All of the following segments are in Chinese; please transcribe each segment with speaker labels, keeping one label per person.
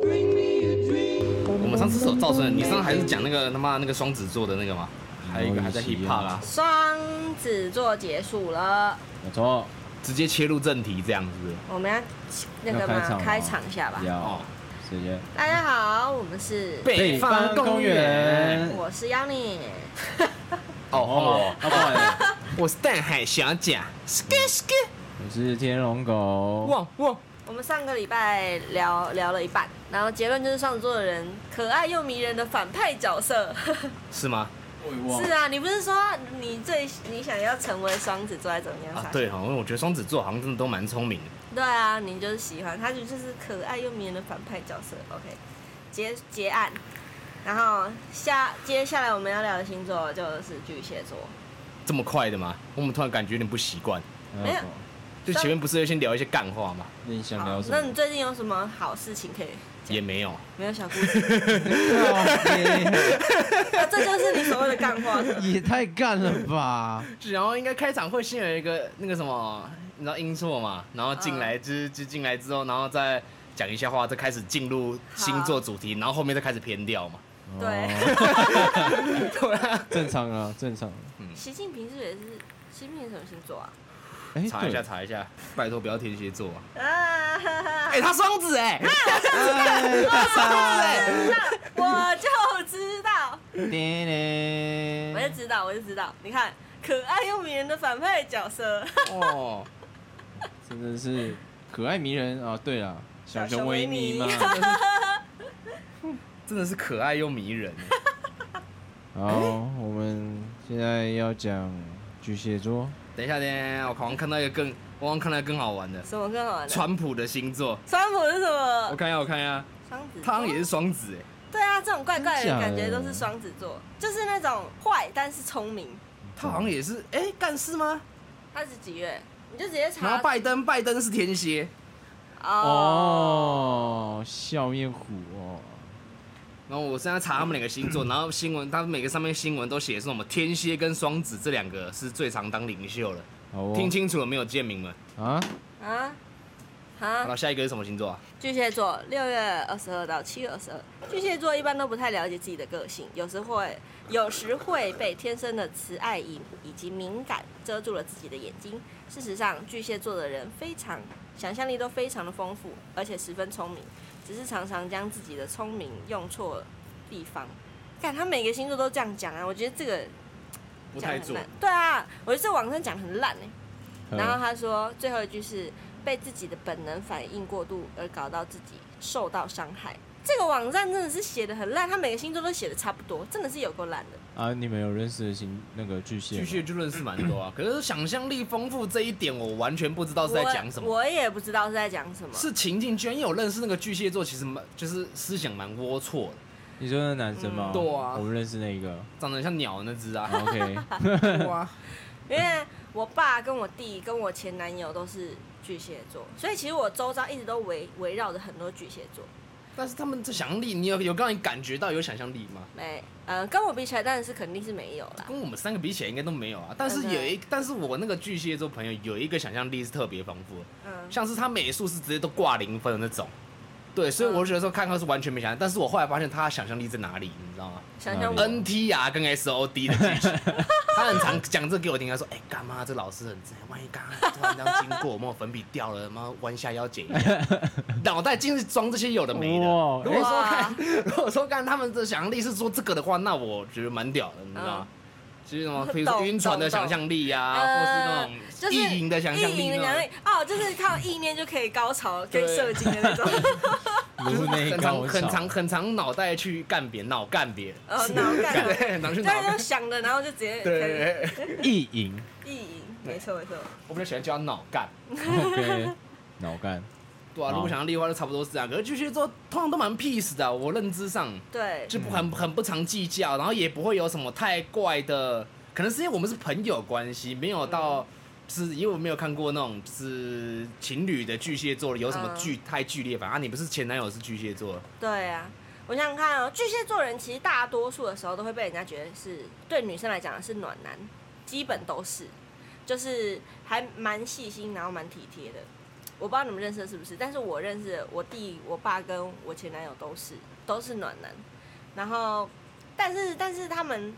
Speaker 1: bring me a dream.
Speaker 2: 我们上次手造成的，你上次还是讲那个他妈那个双子座的那个吗？还有一个还在 hip hop 啊，
Speaker 3: 双子座结束了，
Speaker 4: 没错，
Speaker 2: 直接切入正题这样子。
Speaker 3: 我们要那个
Speaker 4: 要开场
Speaker 3: 嘛，
Speaker 4: 吗
Speaker 3: 开场一下吧。
Speaker 4: 要
Speaker 2: 哦，
Speaker 4: 直接。
Speaker 3: 大家好，我们是，
Speaker 2: 北方公园。
Speaker 3: 我是 y a n i
Speaker 2: 哦
Speaker 4: 哦
Speaker 2: 哦，，
Speaker 4: 要 不然
Speaker 2: 我是淡海小姐。Ski ski，
Speaker 4: 我是天龙狗。
Speaker 2: 哇哇，
Speaker 3: 我们上个礼拜聊聊了一半，然后结论就是双子座的人可爱又迷人的反派角色。
Speaker 2: 是吗？
Speaker 3: 是啊，你不是说你最你想要成为双子座还是怎么样？
Speaker 2: 啊，对哈，因为我觉得双子座好像真的都蛮聪明的。
Speaker 3: 对啊，你就是喜欢他，就是可爱又迷人的反派角色。OK，结结案。然后下接下来我们要聊的星座就是巨蟹座。
Speaker 2: 这么快的吗？我们突然感觉有点不习惯。
Speaker 3: 没有
Speaker 2: 就前面不是要先聊一些干话吗？
Speaker 4: 那你想
Speaker 3: 好
Speaker 4: 聊，什么？
Speaker 3: 那你最近有什么好事情可以？
Speaker 2: 也没有，
Speaker 3: 没有小故 事，
Speaker 4: 哇
Speaker 3: 啊、这就是你所谓的干 话。是吧
Speaker 4: 你哦也太干了吧！
Speaker 2: 然后应该开场会先有一个那个什么，你知道音错嘛？然后进来之之进来之后，然后再讲一下话，再开始进入星座主题，然后后面再开始偏掉嘛。
Speaker 3: 对，
Speaker 2: 对啊，
Speaker 4: 哦正常啊，正常。
Speaker 3: 习近平是不是也是？习近平什么星座啊？
Speaker 4: 哎，
Speaker 2: 查一下
Speaker 4: 对，
Speaker 2: 查一下，拜托不要天蝎座啊！
Speaker 3: 啊哈哈
Speaker 2: 哎，他双子哎，
Speaker 4: 哎大傻。
Speaker 3: 我就知道，
Speaker 4: 叮铃
Speaker 3: 我就知道，我就知道。你看，可爱又迷人的反派角色，
Speaker 2: 哦，
Speaker 4: 真的是可爱迷人啊！对了，小
Speaker 3: 小
Speaker 4: 熊
Speaker 3: 熊
Speaker 4: 维
Speaker 3: 维
Speaker 4: 尼
Speaker 3: 尼
Speaker 4: 嘛。
Speaker 2: 真的是可爱又迷人。
Speaker 4: 好，我们现在要讲巨蟹座。
Speaker 2: 等一下，等一下，我好像看到一个更，我好像看到一个更好玩的，
Speaker 3: 什么更好玩的？
Speaker 2: 川普的星座，
Speaker 3: 川普是什
Speaker 2: 我
Speaker 3: 么？
Speaker 2: 看一下，我看一下，
Speaker 3: 双子座。
Speaker 2: 他好像也是双子哎。
Speaker 3: 对啊，这种怪怪的
Speaker 4: 真假的
Speaker 3: 感觉都是双子座，就是那种坏但是聪明。
Speaker 2: 他好像也是，哎、干事吗？
Speaker 3: 他是几月？你就直接
Speaker 2: 然
Speaker 3: 查
Speaker 2: 后拜登，拜登是天蝎，
Speaker 3: 哦。
Speaker 4: 哦，笑面虎哦，
Speaker 2: 然后我现在查他们两个星座，然后新闻，他们每个上面新闻都写是我们天蝎跟双子这两个是最常当领袖了。
Speaker 4: 好哦。
Speaker 2: 听清楚了没有，贱民们？
Speaker 4: 啊，
Speaker 3: 啊
Speaker 2: 然
Speaker 3: 啊！
Speaker 2: 后下一个是什么星座啊？
Speaker 3: 巨蟹座六月二十二到七月二十二，巨蟹座一般都不太了解自己的个性，有时会有时会被天生的慈爱以以及敏感遮住了自己的眼睛。事实上，巨蟹座的人非常想象力都非常的丰富，而且十分聪明，只是常常将自己的聪明用错地方。看他每个星座都这样讲啊，我觉得这个
Speaker 2: 不
Speaker 3: 讲
Speaker 2: 太
Speaker 3: 得很
Speaker 2: 准
Speaker 3: 烂。。对啊，我觉得这网上讲得很烂哎、
Speaker 4: 嗯
Speaker 3: 然后他说最后一句是被自己的本能反应过度而搞到自己受到伤害。这个网站真的是写的很烂，他每个星座都写的差不多，真的是有够烂的。
Speaker 4: 啊，你们有认识的星那个巨蟹吗？
Speaker 2: 巨蟹就认识蛮多啊，可是想象力丰富这一点，我完全不知道是在讲什么。
Speaker 3: 我，我也不知道是在讲什么。
Speaker 2: 是情境居然有认识那个巨蟹座，其实蛮就是思想蛮龌龊的，
Speaker 4: 你说那男生
Speaker 2: 嗯
Speaker 4: 吗？
Speaker 2: 对啊
Speaker 4: 我们认识 那个。
Speaker 2: 长得很像鸟的那只啊。
Speaker 4: OK，
Speaker 2: 哇，
Speaker 3: 因为我爸跟我弟跟我前男友都是巨蟹座，所以其实我周遭一直都围围绕着很多巨蟹座。
Speaker 2: 但是他们这想象力，你有有让你感觉到有想象力吗？
Speaker 3: 没，呃，跟我比起来，当然是肯定是没有啦。
Speaker 2: 跟我们三个比起来，应该都没有啊。但是
Speaker 3: 真的
Speaker 2: 有一，但是我那个巨蟹座朋友有一个想象力是特别丰富的，
Speaker 3: 嗯，
Speaker 2: 像是他美术是直接都挂零分的那种。对，所以我就觉得说看他是完全没想象，但是我后来发现他的想象力在哪里，你知道吗
Speaker 3: 想想
Speaker 4: 哪
Speaker 3: 我
Speaker 4: 里
Speaker 2: ？NT r 跟 SOD 的剧情，他很常讲这给我听，他说：“哎、干妈这老师很正，万一刚刚突然这样经过，我们粉笔掉了，妈弯下腰捡一下。”脑袋尽是装这些有的没的。
Speaker 4: 哇
Speaker 2: 如果说看
Speaker 3: 哇，
Speaker 2: 如果说看他们的想象力是说这个的话，那我觉得蛮屌的，你知道吗？就是 什么，比如说
Speaker 3: 嗯懂
Speaker 2: 晕船的
Speaker 3: 懂
Speaker 2: 想象力呀、
Speaker 3: 呃
Speaker 2: 或啊是
Speaker 3: 就
Speaker 2: 那种
Speaker 3: 是
Speaker 2: 意淫的想象
Speaker 3: 意
Speaker 2: 力
Speaker 3: 淫的想象
Speaker 2: 那
Speaker 3: 力哦，就是靠意念就可以高潮、可以
Speaker 2: 对
Speaker 3: 射精的 那种。
Speaker 4: 不是
Speaker 2: 种，很
Speaker 4: 哎那一个，
Speaker 2: 长
Speaker 4: 我
Speaker 2: 很
Speaker 4: 操
Speaker 2: 长很长脑袋去干别人，脑干别人，
Speaker 3: 呃，脑干的，
Speaker 2: 对，脑去脑
Speaker 3: 但是就，
Speaker 2: 干
Speaker 3: 想的，然后就直接
Speaker 2: 对
Speaker 3: 可以
Speaker 2: 对， 对
Speaker 4: 意淫。
Speaker 3: 意淫，没错没错。
Speaker 2: 我比较喜欢叫他脑干。
Speaker 4: OK，脑干。
Speaker 2: 对啊，如
Speaker 4: 好
Speaker 2: 果想要例外就差不多是这样。可是巨蟹座通常都蛮 peace 的啊、我认知上
Speaker 3: 对，
Speaker 2: 就不很很不常计较，然后也不会有什么太怪的，可能是因为我们是朋友关系，没有
Speaker 3: 嗯
Speaker 2: 到。就是因为我没有看过那种就是情侣的巨蟹座有什么
Speaker 3: 嗯
Speaker 2: 剧太剧烈吧？啊，你不是前男友是巨蟹座，
Speaker 3: 对啊，我想想看哦，巨蟹座人其实大多数的时候都会被人家觉得是对女生来讲是暖男，基本都是，就是还蛮细心，然后蛮体贴的。我不知道你们认识的是不是，但是我认识的我弟、我爸跟我前男友都是都是暖男，然后但是但是他们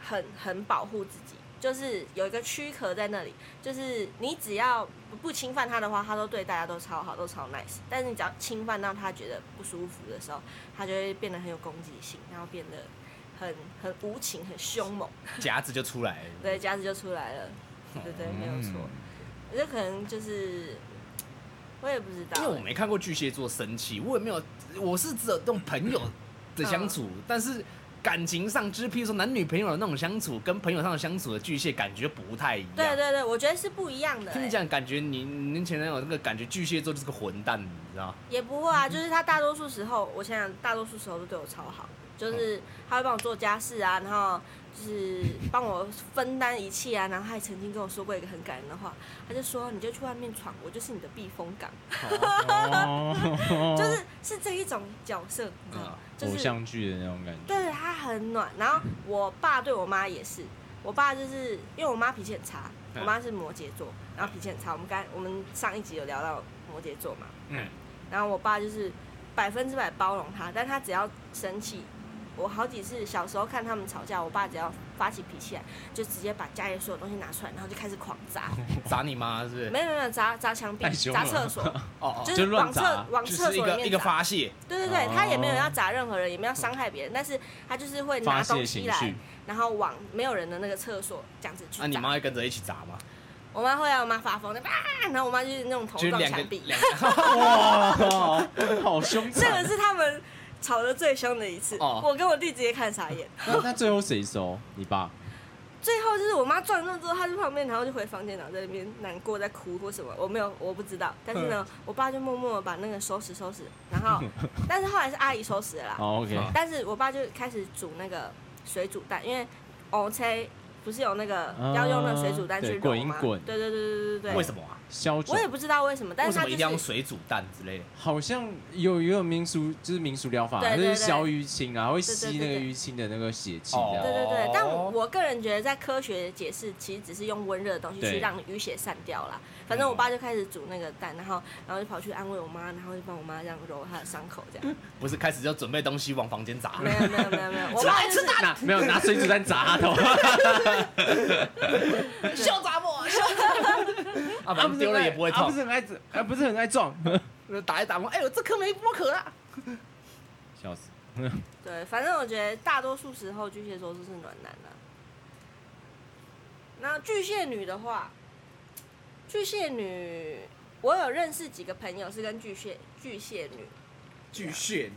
Speaker 3: 很很保护自己，就是有一个躯壳在那里，就是你只要不不侵犯他的话，他都对大家都超好，都超 nice。但是你只要侵犯到他觉得不舒服的时候，他就会变得很有攻击性，然后变得很很无情、很凶猛。
Speaker 2: 夹子就出来了。
Speaker 3: 对，夹子就出来了。对
Speaker 2: 嗯
Speaker 3: 对，没有错。我觉得可能就是我也不知道
Speaker 2: 因
Speaker 3: 欸、
Speaker 2: 为我没看过巨蟹座生气，我也没有，我是只有那种朋友的相处，但是感情上，就是譬如说男女朋友的那种相处，跟朋友上的相处的巨蟹感觉不太一样。
Speaker 3: 对对对，我觉得是不一样的、欸。
Speaker 2: 听你讲，感觉你你跟前男友那个感觉，巨蟹座就是个混蛋，你知道？
Speaker 3: 也不会
Speaker 4: 嗯
Speaker 3: 啊，就是他大多数时候，我想想，大多数时候都对我超好，就是他会帮我做家事啊，然后就是帮我分担一切啊，然后他还曾经跟我说过一个很感人的话，他就说你就去外面闯，我就是你的避风港，
Speaker 2: 啊
Speaker 4: 哦，啊
Speaker 3: 就是是这一种角色，你知道吗？ 就
Speaker 4: 偶
Speaker 3: 是
Speaker 4: 像剧的那种感觉。
Speaker 3: 对他很暖，然后我爸对我妈也是，我爸就是因为我妈脾气很差，
Speaker 2: 嗯
Speaker 3: 我妈是摩羯座，然后脾气很差，我们刚我们上一集有聊到摩羯座嘛，
Speaker 2: 嗯，
Speaker 3: 然后我爸就是百分之百包容他，但他只要生气，我好几次小时候看他们吵架，我爸只要发起脾气来，就直接把家里所有东西拿出来，然后就开始狂砸，
Speaker 2: 砸你妈是不是？
Speaker 3: 没有没有没有砸砸墙壁
Speaker 4: 太、凶了
Speaker 3: 砸厕所，就
Speaker 2: 哦哦，
Speaker 3: 是
Speaker 4: 就乱
Speaker 3: 往厕
Speaker 4: 砸
Speaker 3: 往
Speaker 2: 就
Speaker 3: 厕
Speaker 2: 是一
Speaker 3: 所里
Speaker 2: 个一
Speaker 3: 面
Speaker 2: 个
Speaker 3: 砸。
Speaker 2: 发泄，
Speaker 3: 对对
Speaker 2: 哦
Speaker 3: 对，他也没有要砸任何人，也没有伤害别人，但是他就是会拿东西
Speaker 4: 发泄情
Speaker 3: 来
Speaker 4: 绪，
Speaker 3: 然后往没有人的那个厕所这样子去
Speaker 2: 啊那、你
Speaker 3: 砸。
Speaker 2: 妈会跟着一起砸吗？
Speaker 3: 我妈会让我妈发疯的啊，然后我妈就是那种头
Speaker 2: 就是
Speaker 3: 撞
Speaker 2: 两个
Speaker 3: 墙壁。
Speaker 2: 两个，
Speaker 4: 哇，好凶
Speaker 3: 这个
Speaker 4: 残！
Speaker 3: 是他们吵得最凶的一次，
Speaker 2: 哦
Speaker 3: 我跟我弟直接看傻眼。
Speaker 4: 那那最后谁收？你爸？
Speaker 3: 最后就是我妈撞中之后，她在旁边，然后就回房间，然后在那边难过，在哭或什么，我没有，我不知道。但是呢，
Speaker 2: 嗯
Speaker 3: 我爸就默默的把那个收拾收拾，然后，但是后来是阿姨收拾了啦。
Speaker 4: 好，OK，哦
Speaker 2: 好
Speaker 3: 但是我爸就开始煮那个水煮蛋，因为 O C 不是有那个
Speaker 4: 啊
Speaker 3: 要用那个水煮蛋去
Speaker 4: 对
Speaker 3: 揉
Speaker 4: 滚一
Speaker 3: 吗？
Speaker 4: 滚
Speaker 3: 对对对对对对。
Speaker 2: 为什么啊？
Speaker 4: 消肿
Speaker 3: 我。也不知道为什么，但
Speaker 2: 为
Speaker 3: 是
Speaker 2: 什
Speaker 3: 他
Speaker 2: 么
Speaker 3: 就
Speaker 2: 一定要用
Speaker 3: 是
Speaker 2: 水煮蛋之类的？
Speaker 4: 好像有一个民俗，就是民俗疗法，
Speaker 3: 对
Speaker 4: 它
Speaker 3: 对
Speaker 4: 就是
Speaker 3: 对
Speaker 4: 消淤青啊，会
Speaker 3: 对对
Speaker 4: 吸那
Speaker 3: 对
Speaker 4: 个
Speaker 3: 对
Speaker 4: 淤青的那个血气
Speaker 2: 哦
Speaker 4: 这
Speaker 3: 对
Speaker 4: 样。
Speaker 3: 对对
Speaker 2: 哦，
Speaker 3: 但我个人觉得，在科学解释，其实只是用温热的东西
Speaker 4: 对
Speaker 3: 去让淤血散掉啦。反正我爸就开始煮那个蛋，然后然后就跑去安慰我妈，然后就帮我妈这样揉她的伤口， 这样。
Speaker 2: 不是开始就准备东西往房间砸？
Speaker 3: 没有没有没有没有，我爸就是
Speaker 4: 那没有拿水煮蛋砸他头，
Speaker 2: 笑砸我，笑砸我！啊，反正丢了也不会
Speaker 4: 啊不
Speaker 2: 痛。
Speaker 4: 是很爱，啊不是很爱撞，
Speaker 2: 打一打嘛，哎呦，这颗没剥壳啦。
Speaker 4: 笑死。
Speaker 3: 对，反正我觉得大多数时候巨蟹座就是暖男了、那巨蟹女的话，巨蟹女，我有认识几个朋友是跟巨蟹巨蟹女、
Speaker 2: 巨蟹，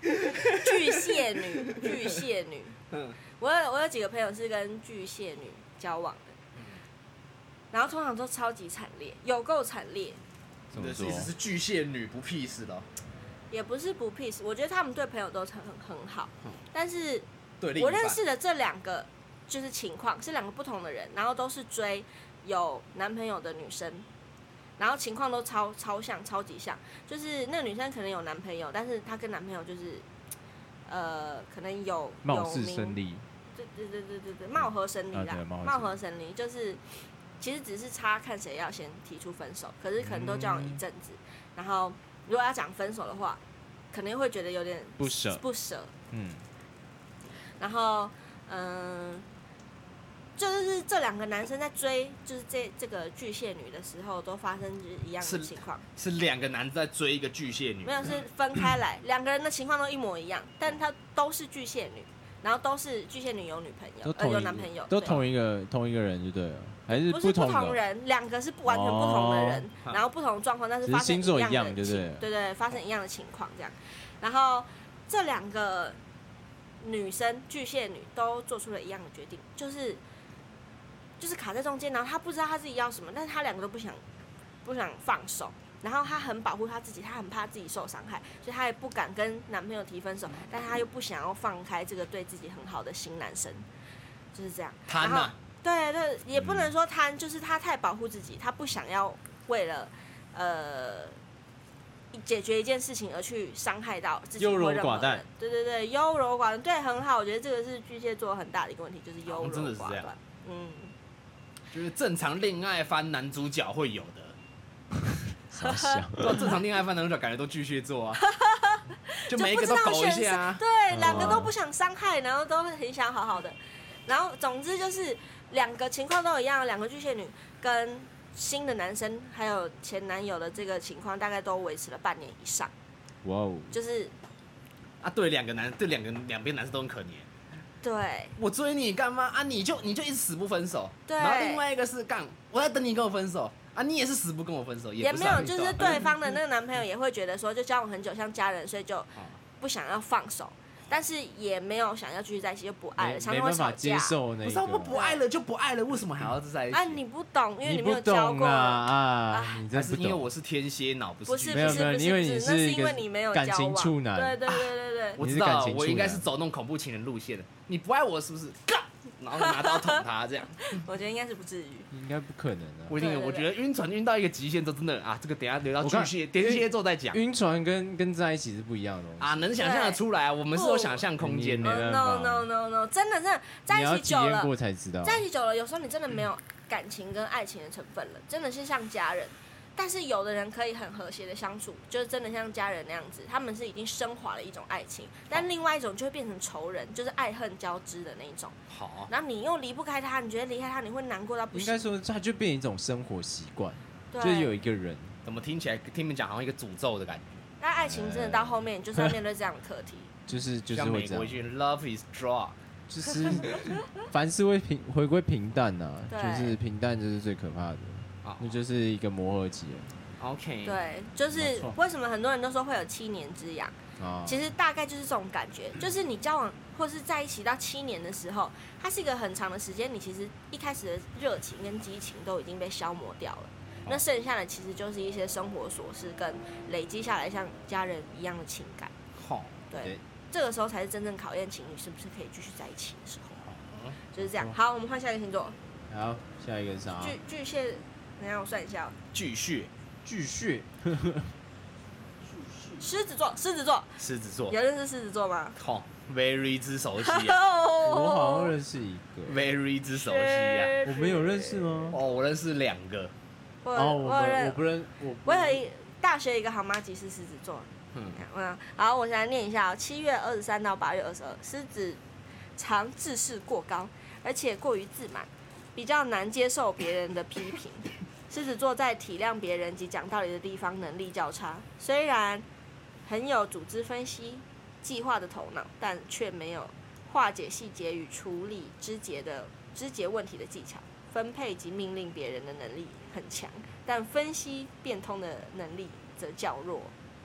Speaker 3: 巨蟹女、巨蟹女。
Speaker 2: 嗯，
Speaker 3: 我有我有几个朋友是跟巨蟹女交往的，
Speaker 2: 嗯
Speaker 3: 然后通常都超级惨烈，有够惨烈，
Speaker 4: 怎么说
Speaker 2: 意？思是巨蟹女不屁事了，
Speaker 3: 也不是不 peace。我觉得他们对朋友都很很好，
Speaker 2: 嗯
Speaker 3: 但是
Speaker 2: 对另一
Speaker 3: 我
Speaker 2: 半
Speaker 3: 认识的这两个就是情况是两个不同的人，然后都是追有男朋友的女生，然后情况都超超像，超级像，就是那个女生可能有男朋友，但是她跟男朋友就是。呃，可能有
Speaker 4: 貌
Speaker 3: 有
Speaker 4: 似
Speaker 3: 名
Speaker 4: 胜利，
Speaker 3: 对对对对对对，貌合神离啦
Speaker 4: 啊对，貌合神离
Speaker 3: 貌合神离就是其实只是差看谁要先提出分手，可是可能都交
Speaker 4: 嗯
Speaker 3: 往一阵子，然后如果要讲分手的话，可能会觉得有点
Speaker 4: 不舍
Speaker 3: 不舍，
Speaker 4: 嗯，
Speaker 3: 然后嗯。就是这两个男生在追，就是这这个巨蟹女的时候，都发生就是一样的
Speaker 2: 是
Speaker 3: 情况，
Speaker 2: 是两个男的在追一个巨蟹
Speaker 4: 嗯
Speaker 2: 女
Speaker 3: 没，有是分开来，两个人的情况都一模一样，但她都是巨蟹女，然后都是巨蟹女有女朋
Speaker 4: 都
Speaker 3: 友，呃
Speaker 4: 同
Speaker 3: 有
Speaker 4: 一
Speaker 3: 男朋友，
Speaker 4: 都
Speaker 3: 对
Speaker 4: 同一个同一个人就对了，还是
Speaker 3: 不是不
Speaker 4: 同
Speaker 3: 同
Speaker 4: 的？
Speaker 3: 人，两个是不完全不同的人，
Speaker 2: 哦
Speaker 3: 然后不同的状况，但是发
Speaker 4: 只是
Speaker 3: 生
Speaker 4: 星座
Speaker 3: 一样
Speaker 4: 一样
Speaker 3: 的
Speaker 4: 就
Speaker 3: 情，
Speaker 4: 对了
Speaker 3: 对对，发生一样的情况这样。然后这两个女生巨蟹女都做出了一样的决定，就是就是卡在中间，然后她不知道她自己要什么，但是她两个都不想不想放手，然后她很保护她自己，她很怕自己受伤害，所以她也不敢跟男朋友提分手，但她又不想要放开这个对自己很好的新男生，就是这样。
Speaker 2: 贪
Speaker 3: 然后
Speaker 2: 呐
Speaker 3: 对对，也不
Speaker 2: 嗯
Speaker 3: 能说贪，就是他太保护自己，他不想要为了呃解决一件事情而去伤害到自己
Speaker 4: 优柔
Speaker 3: 或任何
Speaker 4: 寡淡
Speaker 3: 人。对对对，优柔寡断，对，很好，我觉得这个是巨蟹座很大的一个问题，就是
Speaker 2: 好
Speaker 3: 优
Speaker 2: 像
Speaker 3: 柔
Speaker 2: 真的是
Speaker 3: 寡
Speaker 2: 这样
Speaker 3: 断。嗯，
Speaker 2: 就是正常恋爱番男主角会有 的。
Speaker 4: 傻笑。
Speaker 2: 对啊正常恋爱番男主角感觉都巨蟹 座啊，就
Speaker 3: 就
Speaker 2: 每一
Speaker 3: 不
Speaker 2: 个
Speaker 3: 知
Speaker 2: 都
Speaker 3: 道
Speaker 2: 搞一
Speaker 3: 选
Speaker 2: 下
Speaker 3: 谁
Speaker 2: 啊。
Speaker 3: 对，两个
Speaker 4: 哦
Speaker 3: 都不想伤害，然后都很想好好的，然后总之就是两个情况都一样，两个巨蟹女跟新的男生还有前男友的这个情况，大概都维持了半年以上，
Speaker 4: 哇哦，
Speaker 3: 就是
Speaker 2: 啊，对，两个男，对两个两边男生都很可怜。
Speaker 3: 对。
Speaker 2: 我追你干嘛啊？你就你就一直死不分手。
Speaker 3: 对
Speaker 2: 然后另外一个是干，我在等你跟我分手啊，你也是死不跟我分手，
Speaker 3: 也
Speaker 2: 不
Speaker 3: 没
Speaker 2: 是啊
Speaker 3: 有，就是。对方
Speaker 4: 嗯
Speaker 3: 的那个男朋友也会觉得说，就交往很久像家人，所以就不想要放手，但是也没有想要继续在一起，就不爱
Speaker 4: 没
Speaker 3: 了，哎常
Speaker 4: 嗯没
Speaker 3: 常会
Speaker 4: 办
Speaker 3: 吵
Speaker 4: 法
Speaker 3: 架
Speaker 4: 接。受那
Speaker 2: 你知道不是啊我不
Speaker 4: 个，
Speaker 2: 爱了就不爱了，为什么还要在一起？
Speaker 3: 啊，你不懂，因为
Speaker 4: 你
Speaker 3: 没有
Speaker 4: 不
Speaker 3: 交
Speaker 4: 懂
Speaker 3: 过。
Speaker 4: 啊啊！
Speaker 3: 哎
Speaker 4: 你
Speaker 2: 还
Speaker 4: 真
Speaker 2: 是
Speaker 4: 不
Speaker 2: 因为
Speaker 4: 懂，
Speaker 2: 我是天蝎脑，不
Speaker 3: 不
Speaker 2: 是巨
Speaker 3: 是不
Speaker 2: 蟹
Speaker 4: 没
Speaker 3: 是
Speaker 4: 有没有
Speaker 3: 不是
Speaker 4: 因为
Speaker 3: 不
Speaker 4: 你
Speaker 3: 是，
Speaker 4: 是
Speaker 3: 那是
Speaker 4: 一
Speaker 3: 因
Speaker 4: 个
Speaker 3: 为你没有
Speaker 4: 感
Speaker 3: 交
Speaker 4: 情
Speaker 3: 往。
Speaker 4: 处男
Speaker 3: 对对对对对，
Speaker 2: 我
Speaker 4: 你
Speaker 2: 知
Speaker 4: 是感
Speaker 2: 道
Speaker 4: 情
Speaker 2: 我
Speaker 4: 处
Speaker 2: 应该
Speaker 4: 男
Speaker 2: 是走那种恐怖情人路线的。你不爱我是不是？嘎，然后拿刀捅他 这样。
Speaker 3: 我觉得应该是不至于。
Speaker 4: 应该不可能
Speaker 2: 我
Speaker 4: 啊。
Speaker 2: 已经
Speaker 3: 对对
Speaker 2: 我觉得晕船晕到一个极限之后，真的啊，这个等一下留到
Speaker 4: 我看
Speaker 2: 巨蟹天蝎座再
Speaker 3: 嗯
Speaker 2: 讲
Speaker 4: 晕船跟跟在一起是不一样的东西
Speaker 2: 啊，能想象得出来，我们是有想象空间
Speaker 4: 没
Speaker 3: 哦
Speaker 4: 办
Speaker 2: 的。
Speaker 4: 法
Speaker 3: no no no no，真的真的在
Speaker 4: 你
Speaker 3: 一
Speaker 4: 要
Speaker 3: 起
Speaker 4: 体
Speaker 3: 久
Speaker 4: 验
Speaker 3: 了，
Speaker 4: 过才知道。
Speaker 3: 在一起久了，有时候你真的没有感情跟爱情的成分了，真的是像家人。但是有的人可以很和谐的相处，就是真的像家人那样子，他们是已经升华了一种爱情。但另外一种就会变成仇人，就是爱恨交织的那一种。
Speaker 2: 好，啊
Speaker 3: 然后你又离不开他，你觉得离开他你会难过到不
Speaker 4: 应该
Speaker 3: 行。
Speaker 4: 说，它就变一种生活习惯，
Speaker 3: 对，啊
Speaker 4: 就是有一个人，
Speaker 2: 怎么听起来听你们讲好像一个诅咒的感觉？
Speaker 3: 那爱情真的到后面，你就是要面对这样的课题。
Speaker 4: 就是就是
Speaker 2: 像
Speaker 4: 会
Speaker 2: 美
Speaker 4: 这
Speaker 2: 国
Speaker 4: 样
Speaker 2: 一，句 “Love is drug”，
Speaker 4: 就是凡事会平回归平淡呐、
Speaker 3: 对
Speaker 4: 就是平淡就是最可怕的，
Speaker 2: 啊
Speaker 4: 那就是一个磨合期
Speaker 2: ，OK，，
Speaker 3: 对，就是
Speaker 4: 嗯没错
Speaker 3: 为什么很多人都说会有七年之痒。
Speaker 4: 了啊。
Speaker 3: 其实大概就是这种感觉，就是你交往或是在一起到七年的时候，它是一个很长的时间，你其实一开始的热情跟激情都已经被消磨掉了。
Speaker 4: 哦
Speaker 3: 那剩下的其实就是一些生活琐事跟累积下来像家人一样的情感，
Speaker 2: 好，
Speaker 3: 对，
Speaker 4: 对
Speaker 3: 这个时候才是真正考验情侣是不是可以继续在一起的时候，
Speaker 4: 哦
Speaker 2: 嗯
Speaker 3: 就是这样。好，我们换下一个星座，
Speaker 4: 好，下一个是啊啥？
Speaker 3: 巨巨蟹，等一下我算一下、哦，
Speaker 2: 巨蟹、
Speaker 4: 巨蟹，
Speaker 3: 狮子座，狮子座，
Speaker 4: 哦
Speaker 2: 狮子座，
Speaker 3: 有认识狮子座吗？哦
Speaker 2: 好，very 之熟悉啊
Speaker 3: 我
Speaker 4: 我好像认识一个，
Speaker 2: ，very 之熟悉啊。
Speaker 3: 哦
Speaker 4: 我们有认识 吗？
Speaker 2: 哦，我认识两个，
Speaker 3: 我
Speaker 4: 哦，我
Speaker 3: 我
Speaker 4: 们我
Speaker 3: 认
Speaker 4: 不认，我
Speaker 3: 我有一大学一个好妈吉是狮子座，
Speaker 2: 嗯，
Speaker 3: 嗯，好，我先来念一下、哦：七月二十三到八月二十二，狮子常自视过高，而且过于自满，比较难接受别人的批评。狮子座在体谅别人及讲道理的地方能力较差，虽然很有组织分析、计划的头脑，但却没有化解细节与处理枝节的枝节问题的技巧。分配及命令别人的能力很强，但分析变通的能力则较弱。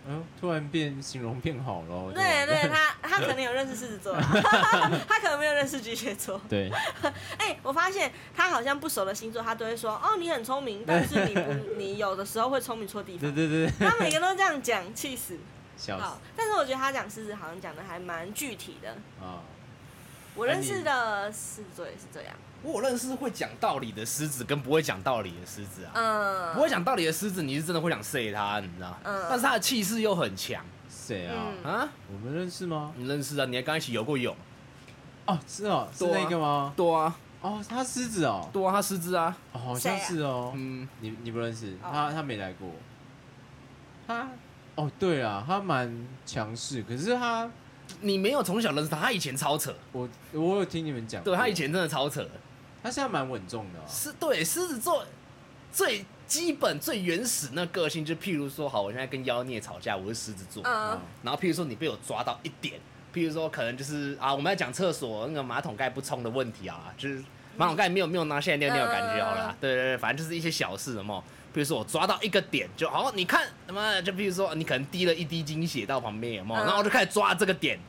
Speaker 4: 嗯，突然变形容变好了，哦
Speaker 3: 对 对，他他可能有认识狮子座啦， 他可能没有认识巨蟹座。
Speaker 4: 对，
Speaker 3: 哎、我发现他好像不熟的星座，他都会说哦你很聪明，但是你不你有的时候会聪明错地
Speaker 4: 对
Speaker 3: 方。
Speaker 4: 对对，
Speaker 3: 他每个都这样讲，气死。
Speaker 4: 笑
Speaker 3: 好
Speaker 4: 死，
Speaker 3: 但是我觉得他讲狮子好像讲的还蛮具体的。
Speaker 4: 啊！
Speaker 3: 我认识的狮子座也是这样，
Speaker 2: 我有认识会讲道理的狮子跟不会讲道理的狮子啊。
Speaker 3: 嗯，
Speaker 2: 不会讲道理的狮子，你是真的会想射他，你知道？
Speaker 3: 嗯
Speaker 2: 但是他的气势又很强
Speaker 4: 谁啊？
Speaker 3: 嗯
Speaker 2: 啊！
Speaker 4: 我们认识吗？
Speaker 2: 你认识啊？你还刚一起游过泳？
Speaker 4: 哦，是哦，是
Speaker 2: 对啊
Speaker 4: 那个吗？
Speaker 2: 对啊，
Speaker 4: 哦，他狮子哦，
Speaker 2: 对啊，他狮子啊，
Speaker 4: 哦，好像
Speaker 3: 谁啊
Speaker 4: 是哦，
Speaker 2: 嗯，
Speaker 4: 你你不认识
Speaker 3: 哦
Speaker 4: 他，他没来过。他哦，对啊，他蛮强势，可是他
Speaker 2: 你没有从小认识他，他以前超扯，
Speaker 4: 我我有听你们讲过，
Speaker 2: 对他以前真的超扯，
Speaker 4: 他现在蛮稳重的、啊，
Speaker 2: 是对狮子座最基本最原始那个性，就譬如说，好，我现在跟妖孽吵架，我是狮子座，
Speaker 3: 嗯
Speaker 2: 然后譬如说你被我抓到一点，譬如说可能就是啊，我们在讲厕所那个马桶盖不冲的问题啊，就是马桶盖没有没有拿下来尿尿的感觉好
Speaker 3: 嗯
Speaker 2: 了啦，对对对，反正就是一些小事有没有？比如说我抓到一个点，就好，你看他妈的，就比如说你可能滴了一滴精血到旁边有没有？
Speaker 3: 嗯
Speaker 2: 然后我就开始抓这个点，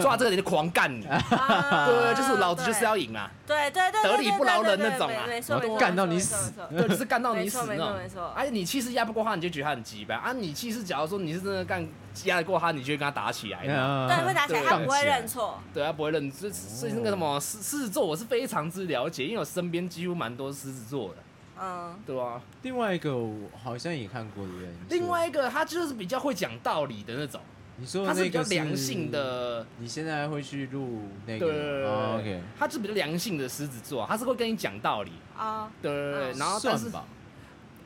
Speaker 2: 抓这个人就狂 干你。
Speaker 3: 啊
Speaker 2: 对，就是老子就是要赢啊！
Speaker 3: 对对对，对
Speaker 2: 得理不饶人那种
Speaker 3: 对对
Speaker 2: 啊
Speaker 3: 对没错没错，
Speaker 4: 干到你
Speaker 3: 没错
Speaker 4: 死。
Speaker 3: 没错没错
Speaker 2: 对， 就是干到你死
Speaker 3: 没错
Speaker 2: 那种。
Speaker 3: 没错没错
Speaker 2: 而且你气势压不过他，你就觉得他很鸡掰啊！你气势假如说你是真的干压得过他，你就会跟他打起来。
Speaker 4: 啊
Speaker 3: 对，会打起来，
Speaker 2: 对啊
Speaker 3: 他不会认错。
Speaker 2: 对，啊他不会认，所以所以那个什
Speaker 4: 哦
Speaker 2: 么狮狮子座，我是非常之了解，因为我身边几乎蛮多狮子座的，
Speaker 3: 嗯，
Speaker 2: 对吧？
Speaker 4: 另外一个我好像也看过的人，你说
Speaker 2: 另外一个他就是比较会讲道理的那种，
Speaker 4: 你说
Speaker 2: 他
Speaker 4: 的
Speaker 2: 是比
Speaker 4: 那
Speaker 2: 较
Speaker 4: 个
Speaker 2: 良性，的，
Speaker 4: 你现在会去录那
Speaker 2: 对
Speaker 4: 个
Speaker 2: 对对对
Speaker 4: 哦
Speaker 2: 对
Speaker 4: ？OK，
Speaker 2: 他是比较良性的狮子座，他是会跟你讲道理，
Speaker 3: 哦，
Speaker 2: 对对对
Speaker 3: 嗯
Speaker 2: 对，然后但是
Speaker 4: 算吧，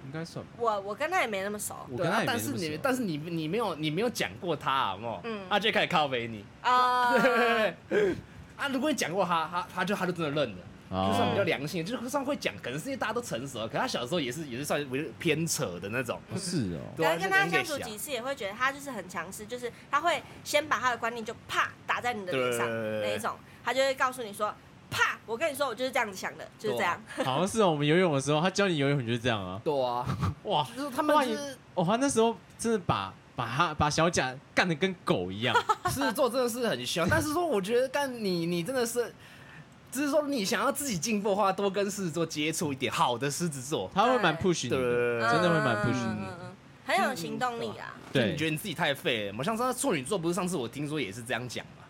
Speaker 4: 应该算吧。
Speaker 3: 我我跟他也没那么熟。
Speaker 4: 我
Speaker 2: 对
Speaker 4: 跟
Speaker 2: 啊
Speaker 4: 他，也没
Speaker 2: 但
Speaker 4: 那
Speaker 2: 是
Speaker 4: 么
Speaker 2: 你
Speaker 4: 熟
Speaker 2: 但是你你没有你没有讲过他，有没有？
Speaker 3: 嗯
Speaker 2: 他就会开始靠背你，
Speaker 3: 啊，
Speaker 2: 对啊，如果你讲过他，他他就他就真的认了。
Speaker 4: 哦
Speaker 2: 就算比较良性，就是算会讲，可能是因为大家都成熟了，可他小时候也是也是算偏扯的那种，
Speaker 4: 哦是哦，
Speaker 2: 对啊
Speaker 3: 然后跟他
Speaker 2: 就
Speaker 3: 相
Speaker 2: 有点
Speaker 3: 处
Speaker 2: 小
Speaker 3: 几次，也会觉得他就是很强势，就是他会先把他的观念就啪打在你的脸上
Speaker 2: 对对对对对
Speaker 3: 那一种，他就会告诉你说啪，我跟你说，我就是这样子想的，就是这样。
Speaker 4: 好像是哦。我们游泳的时候，他教你游泳，你就这样啊。
Speaker 2: 对啊，
Speaker 4: 哇，
Speaker 2: 就是他们就是
Speaker 4: 哦，他那时候真的把把他把小贾干的跟狗一 样。
Speaker 2: 狮子座真的是很凶，但是说我觉得干你你真的是，只是说你想要自己进步的话，多跟狮子座接触一点，好的狮子座，
Speaker 4: 他会蛮 push 你
Speaker 2: 对
Speaker 4: 的，
Speaker 2: 对对
Speaker 4: 真的会蛮
Speaker 3: 嗯
Speaker 4: push
Speaker 3: 嗯
Speaker 4: 你
Speaker 3: 嗯嗯很有行动力啊。
Speaker 2: 对，你
Speaker 4: 对
Speaker 2: 觉得你自己太废了。我像上次处女座，不是上次我听说也是这样讲嘛，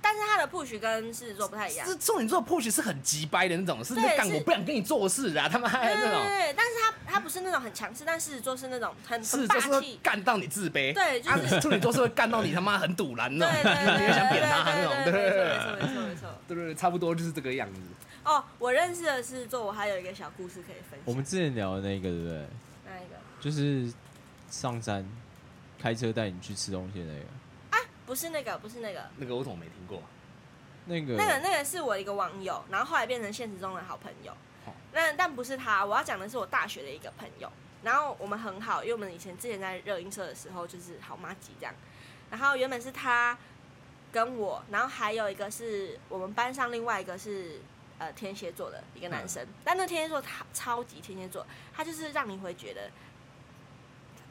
Speaker 3: 但是他的 push 跟狮子座不太一样。
Speaker 2: 是处女座 push 是很急掰的那种，是
Speaker 3: 哎对
Speaker 2: 干
Speaker 3: 是
Speaker 2: 我不想跟你做事啊，他妈
Speaker 3: 对
Speaker 2: 的
Speaker 3: 对
Speaker 2: 那种。
Speaker 3: 对，但是他他不是那种很强势，但狮子座是那种很
Speaker 2: 狮
Speaker 3: 很
Speaker 2: 子座
Speaker 3: 霸
Speaker 2: 是会
Speaker 3: 气。
Speaker 2: 干到你自卑，
Speaker 3: 对就是
Speaker 2: 啊处女座是会干到你他妈很堵然
Speaker 3: 对
Speaker 2: 那
Speaker 3: 对对
Speaker 2: 种，
Speaker 3: 对
Speaker 2: 你会想
Speaker 3: 对
Speaker 2: 扁他那种，
Speaker 3: 对对
Speaker 2: 对
Speaker 3: 对，没错没错没错没错。
Speaker 2: 对对，对差不多就是这个样子。
Speaker 3: 哦，我认识的狮子座，我还有一个小故事可以分享。
Speaker 4: 我们之前聊的那个，对不对？
Speaker 3: 哪一个？
Speaker 4: 就是上山开车带你去吃东西的那个，
Speaker 3: 不是那个，不是那个。
Speaker 2: 那个我怎么没听过？
Speaker 4: 那个
Speaker 3: 那个 那个是我一个网友，然后后来变成现实中的好朋友
Speaker 2: 好。
Speaker 3: 那但不是他，我要讲的是我大学的一个朋友。然后我们很好，因为我们以前之前在热音社的时候就是好妈吉这样。然后原本是他跟我，然后还有一个是我们班上另外一个是呃天蝎座的一个男
Speaker 4: 嗯
Speaker 3: 生，但那天蝎座他超级天蝎座，他就是让你会觉得。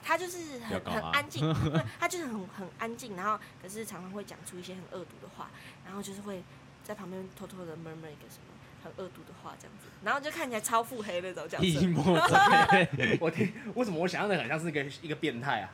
Speaker 3: 他就是
Speaker 4: 不
Speaker 3: 很
Speaker 4: 要搞
Speaker 3: 很
Speaker 4: 他
Speaker 3: 安 静，对他就是很很安静，然后可是常常会讲出一些很恶毒的话，然后就是会在旁边偷偷的 murmur 一个什么很恶毒的话这样子，然后就看起来超腹黑那种角
Speaker 4: 一
Speaker 3: 色。
Speaker 4: 摸 在
Speaker 2: 我听为什么我想象的很像是一个一个变态啊？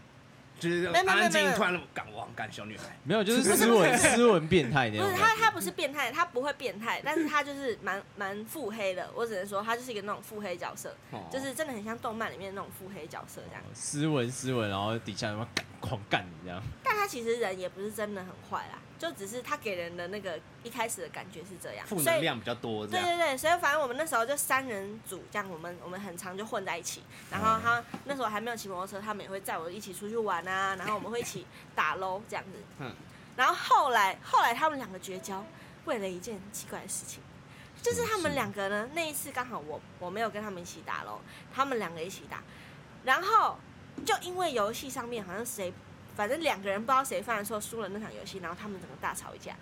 Speaker 2: 就是
Speaker 3: 没有
Speaker 2: 安
Speaker 3: 没有
Speaker 2: 安静
Speaker 3: 没
Speaker 2: 静
Speaker 3: 有
Speaker 2: 突然敢往敢小女孩，
Speaker 4: 没有，就是
Speaker 3: 不是
Speaker 4: 斯文斯文变态那
Speaker 3: 不是
Speaker 4: 种感
Speaker 3: 他，
Speaker 4: 觉。
Speaker 3: 他不是变态，他不会变 态，但是他就是蛮蛮腹黑的。我只能说，他就是一个那种腹黑角色，
Speaker 2: 哦
Speaker 3: 就是真的很像动漫里面那种腹黑角色这样。
Speaker 4: 斯文斯文，然后底下他妈干狂干你这样。
Speaker 3: 但他其实人也不是真的很坏啦，就只是他给人的那个一开始的感觉是这样。
Speaker 2: 负
Speaker 3: 所
Speaker 2: 能
Speaker 3: 以
Speaker 2: 量比较多这
Speaker 3: 对
Speaker 2: 样。
Speaker 3: 对对，所以反正我们那时候就三人组这样，我们我们很常就混在一起。然
Speaker 2: 嗯
Speaker 3: 后他那时候还没有骑摩托车，他们也会载我一起出去玩啊，然后我们会一起打喽这样子。
Speaker 2: 嗯
Speaker 3: 然后后来后来他们两个绝交，为了一件奇怪的事情，就是他们两个呢那一次刚好我我没有跟他们一起打喽，他们两个一起打，然后就因为游戏上面好像谁，反正两个人不知道谁犯了错，输了那场游戏，然后他们整个大吵一架。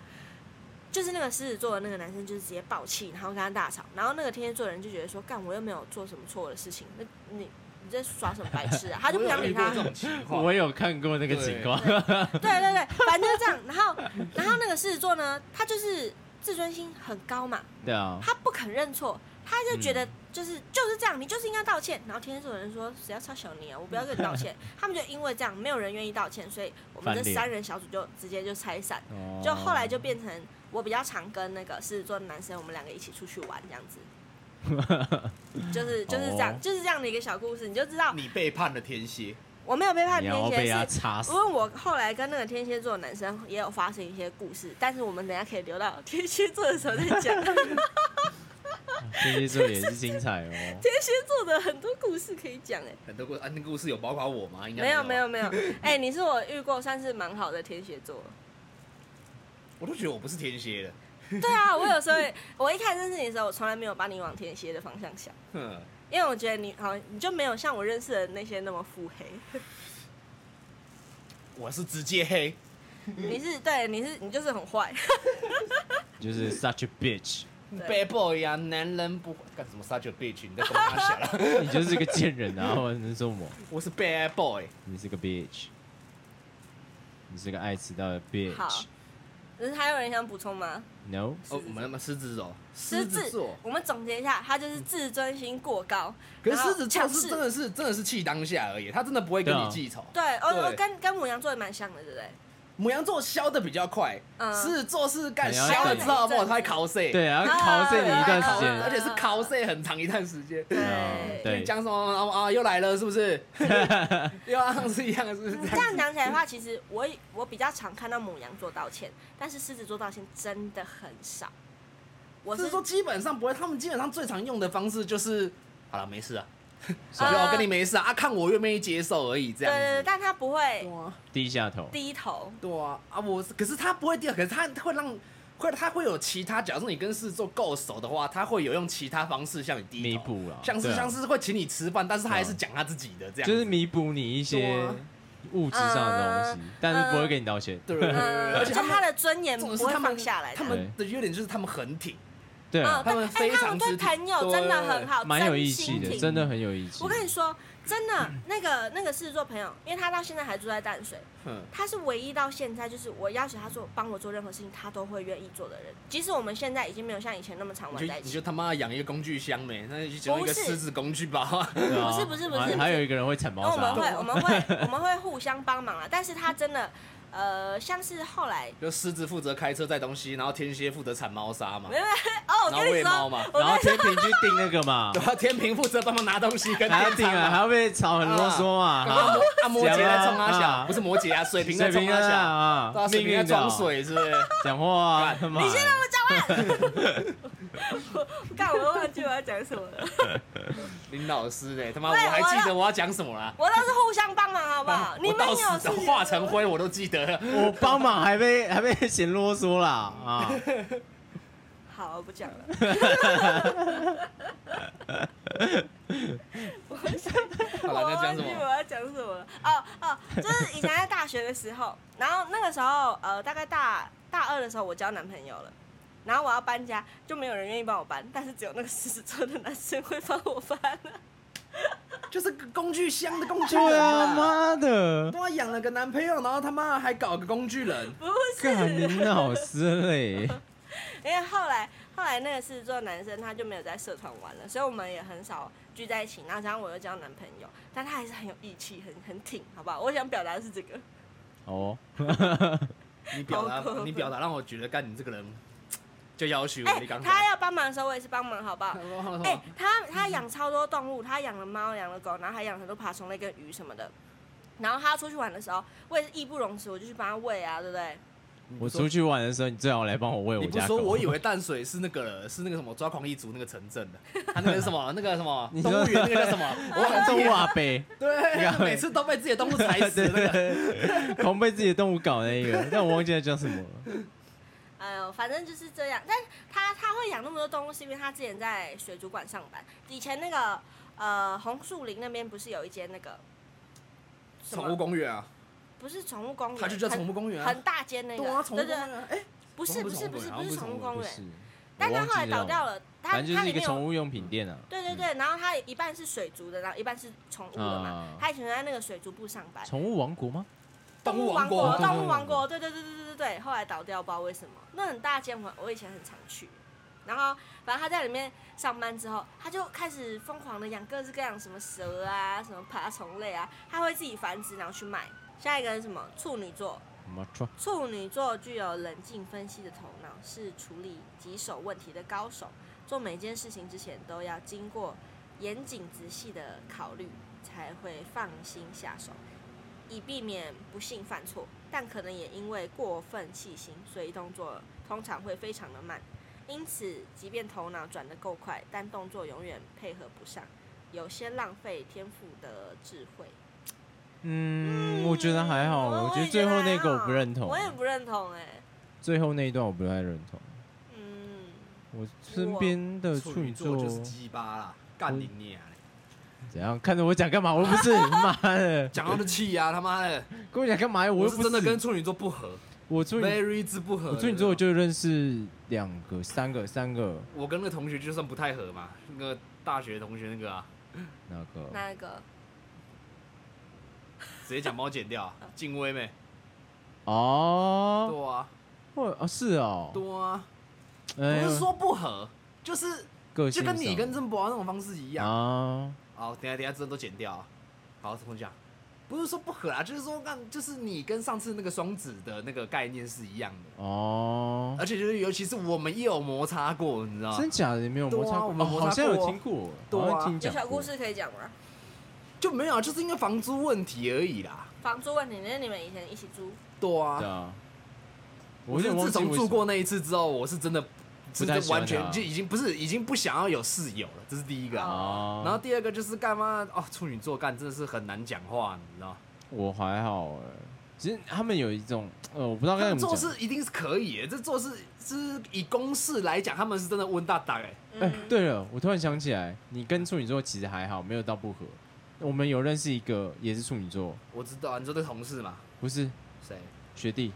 Speaker 3: 就是那个狮子座的那个男生，就是直接爆气，然后跟他大吵，然后那个天蝎座的人就觉得说，干我又没有做什么错的事情，那你你在耍什么白痴 啊？他就不想
Speaker 2: 我有
Speaker 3: 理
Speaker 2: 遇过
Speaker 3: 他。
Speaker 2: 这种情况，
Speaker 4: 我有看过那个情况，
Speaker 3: 对对对，反正就是这样。然后，然后那个狮子座呢，他就是自尊心很高嘛，
Speaker 4: 对啊，
Speaker 3: 他不肯认错，他就觉得
Speaker 4: 嗯
Speaker 3: 就是、就是这样，你就是应该道歉。然后天蝎座的人说，谁要抄小你啊？我不要跟你道歉。他们就因为这样，没有人愿意道歉，所以我们这
Speaker 4: 翻脸
Speaker 3: 三人小组就直接就拆散。
Speaker 4: 哦
Speaker 3: 就后来就变成我比较常跟那个狮子座的男生，我们两个一起出去玩这样 子。就是就是这样，
Speaker 4: 哦
Speaker 3: 就是这样的一个小故事，你就知道
Speaker 2: 你背叛了天蝎，
Speaker 3: 我没有背叛
Speaker 4: 你
Speaker 3: 天
Speaker 4: 要被他
Speaker 3: 蝎，是
Speaker 4: 插
Speaker 3: 因
Speaker 4: 死。
Speaker 3: 为我后来跟那个天蝎座的男生也有发生一些故事，但是我们等一下可以留到 天蝎座的时候再 讲。天
Speaker 4: 天蝎座也是精彩哦。
Speaker 3: 蝎座的很多故事可以讲哎、
Speaker 2: 很多故啊，那个故事有包括我吗？应该
Speaker 3: 没有没
Speaker 2: 没
Speaker 3: 有
Speaker 2: 吧，
Speaker 3: 没有， 哎、你是我遇过算是蛮好的天蝎座。
Speaker 2: 我都觉得我不是天蝎的。
Speaker 3: 对啊，我有时候也我一开始认识你的时候，我从来没有把你往天蝎的方向想，
Speaker 2: 哼，
Speaker 3: 因为我觉得你好，你就没有像我认识的那些那么腹黑。
Speaker 2: 我是直接黑，嗯
Speaker 3: 你是对，你是你就是很坏。
Speaker 4: 就是 such a bitch，
Speaker 3: 对
Speaker 2: bad boy 啊，男人不干什么 such a bitch，你在跟他想了？
Speaker 4: 你就是个贱人啊！我能说我，
Speaker 2: 我是 bad boy，
Speaker 4: 你是个 bitch，你是个爱迟到
Speaker 3: 好
Speaker 4: 的 bitch。
Speaker 3: 可是还有人想补充吗？
Speaker 4: No，
Speaker 2: 哦，我们那么狮子座，
Speaker 3: 狮
Speaker 2: 狮子
Speaker 3: 子
Speaker 2: 座，，
Speaker 3: 我们总结一下，他就是自尊心过高。
Speaker 2: 可是
Speaker 3: 然后
Speaker 2: 狮子座
Speaker 3: 强
Speaker 2: 是
Speaker 3: 势
Speaker 2: 真的是真的是气当下而已，他真的不会跟
Speaker 4: 对
Speaker 2: 你
Speaker 4: 啊
Speaker 2: 记仇。
Speaker 3: 对，哦，哦
Speaker 2: 嗯对
Speaker 3: 跟跟母羊座也蛮像的，对不对？
Speaker 2: 母羊座消的比较快，
Speaker 3: 嗯
Speaker 2: 狮子座是干
Speaker 4: 可能要
Speaker 2: 消了之
Speaker 4: 等
Speaker 2: 后，
Speaker 3: 一阵
Speaker 2: 哇，
Speaker 3: 子
Speaker 2: 他会考碎，
Speaker 4: 对，啊，考试你一段时
Speaker 3: 啊
Speaker 2: 而
Speaker 4: 间，
Speaker 2: 且是考碎很长一段时间。
Speaker 4: 嗯
Speaker 3: 对。
Speaker 4: 对，
Speaker 2: 讲什么啊啊？又来了是不是？又像是一样是不是？
Speaker 3: 这样讲起来的话，其实我我比较常看到母羊座道歉，但是狮子座道歉真的很少。我
Speaker 2: 我
Speaker 3: 是
Speaker 2: 是说基本上不会，他们基本上最常用的方式就是好了，没事啊，
Speaker 4: 是
Speaker 2: 就
Speaker 3: 啊
Speaker 2: 我跟你没事啊，啊看我愿不愿意接受而已，这
Speaker 3: 对
Speaker 2: 样
Speaker 3: 对对，
Speaker 2: 子。
Speaker 3: 但他不会
Speaker 2: 对啊，
Speaker 4: 低下头，
Speaker 3: 低头，
Speaker 2: 对啊，啊我是可是他不会掉，可是他会让会他会有其他，假如说你跟事做够熟的话，他会有用其他方式向你低头
Speaker 4: 弥补啦
Speaker 2: 像是
Speaker 4: 对啊
Speaker 2: 像是会请你吃饭，但是他还是
Speaker 4: 嗯
Speaker 2: 讲他自己的这样子，
Speaker 4: 就是弥补你一
Speaker 2: 对
Speaker 4: 些
Speaker 2: 啊
Speaker 4: 物质上的东西
Speaker 3: 嗯，
Speaker 4: 但是不会给你道歉。
Speaker 2: 对对对对对，
Speaker 3: 嗯，
Speaker 2: 而且
Speaker 3: 就
Speaker 2: 他
Speaker 3: 他
Speaker 2: 们
Speaker 3: 的尊严
Speaker 2: 重
Speaker 3: 不
Speaker 2: 点是
Speaker 3: 会
Speaker 2: 他们
Speaker 3: 放下来的
Speaker 2: 他。们的优点就是他们很挺，
Speaker 4: 对啊
Speaker 3: 嗯，，
Speaker 2: 他们
Speaker 3: 对哎
Speaker 2: 非
Speaker 3: 他们
Speaker 2: 常
Speaker 3: 对
Speaker 2: 之
Speaker 3: 朋友真的很好，
Speaker 4: 蛮有义
Speaker 3: 真
Speaker 4: 气
Speaker 3: 心
Speaker 4: 的，
Speaker 3: 挺
Speaker 4: 真的很有义气。
Speaker 3: 我跟你说，真的，那个那个狮子座朋友，因为他到现在还住在淡水，
Speaker 2: 嗯，
Speaker 3: 他是唯一到现在就是我要求他做帮我做任何事情，他都会愿意做的人。即使我们现在已经没有像以前那么常
Speaker 2: 你就
Speaker 3: 玩在一
Speaker 2: 你
Speaker 3: 起
Speaker 2: 就，他妈养一个工具箱没？那就整一
Speaker 3: 不
Speaker 2: 个
Speaker 3: 是
Speaker 2: 狮子工具包啊，
Speaker 4: 对啊
Speaker 3: 不是不是不是
Speaker 4: 还
Speaker 3: 不是
Speaker 4: 还有一个人会铲
Speaker 3: 那
Speaker 4: 毛
Speaker 3: 我们
Speaker 4: 杀，
Speaker 3: 会我们会我们会互相帮忙啊。但是他真的，呃，像是后来
Speaker 2: 就狮子负责开车载东西，然后天蝎负责铲猫砂嘛
Speaker 3: 没，有没有哦，我
Speaker 2: 然后
Speaker 3: 跟你
Speaker 2: 喂猫
Speaker 3: 说，
Speaker 2: 嘛，
Speaker 3: 我
Speaker 4: 然后天平去定那 个嘛，
Speaker 2: 然后天平负责帮忙拿东西跟
Speaker 4: 还要
Speaker 2: 天
Speaker 4: 定
Speaker 2: 平
Speaker 4: 啊，还要被吵很啰嗦
Speaker 2: 啊
Speaker 4: 嘛，
Speaker 2: 摩啊摩羯在冲阿
Speaker 4: 讲
Speaker 2: 小，
Speaker 4: 啊
Speaker 2: 不是摩羯啊，水瓶在
Speaker 4: 水
Speaker 2: 冲
Speaker 4: 平
Speaker 2: 阿小，
Speaker 4: 啊
Speaker 2: 对啊，
Speaker 4: 啊，
Speaker 2: 水
Speaker 4: 命
Speaker 2: 瓶在
Speaker 4: 运的
Speaker 2: 装
Speaker 4: 啊
Speaker 2: 水是不 是？
Speaker 4: 讲话啊，他妈
Speaker 3: 你先让我讲完。我 干，我都忘记我要讲什么 了。
Speaker 2: 林老师 嘞，他妈我
Speaker 3: 喂
Speaker 2: 还
Speaker 3: 我
Speaker 2: 记
Speaker 3: 要
Speaker 2: 得我要讲什么啦。
Speaker 3: 我都是互相帮忙，好不好？你
Speaker 2: 啊我
Speaker 3: 们
Speaker 2: 到
Speaker 3: 有
Speaker 2: 死
Speaker 3: 事
Speaker 2: 的
Speaker 3: 情
Speaker 2: 化成灰我都记得 了。
Speaker 4: 我帮忙还被还被嫌啰嗦啦 啊！
Speaker 3: 好，我不 讲了。 我想
Speaker 2: 好
Speaker 3: 我
Speaker 2: 了，那讲
Speaker 3: 忘
Speaker 2: 什
Speaker 3: 记我
Speaker 2: 么？
Speaker 3: 要讲什么了。哦哦，就是以前在大学的时候， 然后那个时候呃，大概大大二的时候，我交男朋友了。然后我要搬家，就没有人愿意帮我搬，但是只有那个狮子座的男生会帮我搬。啊
Speaker 2: 就是个工具箱的工具
Speaker 4: 对
Speaker 2: 人
Speaker 4: 啊，
Speaker 2: 嘛。
Speaker 4: 妈的，
Speaker 2: 他妈养了个男朋友，然后他妈还搞个工具人。
Speaker 3: 不是，
Speaker 4: 干你老师嘞！
Speaker 3: 因为后来后来那个狮子座男生他就没有在社团玩了，所以我们也很少聚在一起。然后加上我又交男朋友，但他还是很有义气，很很挺，好不好？我想表达的是这个。
Speaker 4: 哦，
Speaker 2: 你表达
Speaker 3: 好过，分
Speaker 2: 你表达让我觉得，干你这个人就要求
Speaker 3: 哎、
Speaker 2: 你刚
Speaker 3: 他
Speaker 2: 才。
Speaker 3: 要帮忙的时候，我也是帮忙，好不好
Speaker 2: 他？说
Speaker 3: 哎、他他养超多动物，他养了猫，养了狗，然后还养很多爬虫类跟鱼什么的。然后他出去玩的时候，我也是义不容辞，我就去帮他喂啊，对不对？
Speaker 4: 我出去玩的时候，你最好来帮我喂我
Speaker 2: 你不
Speaker 4: 家
Speaker 2: 说，
Speaker 4: 狗。
Speaker 2: 我以为淡水是那个了是那个什么抓狂一族那个城镇的，他那个是什么那个什么
Speaker 4: 你
Speaker 2: 动
Speaker 4: 说
Speaker 2: 物园那个叫什 么？我忘
Speaker 4: 动
Speaker 2: 记
Speaker 4: 物
Speaker 2: 了。
Speaker 4: 阿 贝，
Speaker 2: 对，每次都被自己的动物踩死的那个。
Speaker 4: 狂被自己的动物搞那 个，但我忘记他叫什么了。
Speaker 3: 哎呦，反正就是这样。但他他会养那么多动物，是因为他之前在水族馆上班。以前那个呃红树林那边不是有一间那个什么
Speaker 2: 宠物公园啊，
Speaker 3: 不是宠物公园，
Speaker 2: 它就叫
Speaker 3: 很
Speaker 2: 宠物公园啊
Speaker 3: 很大间那个，
Speaker 2: 对啊，宠物
Speaker 3: 对
Speaker 2: 公园
Speaker 3: 对，
Speaker 2: 啊。哎，
Speaker 3: 不是不是不是
Speaker 2: 好像
Speaker 3: 不
Speaker 2: 不
Speaker 3: 是
Speaker 2: 是
Speaker 3: 宠
Speaker 2: 宠
Speaker 3: 物公
Speaker 2: 物公
Speaker 4: 不
Speaker 3: 园
Speaker 4: 是，，
Speaker 3: 但
Speaker 4: 我
Speaker 3: 他
Speaker 4: 忘
Speaker 3: 后来
Speaker 4: 记
Speaker 3: 倒
Speaker 4: 了
Speaker 3: 掉了，他
Speaker 4: 反正就
Speaker 3: 他
Speaker 4: 是
Speaker 3: 里
Speaker 4: 一个
Speaker 3: 面
Speaker 4: 宠
Speaker 3: 有。
Speaker 4: 物用品店啊。
Speaker 3: 对对对，然后它一半是水族的，然后一半是宠物的嘛
Speaker 4: 啊。
Speaker 3: 他以前在那个水族部上班，
Speaker 4: 嗯宠物王国吗？
Speaker 3: 动物王
Speaker 2: 国
Speaker 3: 国，啊
Speaker 4: 动物王国
Speaker 3: 动物王国，对对对对对对对，后来倒掉，不知道为什么。那很大间，我我以前很常去。然后，反正他在里面上班之后，他就开始疯狂的养各式各样什么蛇啊，什么爬虫类啊，他会自己繁殖，然后去卖。下一个是什么？处女座，
Speaker 4: 没错，
Speaker 3: 处女座具有冷静分析的头脑，是处理棘手问题的高手。做每件事情之前都要经过严谨仔细的考虑，才会放心下手，以避免不幸犯错。但可能也因为过分细心，所以动作通常会非常的慢。因此，即便头脑转得够快，但动作永远配合不上，有些浪费天赋的智慧。
Speaker 4: 嗯，我觉得还好，我觉得最后那个我不认同
Speaker 3: 嗯我，也不认同哎、
Speaker 4: 最后那一段我不太认同。
Speaker 3: 嗯，
Speaker 4: 我身边的处女座
Speaker 2: 就是鸡巴啦，干你娘嘞！
Speaker 4: 怎样？看着我讲干嘛？我又不是妈的，
Speaker 2: 讲到的气呀，他妈的，
Speaker 4: 跟我讲干嘛呀？我又
Speaker 2: 是
Speaker 4: 不
Speaker 2: 真的
Speaker 4: 是
Speaker 2: 跟处女座不合
Speaker 4: 我处女，
Speaker 2: ，very 之不合。
Speaker 4: 我处女座就认识两个、三个、三个
Speaker 2: 我跟那个同学就算不太合嘛，那个大学同学那个啊，
Speaker 4: 那个
Speaker 3: 那个
Speaker 2: 直接讲猫剪掉啊，敬威妹，
Speaker 4: 哦，
Speaker 2: 对啊，
Speaker 4: 我哦，是哦，
Speaker 2: 多啊，
Speaker 4: 哎
Speaker 2: 不是说不合，就是
Speaker 4: 个性
Speaker 2: 就跟你
Speaker 4: 上
Speaker 2: 跟郑博那种方式一样。
Speaker 4: 啊，
Speaker 2: 好，等一下等一下，这都剪掉啊。好，怎么讲？不是说不合啊，就是说干，就是你跟上次那个双子的那个概念是一样的，
Speaker 4: 哦，
Speaker 2: 而且就是尤其是我们也有摩擦过，你知道吗
Speaker 4: 真？假的你没有摩
Speaker 2: 对
Speaker 4: 擦
Speaker 2: 啊
Speaker 4: 过
Speaker 2: 我
Speaker 4: 吗？
Speaker 2: 们
Speaker 4: 哦
Speaker 2: 摩
Speaker 4: 好
Speaker 2: 擦
Speaker 4: 像有
Speaker 2: 过
Speaker 4: 听过，
Speaker 2: 对
Speaker 4: 好像
Speaker 2: 啊
Speaker 4: 听
Speaker 3: 有
Speaker 4: 讲
Speaker 3: 小
Speaker 4: 过
Speaker 3: 故事可以讲吗？
Speaker 2: 就没有啊，就是因为房租问题而已啦。
Speaker 3: 房租问题，那你们以前一起租，
Speaker 2: 对
Speaker 4: 对
Speaker 2: 啊，
Speaker 4: 啊，
Speaker 2: 我
Speaker 4: 有
Speaker 2: 是
Speaker 4: 点忘
Speaker 2: 自
Speaker 4: 记
Speaker 2: 从
Speaker 4: 为
Speaker 2: 住
Speaker 4: 什
Speaker 2: 过那一次之后，我是真的
Speaker 4: 不
Speaker 2: 真
Speaker 4: 太
Speaker 2: 的
Speaker 4: 喜欢
Speaker 2: 完
Speaker 4: 他啊
Speaker 2: 全就已经不是已经不想要有室友了，这是第一个、
Speaker 4: 么
Speaker 2: 啊。
Speaker 4: 啊，
Speaker 2: 然后第二个就是干嘛哦，处女座干真的是很难讲话，你知道吗？
Speaker 4: 我还好哎，其实他们有一种呃，我不知道
Speaker 2: 他
Speaker 4: 该
Speaker 2: 们
Speaker 4: 怎么
Speaker 2: 做
Speaker 4: 讲，
Speaker 2: 事一定是可以的，这做事是以公式来讲，他们是真的温大大哎。
Speaker 3: 嗯
Speaker 4: 哎，对了，我突然想起来，你跟处女座其实还好，没有到不合。我们有认识一个也是处女座，
Speaker 2: 我知道啊，你说这同事嘛，
Speaker 4: 不是
Speaker 2: 谁？
Speaker 4: 学弟，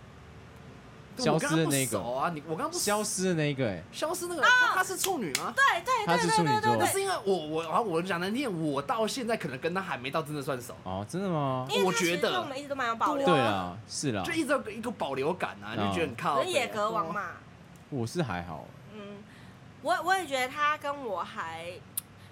Speaker 2: 对
Speaker 4: 消失的
Speaker 2: 我跟
Speaker 4: 那
Speaker 2: 他不熟
Speaker 4: 个，
Speaker 2: 啊，你我刚刚不
Speaker 4: 消失的那一个，哎，
Speaker 2: 消失那个，他他是处女吗？对，
Speaker 3: 啊对
Speaker 4: 他
Speaker 3: 对
Speaker 4: 是
Speaker 3: 对
Speaker 4: 处女
Speaker 3: 对
Speaker 4: 座
Speaker 3: 对
Speaker 2: 那
Speaker 3: 对，
Speaker 2: 是因为我我然后我讲难听，我到现在可能跟他还没到真的算熟，
Speaker 4: 哦，真的吗？
Speaker 3: 因为
Speaker 2: 我
Speaker 3: 他其实
Speaker 2: 觉得
Speaker 3: 对我们一直都蛮有保留
Speaker 4: 对
Speaker 3: 的，
Speaker 4: 啊，是啦
Speaker 2: 就，一直有一个保留感啊，就觉得很靠
Speaker 3: 可
Speaker 2: 北啊。
Speaker 3: 是野格王嘛，
Speaker 4: 我是还好，
Speaker 3: 嗯，我我也觉得他跟我还，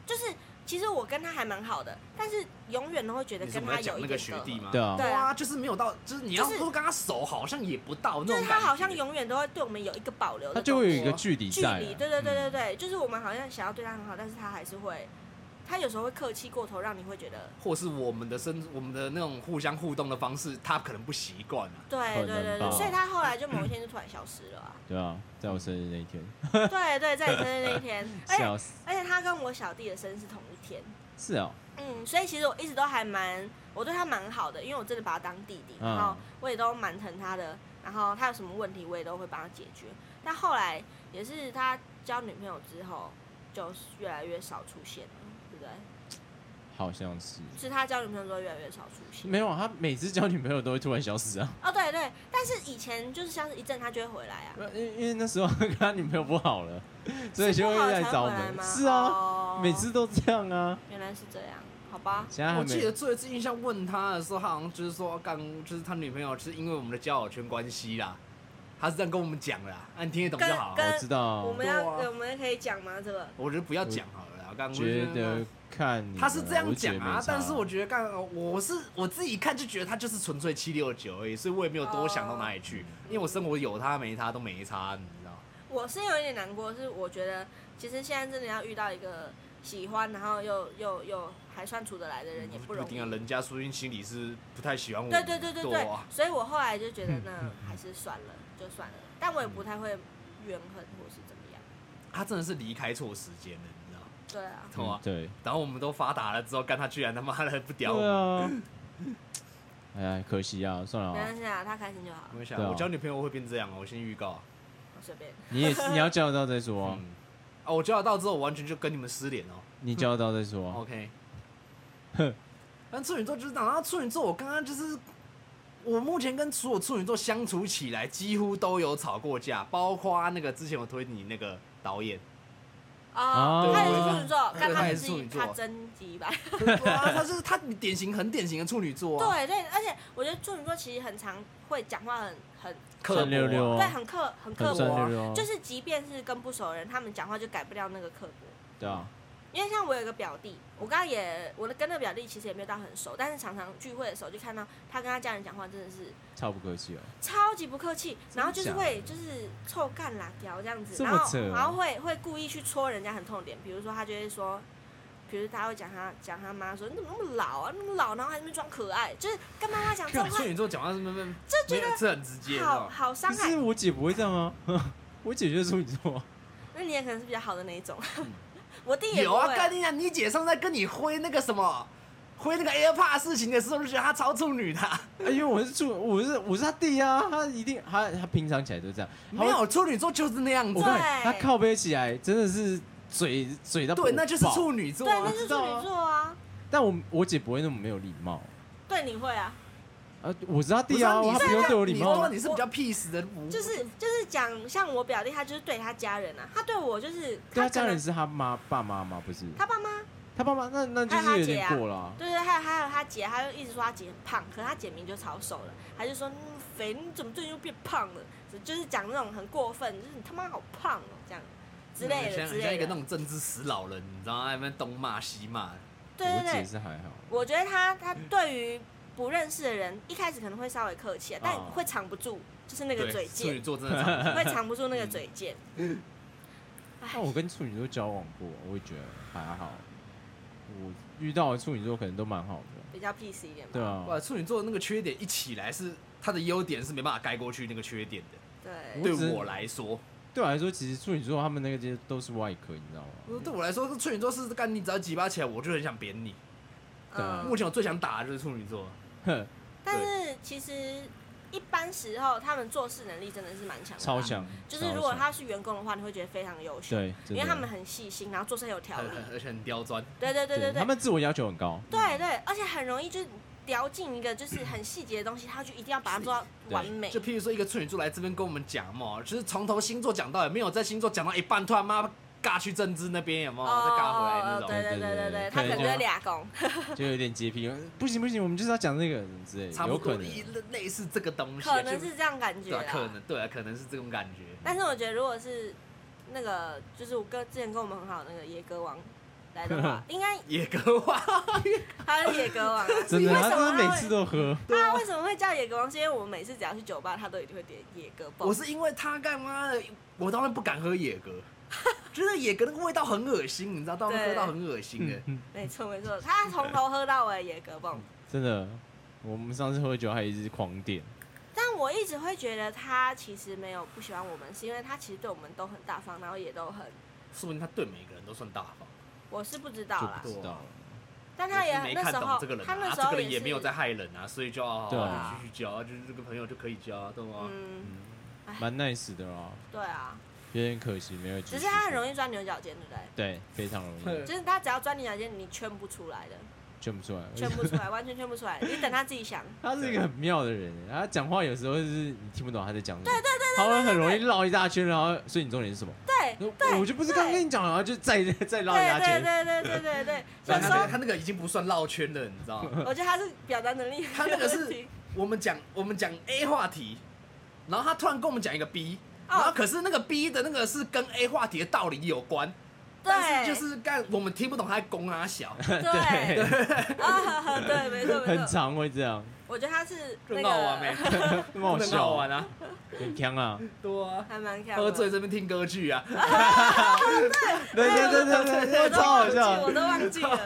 Speaker 3: 就是其实我跟他还蛮好的，但是永远都会觉得
Speaker 2: 对啊，你是
Speaker 3: 跟
Speaker 2: 我们
Speaker 3: 他
Speaker 2: 在
Speaker 3: 有
Speaker 2: 讲
Speaker 3: 一
Speaker 2: 那
Speaker 3: 点
Speaker 2: 个学
Speaker 3: 隔
Speaker 2: 弟
Speaker 3: 阂
Speaker 2: 吗？
Speaker 4: 对啊
Speaker 3: 对啊
Speaker 2: 哇，就是没有到，就是你要
Speaker 3: 就是
Speaker 2: 说跟他熟，好像也不到那
Speaker 3: 就
Speaker 2: 种
Speaker 3: 是
Speaker 2: 感
Speaker 3: 他
Speaker 2: 觉。
Speaker 3: 好像永远都会对我们有一个保留的
Speaker 4: 他
Speaker 3: 感觉，
Speaker 4: 就会有一个距离
Speaker 3: 距
Speaker 4: 在
Speaker 3: 离，
Speaker 4: 啊，
Speaker 3: 对对对对对，就是我们好像想要对他很好，但是他还是会，他有时候会客气过头，让你会觉得，
Speaker 2: 或是我们的身，我们的那种互相互动的方式，他可能不习惯啊。
Speaker 3: 对对对
Speaker 4: 很难
Speaker 3: 对，
Speaker 4: 吧
Speaker 3: 所以他后来就某一天就突然消失 了啊，
Speaker 4: 对啊，在我生日那一天，
Speaker 3: 对对，在你生日那一天， 而且
Speaker 4: 笑死，
Speaker 3: 而且他跟我小弟的生日是同一天，
Speaker 4: 是哦，
Speaker 3: 嗯，所以其实我一直都还蛮，我对他蛮好的，因为我真的把他当弟弟，
Speaker 4: 嗯
Speaker 3: 然后我也都蛮疼他的，然后他有什么问题我也都会帮他解决。但后来也是他交女朋友之后，就越来越少出现了，对不对？
Speaker 4: 好像是，
Speaker 3: 是他交女朋友之后越来越少出现。
Speaker 4: 没有，啊，他每次交女朋友都会突然消 失啊，
Speaker 3: 哦，对对，但是以前就是像是一阵他就会回来啊，
Speaker 4: 因因为那时候跟他女朋友不好了，所以
Speaker 3: 是
Speaker 4: 就
Speaker 3: 不
Speaker 4: 会
Speaker 3: 好才
Speaker 4: 来找我
Speaker 3: 回来吗
Speaker 4: 们，是啊，
Speaker 3: 哦
Speaker 4: 每次都这样啊，
Speaker 3: 原来是这样，好吧？
Speaker 4: 现在还
Speaker 2: 我记得
Speaker 4: 啊没，
Speaker 2: 最次印象问他的时候，他好像就是说刚就是他女朋友是因为我们的交友圈关系啦，他是这样跟我们讲的啦，啊，你听得懂就好
Speaker 3: 跟。跟
Speaker 4: 我知道
Speaker 3: 我，们要、
Speaker 2: 对啊
Speaker 3: 我们可以讲吗？这个
Speaker 2: 我觉得不要讲好了啦，我刚刚
Speaker 4: 觉得看你们
Speaker 2: 他是这样
Speaker 4: 啊我觉
Speaker 2: 讲
Speaker 4: 得
Speaker 2: 啊
Speaker 4: 没，
Speaker 2: 但是
Speaker 4: 差
Speaker 2: 我觉得刚刚我是我自己一看就觉得他就是纯粹七六九而已，所以我也没有多想到哪里去，
Speaker 4: 哦
Speaker 2: 因为我生活有他没他都没差，你知道吗？
Speaker 3: 我是有一点难过，是我觉得其实现在真的要遇到一个喜欢，然后又又又还算处得来的人也
Speaker 2: 不
Speaker 3: 容
Speaker 2: 一
Speaker 3: 易
Speaker 2: 定。啊，人家说不定心里是不太喜欢我，
Speaker 3: 对对对对对
Speaker 2: 啊，
Speaker 3: 所以我后来就觉得那还是算了，就算了。但我也不太会嗯怨恨或是怎么样。
Speaker 2: 他真的是离开错时间了，你知道吗？
Speaker 3: 对啊，
Speaker 2: 懂吗
Speaker 4: 嗯？对，
Speaker 2: 然后我们都发达了之后，干他居然他妈的不屌我
Speaker 4: 对。啊， 哎呀，可惜啊，算
Speaker 2: 哦
Speaker 4: 了
Speaker 3: 没
Speaker 4: 啊
Speaker 3: 关，系啊，他开心就好，
Speaker 2: 我想
Speaker 4: 对啊
Speaker 2: 我交女朋友会变这样哦，我先预告啊。
Speaker 3: 随便。
Speaker 4: 你也你要交得到再说啊，
Speaker 2: 嗯，啊，我交得到之后，我完全就跟你们失联哦。
Speaker 4: 你交得到再说啊，
Speaker 2: OK，
Speaker 4: 哼
Speaker 2: 但处女座就是，然后处女座，我刚刚就是，我目前跟所有处女座相处起来，几乎都有吵过架，包括那个之前我推你那个导 演，
Speaker 3: 哦，
Speaker 4: 对
Speaker 3: 他也是处女座，
Speaker 2: 对
Speaker 3: 但
Speaker 2: 他
Speaker 3: 他
Speaker 2: 也
Speaker 3: 也
Speaker 2: 是处女
Speaker 3: 是
Speaker 2: 座
Speaker 3: 他真鸡吧？
Speaker 2: 哇，啊他是他典型很典型的处女座啊，
Speaker 3: 对对，而且我觉得处女座其实很常会讲话很很
Speaker 2: 刻
Speaker 4: 三六
Speaker 2: 薄啊
Speaker 4: 六
Speaker 3: 对，
Speaker 4: 啊，
Speaker 3: 很刻很刻
Speaker 4: 很
Speaker 3: 薄
Speaker 4: 三
Speaker 3: 啊
Speaker 4: 六。六啊，
Speaker 3: 就是即便是跟不熟的人，他们讲话就改不了那个刻薄。
Speaker 4: 对啊，
Speaker 3: 因为像我有一个表弟，我刚刚也我的跟那个表弟其实也没有到很熟，但是常常聚会的时候就看到他跟他家人讲话真的是
Speaker 4: 超不客气哦，
Speaker 3: 超级不客气，然后就是
Speaker 4: 假的
Speaker 3: 会就是臭干辣条这样子，
Speaker 4: 这么
Speaker 3: 然后
Speaker 4: 扯哦
Speaker 3: 然后会会故意去戳人家很痛的点，比如说他就会说。比如他会讲他讲他妈说你怎么那么老啊，那么老，然后还在那边装可爱，就是跟妈妈讲这
Speaker 2: 看
Speaker 3: 种
Speaker 2: 处
Speaker 3: 话，
Speaker 2: 女座讲话是不是
Speaker 3: 就
Speaker 2: 没
Speaker 3: 觉
Speaker 2: 有
Speaker 3: 得
Speaker 2: 是很直接，你知道
Speaker 3: 好
Speaker 2: 吗
Speaker 3: 好伤
Speaker 4: 哦可
Speaker 3: 害
Speaker 4: 是。我姐不会这样啊， 我姐就是处女座啊，
Speaker 3: 那你也可能是比较好的那一种，
Speaker 4: 嗯
Speaker 3: 我弟也
Speaker 2: 有啊，
Speaker 3: 不会
Speaker 2: 干你讲，你姐上次在跟你挥那个什么，挥那个 AirPod 事情的时候，就觉得她超处女的啊、
Speaker 4: 哎因为我是处，我是我是他弟啊，他一定他他平常起来都这样，他会
Speaker 2: 没，有处女座就是那样子
Speaker 4: 我，告诉你
Speaker 3: 对
Speaker 4: 他靠背起来真的是嘴嘴到
Speaker 2: 对，那就是
Speaker 4: 爆
Speaker 2: 处，女座、
Speaker 3: 对，那
Speaker 2: 啊。
Speaker 3: 是
Speaker 4: 知道
Speaker 3: 处
Speaker 4: 啊
Speaker 3: 女座啊，
Speaker 4: 但我我姐不会那么没有礼貌
Speaker 3: 对，你会啊。
Speaker 4: 啊，我是他
Speaker 2: 不
Speaker 4: 弟
Speaker 2: 是啊
Speaker 4: 啊，
Speaker 2: 你
Speaker 4: 他
Speaker 2: 是
Speaker 4: 不用对我礼
Speaker 2: 你
Speaker 4: 貌
Speaker 2: 说
Speaker 4: 啊，
Speaker 2: 你是比较 peace 的，不
Speaker 3: 就是就是讲，像我表弟，他就是对他家人啊，他对我就是
Speaker 4: 对他
Speaker 3: 可
Speaker 4: 家
Speaker 3: 能
Speaker 4: 人是他妈爸妈吗？不是
Speaker 3: 他爸妈，
Speaker 4: 他爸妈，那那就是有点过了啊，
Speaker 3: 对对，还有还有他姐，他就一直说他姐很胖，可是他姐明明就超瘦了，他就说、嗯、肥，你怎么最近又变胖了？只子，就是讲那种很过分，就是你他妈好胖哦这样之类的
Speaker 2: 像
Speaker 3: 之
Speaker 2: 嗯很像一
Speaker 3: 类
Speaker 2: 个
Speaker 3: 的
Speaker 2: 那。种政治死老人，你知道吗？在那边东骂西骂，
Speaker 3: 对
Speaker 4: 我
Speaker 3: 对
Speaker 4: 姐
Speaker 3: 对，
Speaker 4: 是还好，
Speaker 3: 我觉得他他
Speaker 2: 嗯
Speaker 3: 对于不认识的人，一开始可能会稍微客气啊，但
Speaker 4: 哦
Speaker 3: 会藏不住，就是那个嘴
Speaker 2: 对，处嗯女
Speaker 3: 贱，
Speaker 2: 座真的长
Speaker 3: 会藏不住那 个嘴贱。
Speaker 2: 哦
Speaker 4: 但我跟处女座交往过，我也觉得还好。我遇到的处女座可能都蛮好的，
Speaker 3: 比较 peace 一点吧。
Speaker 4: 对啊，
Speaker 2: 哇，处女座那个缺点一起来是它的优点是没办法盖过去那个缺点的。
Speaker 3: 对，
Speaker 4: 我
Speaker 2: 对
Speaker 4: 只
Speaker 2: 哎我来说，
Speaker 4: 对我来说，其实处女座他们那个些都是外壳，你知道吗？
Speaker 2: 对我来说，处女座是干你只要挤巴起来，我就很想扁你。
Speaker 4: 对啊
Speaker 3: 嗯
Speaker 2: 目前我最想打的就是处女座，
Speaker 4: 哼，
Speaker 3: 但是其实一般时候他们做事能力真的是蛮强的啊，
Speaker 4: 超强。
Speaker 3: 就是如果他是员工的话，你会觉得非常优秀，
Speaker 4: 对，真
Speaker 3: 因
Speaker 4: 的
Speaker 3: 为他们很细心，然后做事很有条
Speaker 2: 很
Speaker 3: 理。
Speaker 2: 很而且很刁钻。
Speaker 3: 对对对对
Speaker 4: 他
Speaker 3: 对，
Speaker 4: 们自我要求很高，
Speaker 3: 对对，而且很容易就是掉进一个就是很细节的东西，他就一定要把它做到完美
Speaker 2: 就。譬如说，一个处女座来这边跟我们讲嘛，就是从头星座讲到尾，没有在星座讲到一半，突然妈尬去政治那边，有没有哦再尬回来那
Speaker 3: 哦
Speaker 2: 种？
Speaker 3: 对对对对对，他可能就会俩工。
Speaker 4: 就有点洁癖。不行不行，我们就是要讲这个什么之类的，
Speaker 2: 差不
Speaker 4: 有
Speaker 2: 多
Speaker 4: 可
Speaker 2: 类
Speaker 4: 能。
Speaker 2: 类似这个东西啊，
Speaker 3: 可能
Speaker 2: 就是
Speaker 3: 这样感觉
Speaker 2: 对啊，可
Speaker 3: 啦。
Speaker 2: 能对啊，可能是这种感觉。
Speaker 3: 但是我觉得，如果是那个，就是我哥之前跟我们很好的那个野歌王来的 话，应该
Speaker 2: 野格话，
Speaker 3: 他是野歌王 啊。
Speaker 4: 真的，
Speaker 3: 为
Speaker 4: 他
Speaker 3: 什
Speaker 4: 真
Speaker 3: 么
Speaker 4: 的每
Speaker 3: 会
Speaker 4: 次都喝。
Speaker 2: 啊
Speaker 3: 他为什么会叫野歌王？是因为我每次只要去酒吧，他都一定会点野歌蹦。
Speaker 2: 我是因为他干嘛？我当然不敢喝野 格，觉得野格那个味道很恶心，你知道，当然喝到很恶心的。
Speaker 3: 没错没错，他从头喝到尾野格蹦。
Speaker 4: 真的，我们上次喝酒还一直狂点，
Speaker 3: 但我一直会觉得他其实没有不喜欢我们，是因为他其实对我们都很大方，然后也都很，
Speaker 2: 说明他对每个人都算大方，
Speaker 3: 我是不知道
Speaker 4: 就
Speaker 3: 啦
Speaker 4: 不。知道了。
Speaker 3: 但他也
Speaker 2: 我是没
Speaker 3: 那
Speaker 2: 看
Speaker 3: 时
Speaker 2: 懂
Speaker 3: 候
Speaker 2: 这个人、啊，
Speaker 3: 他那时
Speaker 2: 这
Speaker 3: 候
Speaker 2: 个人
Speaker 3: 是
Speaker 2: 也没有在害人啊，所以就要
Speaker 4: 对
Speaker 3: 啊
Speaker 2: 继续交啊，就是这个朋友就可以交啊，懂吗？
Speaker 3: 嗯，
Speaker 4: 蛮 nice 的啦，
Speaker 3: 对啊，
Speaker 4: 有点可惜没有。
Speaker 3: 只是他很容
Speaker 4: 易，
Speaker 3: 易钻牛角尖，对不对？
Speaker 4: 对，非常容易
Speaker 2: 对
Speaker 3: 就是他只要钻牛角尖，你圈不出来的，
Speaker 4: 劝不出来。
Speaker 3: 圈不出来，完全圈不出来。你等他自己 想，
Speaker 4: 他是一个很妙的人，他讲话有时候就是你听不懂他在讲什么，对对对他会很容易绕一大圈，然后所以你重点是什么？
Speaker 3: 对
Speaker 4: 那我
Speaker 3: 对，
Speaker 4: 我就不是刚跟你讲，然后就再再
Speaker 3: 对
Speaker 4: 绕一大
Speaker 3: 对
Speaker 4: 圈。
Speaker 3: 对对对对 对，
Speaker 2: 所
Speaker 3: 有
Speaker 2: 以
Speaker 3: 时候
Speaker 2: 他那个他那个已经不算绕圈了，你知道吗？
Speaker 3: 我觉得他是表达能力，
Speaker 2: 他那个是我们讲我们讲 A 话题，然后他突然跟我们讲一个 B，、
Speaker 3: 哦
Speaker 2: 然后可是那个 B 的那个是跟 A 话题的道理有关， 但
Speaker 3: 对，
Speaker 2: 是就是干我们听不懂他在攻啊小，
Speaker 3: 对 啊，对，没错没
Speaker 4: 很
Speaker 3: 错，
Speaker 4: 常会这样，
Speaker 3: 我觉得他是那
Speaker 2: 很好玩
Speaker 3: 个
Speaker 2: 没？
Speaker 4: 那么好
Speaker 2: 很好
Speaker 4: 笑
Speaker 2: 玩
Speaker 4: 啊，
Speaker 2: 啊，
Speaker 4: 很强啊！
Speaker 2: 对啊。
Speaker 3: 还蛮看
Speaker 2: 喝醉这边听歌剧啊，
Speaker 4: 对对对对对对，超好笑
Speaker 3: 我。都忘记 了。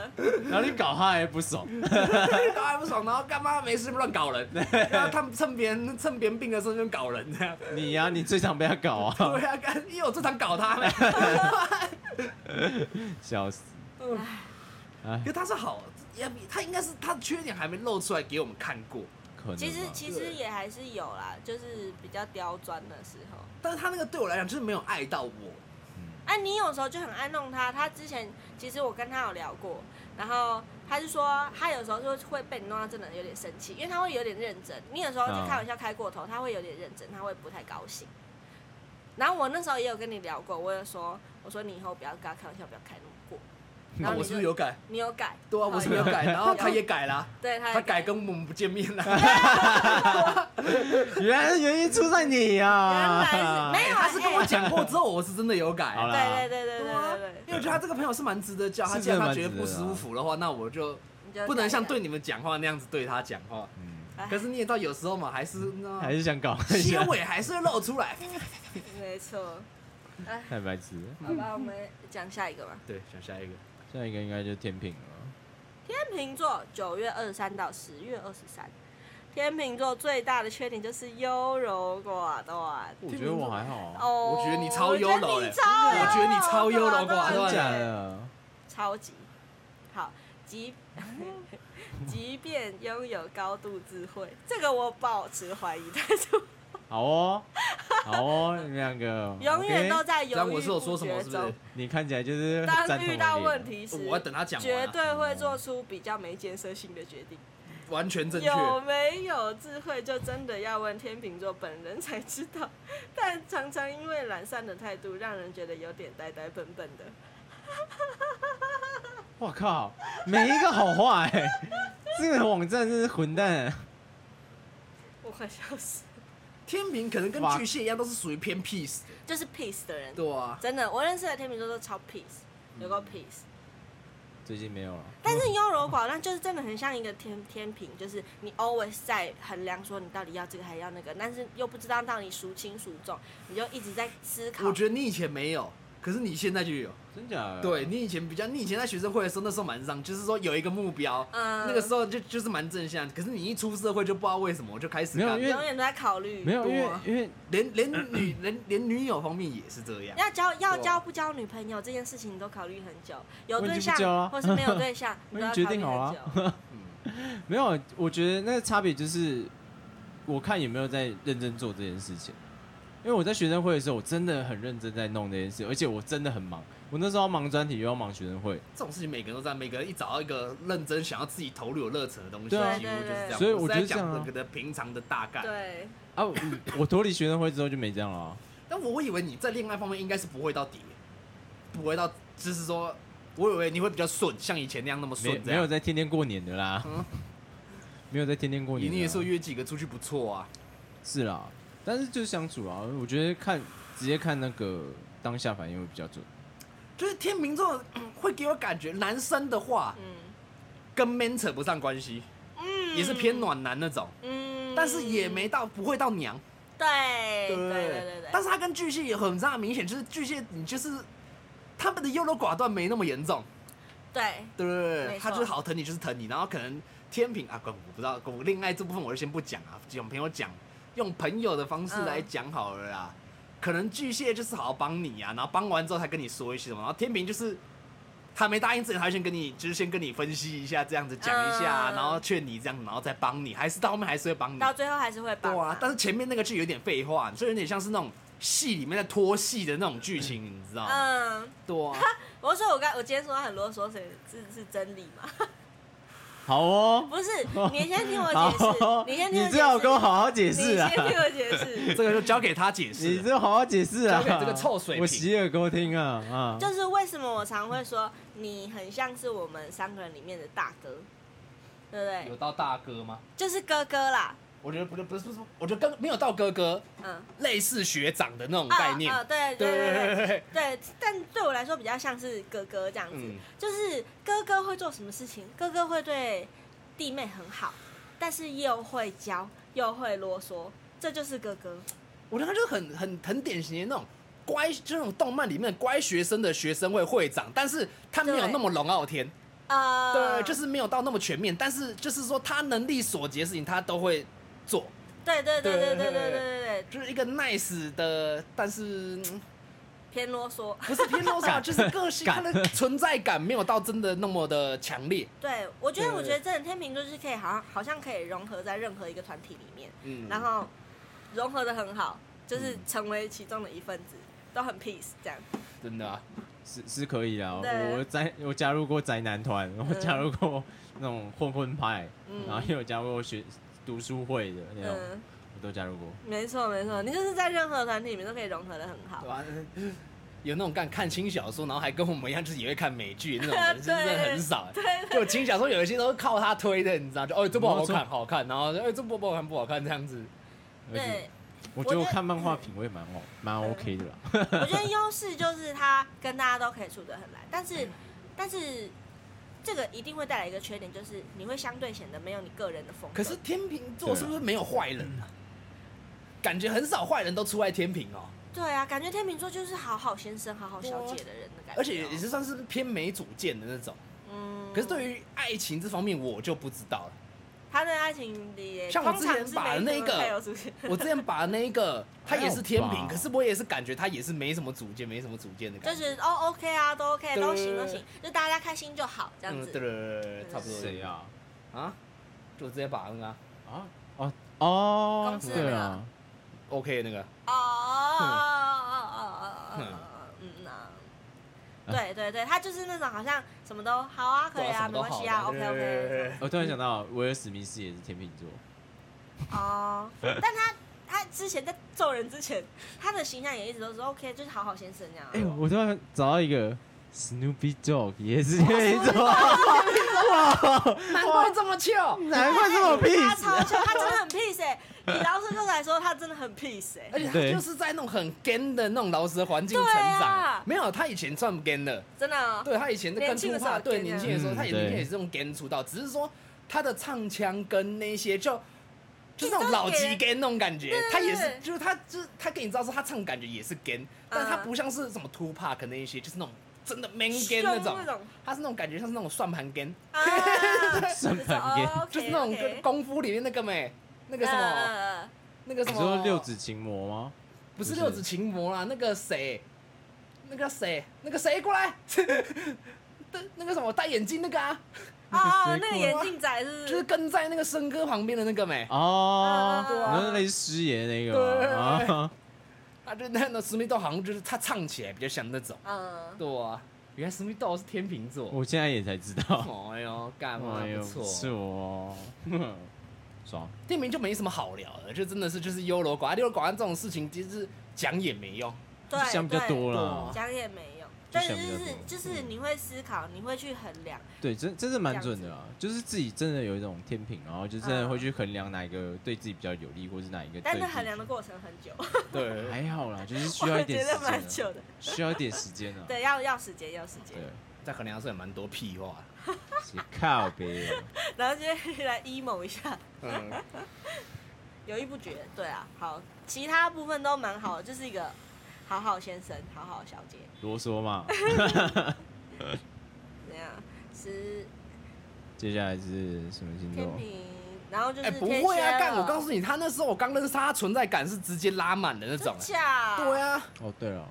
Speaker 4: 然后你搞他还不爽，
Speaker 2: 搞还不爽，然后干嘛没事乱搞人，然后他们趁别人趁别人病的时候就搞人这样，
Speaker 4: 你呀，你最常被他搞 啊，
Speaker 2: 对啊，干因为我最常搞他嘞，
Speaker 4: 笑死！哎
Speaker 2: 因，为他嗯是好，也比他应该是他的缺点还没露出来给我们看过，
Speaker 4: 可能吧啊
Speaker 3: 其实其实也还是有啦，就是比较刁钻的时候。
Speaker 2: 但是他那个对我来讲就是没有爱到我，
Speaker 3: 哎、你有时候就很爱弄他。他之前其实我跟他有聊过，然后他就说他有时候就会被你弄到真的有点生气，因为他会有点认真。你有时候就
Speaker 4: 嗯
Speaker 3: 开玩笑开过头，他会有点认真，他会不太高兴。然后我那时候也有跟你聊过，我有说我说你以后不要跟他开玩笑，不要开那么过。然
Speaker 2: 那
Speaker 3: 后你
Speaker 2: 我是
Speaker 3: 就
Speaker 2: 不是有改？
Speaker 3: 你有改，
Speaker 2: 对啊，我是没有 改，然哎后他也改啦，
Speaker 3: 对他也
Speaker 2: 他改跟我们不见面 了。
Speaker 4: 原来原因出在你
Speaker 3: 原
Speaker 4: 啊！
Speaker 3: 来是没有，
Speaker 2: 他是跟我
Speaker 3: 哎
Speaker 2: 讲过之后，我是真的有改。
Speaker 4: 好啦
Speaker 3: 对对对对
Speaker 2: 对啊
Speaker 3: 对对对，
Speaker 2: 因为我觉得他这个朋友哎是蛮值得交，他
Speaker 4: 是
Speaker 2: 既然
Speaker 4: 真的
Speaker 2: 他
Speaker 4: 蛮
Speaker 2: 觉得不
Speaker 4: 值得的啊
Speaker 2: 舒服的话，那我就
Speaker 3: 你就
Speaker 2: 不能像
Speaker 3: 改了
Speaker 2: 对你们讲话那样子对他讲话。
Speaker 4: 嗯
Speaker 3: 哎
Speaker 2: 可是你也知道，有时候嘛，还是那
Speaker 4: 还是想搞一
Speaker 2: 结
Speaker 4: 下，
Speaker 2: 尾还是会露出来。
Speaker 3: 没错。哎，
Speaker 4: 太白痴了。
Speaker 3: 好吧，我们讲下一个吧。
Speaker 2: 对，想下一个，
Speaker 4: 下一个应该就是天平了。
Speaker 3: 天秤座九月二十三到十月二十三，天秤座最大的缺点就是优柔寡断。
Speaker 4: 我觉得我还好啊，
Speaker 3: 哦，
Speaker 2: 我觉得你超优柔欸
Speaker 3: 我觉得
Speaker 2: 嘞
Speaker 3: 你超优
Speaker 2: 我觉得你超优柔寡断
Speaker 4: 真
Speaker 2: 哦
Speaker 4: 假的？
Speaker 3: 超级 好。即即便拥有高度智慧，这个我保持怀疑，但是我
Speaker 4: 好哦，好哦，你们两个
Speaker 3: 永远都
Speaker 4: OK
Speaker 3: 在
Speaker 2: 这样
Speaker 3: 犹豫
Speaker 2: 我是有说
Speaker 3: 不
Speaker 2: 什么
Speaker 3: 决
Speaker 2: 是不
Speaker 3: 中
Speaker 2: 是。？哦
Speaker 4: 你看起来就是赞
Speaker 3: 当
Speaker 4: 同
Speaker 3: 遇
Speaker 4: 的
Speaker 3: 到
Speaker 4: 脸
Speaker 3: 问，题时，
Speaker 2: 我要等他讲
Speaker 3: 绝
Speaker 2: 完啊，
Speaker 3: 对会做出比较没建设性的决定。
Speaker 2: 完全正确。
Speaker 3: 有没有智慧，就真的要问天秤座本人才知道。但常常因为懒散的态度，让人觉得有点呆呆笨笨的。
Speaker 4: 我靠，每一个好话哎，这个网站真是混蛋。
Speaker 3: 我快笑死了。
Speaker 2: 天平可能跟
Speaker 4: Fuck
Speaker 2: 巨蟹一样，都是属于偏 peace 的。
Speaker 3: 就是 peace 的人，嗯
Speaker 2: 对啊，
Speaker 3: 真的，我认识的天秤座都超 peace，有够 peace。
Speaker 4: 最近没有了。
Speaker 3: 但是优柔寡断就是真的很像一个天天平，就是你 always 在衡量说你到底要这个还要那个，但是又不知道到底孰轻孰重，你就一直在思考。
Speaker 2: 我觉得你以前没有，可是你现在就有。
Speaker 4: 真假的？
Speaker 2: 对你以前比较，你以前在学生会的时候，那时候蛮上，就是说有一个目标，
Speaker 3: 嗯
Speaker 2: 那个时候就就是蛮正向。可是你一出社会就不知道为什么，我就开始
Speaker 4: 没有
Speaker 2: 干
Speaker 4: 因
Speaker 3: 嗯
Speaker 4: 为
Speaker 3: 永远都在考虑，
Speaker 4: 没有，因
Speaker 2: 对
Speaker 4: 为
Speaker 2: 啊
Speaker 4: 因为
Speaker 2: 连连女 连连女友方面也是这样。
Speaker 3: 要交要
Speaker 2: 对啊
Speaker 3: 交不交女朋友这件事情，你都考虑很久，有
Speaker 4: 我已经
Speaker 3: 对
Speaker 4: 不
Speaker 3: 象
Speaker 4: 交啊
Speaker 3: 或是没有对 象，你都要
Speaker 4: 我
Speaker 3: 考
Speaker 4: 已
Speaker 3: 虑
Speaker 4: 经
Speaker 3: 很
Speaker 4: 决定好啊
Speaker 3: 久。
Speaker 4: 没有，我觉得那个差别就是，我看有没有在认真做这件事情。因为我在学生会的时候，我真的很认真在弄这件事，而且我真的很忙。我那时候要忙专题，又要忙学生会，
Speaker 2: 这种事情每个人都在，每个人一找到一个认真想要自己投入有热忱的东西，
Speaker 4: 对啊
Speaker 2: 几乎就是这样。
Speaker 4: 所以
Speaker 2: 我
Speaker 4: 我
Speaker 2: 是
Speaker 4: 觉
Speaker 2: 在
Speaker 4: 得这样啊
Speaker 2: 讲这个的平常的大概。
Speaker 3: 对，
Speaker 4: 啊，我我脱离学生会之后就没这样了啊、
Speaker 2: 但我以为你在恋爱方面应该是不会到底，不会到，就是说，我以为你会比较顺，像以前那样那么
Speaker 4: 没
Speaker 2: 顺。这
Speaker 4: 没有
Speaker 2: 样。
Speaker 4: 在天天过年的啦，
Speaker 2: 嗯
Speaker 4: 没有在天天过
Speaker 2: 你
Speaker 4: 年的
Speaker 2: 那
Speaker 4: 啦。
Speaker 2: 个时候约几个出去不错啊，
Speaker 4: 是啦，但是就是相处啊，我觉得看直接看那个当下反应会比较准。
Speaker 2: 就是天秤座嗯会给我感觉，男生的话
Speaker 3: 嗯
Speaker 2: 跟 man 扯不上关系，
Speaker 3: 嗯
Speaker 2: 也是偏，暖男那种，
Speaker 3: 嗯
Speaker 2: 但是也没到不会到娘。
Speaker 3: 对对
Speaker 2: 不
Speaker 3: 对对对，
Speaker 2: 但是他跟巨蟹有很大的明显，就是巨蟹你就是他们的优柔寡断没那么严重，
Speaker 3: 对
Speaker 2: 对不对
Speaker 3: 没错？
Speaker 2: 他就是好疼你就是疼你，然后可能天平啊，管我不知道，我恋爱这部分我就先不讲啊，用朋友讲，用朋友的方式来讲好了啦。可能巨蟹就是好好帮你啊，然后帮完之后才跟你说一些什么，然后天平就是。他没答应之前，他先跟你就是先跟你分析一下，这样子讲一下，
Speaker 3: 嗯
Speaker 2: 然后劝你这样，然后再帮你，还是到后面还是会帮你。
Speaker 3: 到最后还是会
Speaker 2: 对
Speaker 3: 爆
Speaker 2: 啊，但是前面那个剧有点废话，所以有点像是那种戏里面在拖戏的那种剧情，你知道吗？
Speaker 3: 嗯，
Speaker 2: 对啊，
Speaker 3: 我说我刚我今天说他很啰嗦，谁是是真理吗？
Speaker 4: 好 哦，
Speaker 3: 不是，你先听我解释，
Speaker 4: 好哦，
Speaker 3: 你先听我解释，
Speaker 4: 最好跟我好好解释啊
Speaker 3: 你，先听我解 释，
Speaker 2: 这个就交给他解
Speaker 4: 你
Speaker 2: 释了。
Speaker 4: 最好好解释啊，
Speaker 2: 交给这个臭水瓶
Speaker 4: 我洗耳恭听啊啊，
Speaker 3: 就是为什么我常会说你很像是我们三个人里面的大哥，对不对？
Speaker 2: 到大哥吗？
Speaker 3: 就是哥哥啦，
Speaker 2: 我觉得不是不是不是，我觉得跟没有到哥哥，
Speaker 3: 嗯，
Speaker 2: 类似学长的那种概念
Speaker 3: 啊。啊 对对对
Speaker 2: 对
Speaker 3: 对
Speaker 2: 对对对，
Speaker 3: 对，但对我来说比较像是哥哥这样子，
Speaker 2: 嗯
Speaker 3: 就是哥哥会做什么事情，哥哥会对弟妹很好，但是又会教，又会啰嗦，这就是哥哥。
Speaker 2: 我觉得他就很很很典型的那种。乖，就是那种动漫里面的乖学生的学生会会长，但是他没有
Speaker 3: 对
Speaker 2: 那么龙傲天，
Speaker 3: 呃，
Speaker 2: 对，就是没有到那么全面，但是就是说他能力所及的事情他都会做，
Speaker 3: 对对对对对对
Speaker 2: 对
Speaker 3: 对对对，
Speaker 2: 就是一个 nice 的，但是嗯
Speaker 3: 偏啰嗦。
Speaker 2: 不是偏多少，
Speaker 4: 干
Speaker 2: 就是个性，他
Speaker 4: 干
Speaker 2: 的存在感没有到真的那么的强烈。
Speaker 3: 对，我觉得，
Speaker 2: 对
Speaker 3: 我觉得真的天秤座就是可以，好像好像可以融合在任何一个团体里面，
Speaker 2: 嗯
Speaker 3: 然后融合的很好，就是成为其中的一份子，都很 peace 这样。
Speaker 2: 真的啊，
Speaker 4: 是是可以啊，
Speaker 3: 对
Speaker 4: 我我宅我加入过宅男团，我加入过那种混混派，
Speaker 3: 嗯
Speaker 4: 然后也有加入过学读书会的那种，
Speaker 3: 嗯，
Speaker 4: 我都加入过。
Speaker 3: 没错没错，你就是在任何团体里面都可以融合的很好
Speaker 2: 对。啊吧、 有那种干看轻小说，然后还跟我们一样，就是也会看美剧那种 人，
Speaker 3: 对
Speaker 2: 真的很少。
Speaker 3: 对
Speaker 2: 就轻小说有一些都是靠他推的，你知道？就哦，这部好
Speaker 4: 没错
Speaker 2: 看，好看，然后哎，这部不好看，不好看这样子。
Speaker 4: 而且
Speaker 3: 对，
Speaker 4: 我觉得我嗯
Speaker 3: 我觉得
Speaker 4: 看漫画品味蛮好，蛮 OK 的啦。
Speaker 3: 我觉得优势就是他跟大家都可以处得很来，但
Speaker 2: 嗯
Speaker 3: 是但是这个一定会带来一个缺点，就是你会相对显得没有你个人的风格。
Speaker 2: 可是天秤座是不是没有坏人啊？感觉很少坏人都出在天平哦，
Speaker 3: 对啊，感觉天秤座就是好好先生、好好小姐的人的感觉哦、
Speaker 2: 而且也是算是偏没主见的那种。
Speaker 3: 嗯
Speaker 2: 可是对于爱情这方面，我就不知 道了。
Speaker 3: 他的爱情里也，
Speaker 2: 像我
Speaker 3: 通
Speaker 2: 之
Speaker 3: 常
Speaker 2: 前
Speaker 3: 是
Speaker 2: 把
Speaker 3: 没
Speaker 2: 那
Speaker 3: 什么
Speaker 2: 个
Speaker 3: 太有出现
Speaker 2: 我之前把那一个，他也是天
Speaker 4: 还
Speaker 2: 平，
Speaker 4: 好吧
Speaker 2: 可是我也是感觉他也是没什么主见，没什么主见的
Speaker 3: 就
Speaker 2: 感觉。
Speaker 3: 是哦，OK 啊，都 OK，
Speaker 2: 对
Speaker 3: 都行都行，就大家开心就好，这样
Speaker 2: 嗯，
Speaker 3: 子。
Speaker 2: 对对对对，对差不多。
Speaker 4: 谁啊？
Speaker 2: 啊？就直接把那个啊
Speaker 4: 啊哦哦
Speaker 3: 公，司的那个
Speaker 4: 对啊，
Speaker 2: OK 的那个，
Speaker 3: 哦哦哦哦哦哦哦哦，嗯呐。对对对，他就是那种好像什么都好啊，可以
Speaker 2: 对啊
Speaker 3: 啊，
Speaker 2: 什么
Speaker 3: 没
Speaker 2: 都
Speaker 3: 关系啊
Speaker 2: 好
Speaker 3: ，OK
Speaker 2: 对
Speaker 3: OK。
Speaker 4: 我突然想到，威尔史密斯也是天秤座，
Speaker 3: 哦，但他他之前在揍人之前，他的形象也一直都是 OK，就是好好先生那样。
Speaker 4: 哎，我突然找到一个 Snoopy Dog 也是天秤座，
Speaker 2: 难怪这么翘。
Speaker 4: 难怪这么屁。
Speaker 3: 他超强，他真的很 peace 哎、以饶舌歌手来说，他真的很 peace 哎、
Speaker 2: 而且
Speaker 4: 对
Speaker 2: 他就是在那种很 gan 的那种饶舌环境
Speaker 3: 对
Speaker 2: 成
Speaker 3: 啊
Speaker 2: 长，没有他以前算不 gan 的，
Speaker 3: 真的、哦。
Speaker 2: 对他以前跟
Speaker 3: 年轻
Speaker 2: 出
Speaker 3: 的时候
Speaker 2: 道，对
Speaker 3: gan
Speaker 2: 年轻的时候，
Speaker 4: 嗯
Speaker 2: 他以
Speaker 4: 对
Speaker 2: 前也是用 gan 出道，只是说他的唱腔跟那些就就是那种老鸡 gan 那种感觉
Speaker 3: 对对，
Speaker 2: 他也
Speaker 3: 对
Speaker 2: 是就是他就是他给你知道说他唱感觉也是 gan，但他不像是什么 two pack 那一些，就是那种真的 man
Speaker 3: 凶
Speaker 2: gan 那种
Speaker 3: 那种，
Speaker 2: 他是那种感觉像是那种算盘 gan，
Speaker 3: 啊，
Speaker 4: 算盘烟
Speaker 2: 就是那种跟功夫里面那个没那个什么
Speaker 3: 么，
Speaker 2: 那个什
Speaker 4: 你
Speaker 2: 么
Speaker 4: 说六指琴魔吗？
Speaker 2: 不是
Speaker 4: 不是
Speaker 2: 六指琴魔啊啦，那个谁，那个谁，那个谁过来， 那那个什么戴眼镜那个啊，
Speaker 3: 哦哦，那个眼镜仔是不
Speaker 2: 就是
Speaker 3: 是？
Speaker 2: 跟在那个森哥旁边的那个没，
Speaker 4: 哦，
Speaker 3: 对
Speaker 4: 你
Speaker 3: 啊
Speaker 4: 说类似师爷
Speaker 2: 对
Speaker 4: 那个吗？啊，
Speaker 2: 啊，就那那思密豆好像就是他唱起来比较像那种，
Speaker 3: 嗯，
Speaker 2: 对啊，原来思密豆是天秤座，
Speaker 4: 我现在也才知道。
Speaker 2: 哦哟，干嘛
Speaker 4: 哎呦，
Speaker 2: 不
Speaker 4: 不
Speaker 2: 错，
Speaker 4: 错，哼爽。
Speaker 2: 天秤就没什么好聊的，就真的是就是优柔寡断，优柔寡断这种事情其实讲也没用，
Speaker 3: 对，
Speaker 4: 就想比较
Speaker 3: 对
Speaker 4: 多
Speaker 2: 对
Speaker 4: 啦。
Speaker 3: 讲也没用，
Speaker 4: 就
Speaker 3: 但是
Speaker 4: 想
Speaker 3: 就
Speaker 4: 比较
Speaker 3: 是
Speaker 4: 多嗯
Speaker 3: 就是你会思考，你会去衡量，
Speaker 4: 对，真真的蛮准的啦，就是自己真的有一种天平，然后就真的会去衡量哪一个对自己比较有利，或是哪一个。
Speaker 3: 但是衡量的过程很久，
Speaker 2: 对
Speaker 4: 还好啦，就是需要
Speaker 3: 我
Speaker 4: 一
Speaker 3: 觉
Speaker 4: 点时
Speaker 3: 得
Speaker 4: 间
Speaker 3: 蛮
Speaker 4: 啊，
Speaker 3: 久的。
Speaker 4: 需要一点时间啊。
Speaker 3: 对，要要时间，要时间
Speaker 4: 对，，
Speaker 2: 在衡量上也蛮多屁话的。
Speaker 4: 是靠别。
Speaker 3: 然后就来 emo 一下，
Speaker 2: 嗯，
Speaker 3: 犹豫不决。对啊，好，其他部分都蛮好的，就是一个好好先生，好好小姐，
Speaker 4: 啰嗦嘛。
Speaker 3: 怎样？是
Speaker 4: 接下来是什么星
Speaker 3: 天
Speaker 4: 座？
Speaker 3: 平，然后就
Speaker 2: 哎、
Speaker 3: 是
Speaker 2: 不
Speaker 3: 天
Speaker 2: 会啊！
Speaker 3: 蝎
Speaker 2: 干，
Speaker 3: 了
Speaker 2: 我告诉你，他那时候我刚认识他，他存在感是直接拉满的那种
Speaker 3: 真。假？
Speaker 2: 对，啊，
Speaker 4: 哦，对了，